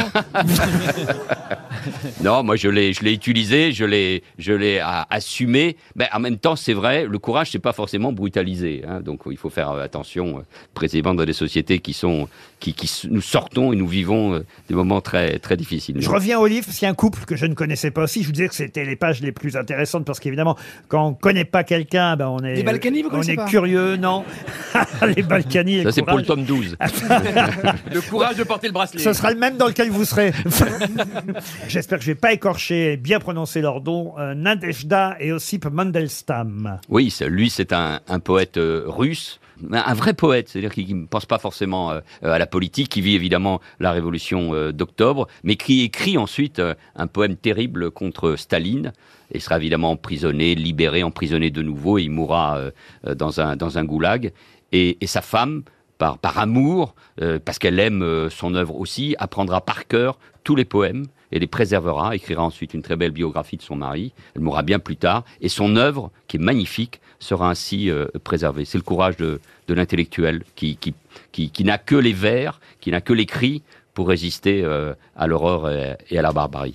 S11: Non, moi je l'ai, je l'ai utilisé, je l'ai, je l'ai a- assumé. Mais en même temps, c'est vrai, le courage, c'est pas forcément brutalisé. hein. donc il faut faire euh, attention, euh, président de des sociétés qui sont, qui, qui s- nous sortons et nous vivons euh, des moments très, très difficiles.
S2: Je reviens au livre, c'est un couple que je ne connaissais pas aussi. Je vous disais que c'était les pages les plus intéressantes parce qu'évidemment, quand on ne connaît pas quelqu'un, ben on est,
S9: Les Balkany, vous
S2: on
S9: connaissez
S2: est
S9: pas
S2: curieux, non Les Balkany,
S11: Ça, c'est pour le tome
S2: courage.
S11: 12.
S3: Le courage de porter le bracelet.
S2: Ce sera le même dans lequel vous serez. J'espère que je vais pas écorcher et bien prononcer leur nom. Euh, Nadejda et Ossip Mandelstam.
S11: Oui, c'est- lui, c'est un, un poète euh, russe, un, un vrai poète, c'est-à-dire qui qui ne pense pas forcément euh, à la politique, qui vit évidemment la révolution euh, d'octobre, mais qui écrit ensuite euh, un poème terrible contre euh, Staline. et sera évidemment emprisonné, libéré, emprisonné de nouveau, et il mourra euh, euh, dans, un, dans un goulag. Et, et sa femme, par, par amour, euh, parce qu'elle aime euh, son œuvre aussi, apprendra par cœur tous les poèmes et les préservera, écrira ensuite une très belle biographie de son mari, elle mourra bien plus tard, et son œuvre, qui est magnifique, sera ainsi euh, préservée. C'est le courage de, de l'intellectuel qui, qui, qui, qui n'a que les vers, qui n'a que l'écrit pour résister euh, à l'horreur et- et à la barbarie.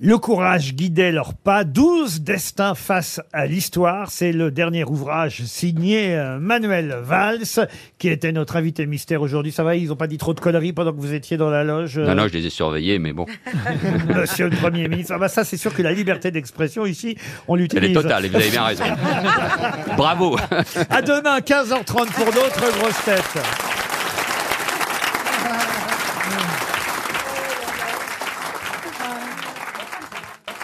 S2: Le courage guidait leurs pas. 12 destins face à l'histoire. C'est le dernier ouvrage signé euh, Manuel Valls, qui était notre invité mystère aujourd'hui. Ça va, ils n'ont pas dit trop de conneries pendant que vous étiez dans la loge euh,
S11: Non, non, je les ai surveillés, mais bon.
S2: Monsieur le Premier ministre. Ah bah ça, c'est sûr que la liberté d'expression ici, on l'utilise.
S11: Elle est totale, et vous avez bien raison. Bravo
S2: à demain, 15h30 pour d'autres grosses têtes.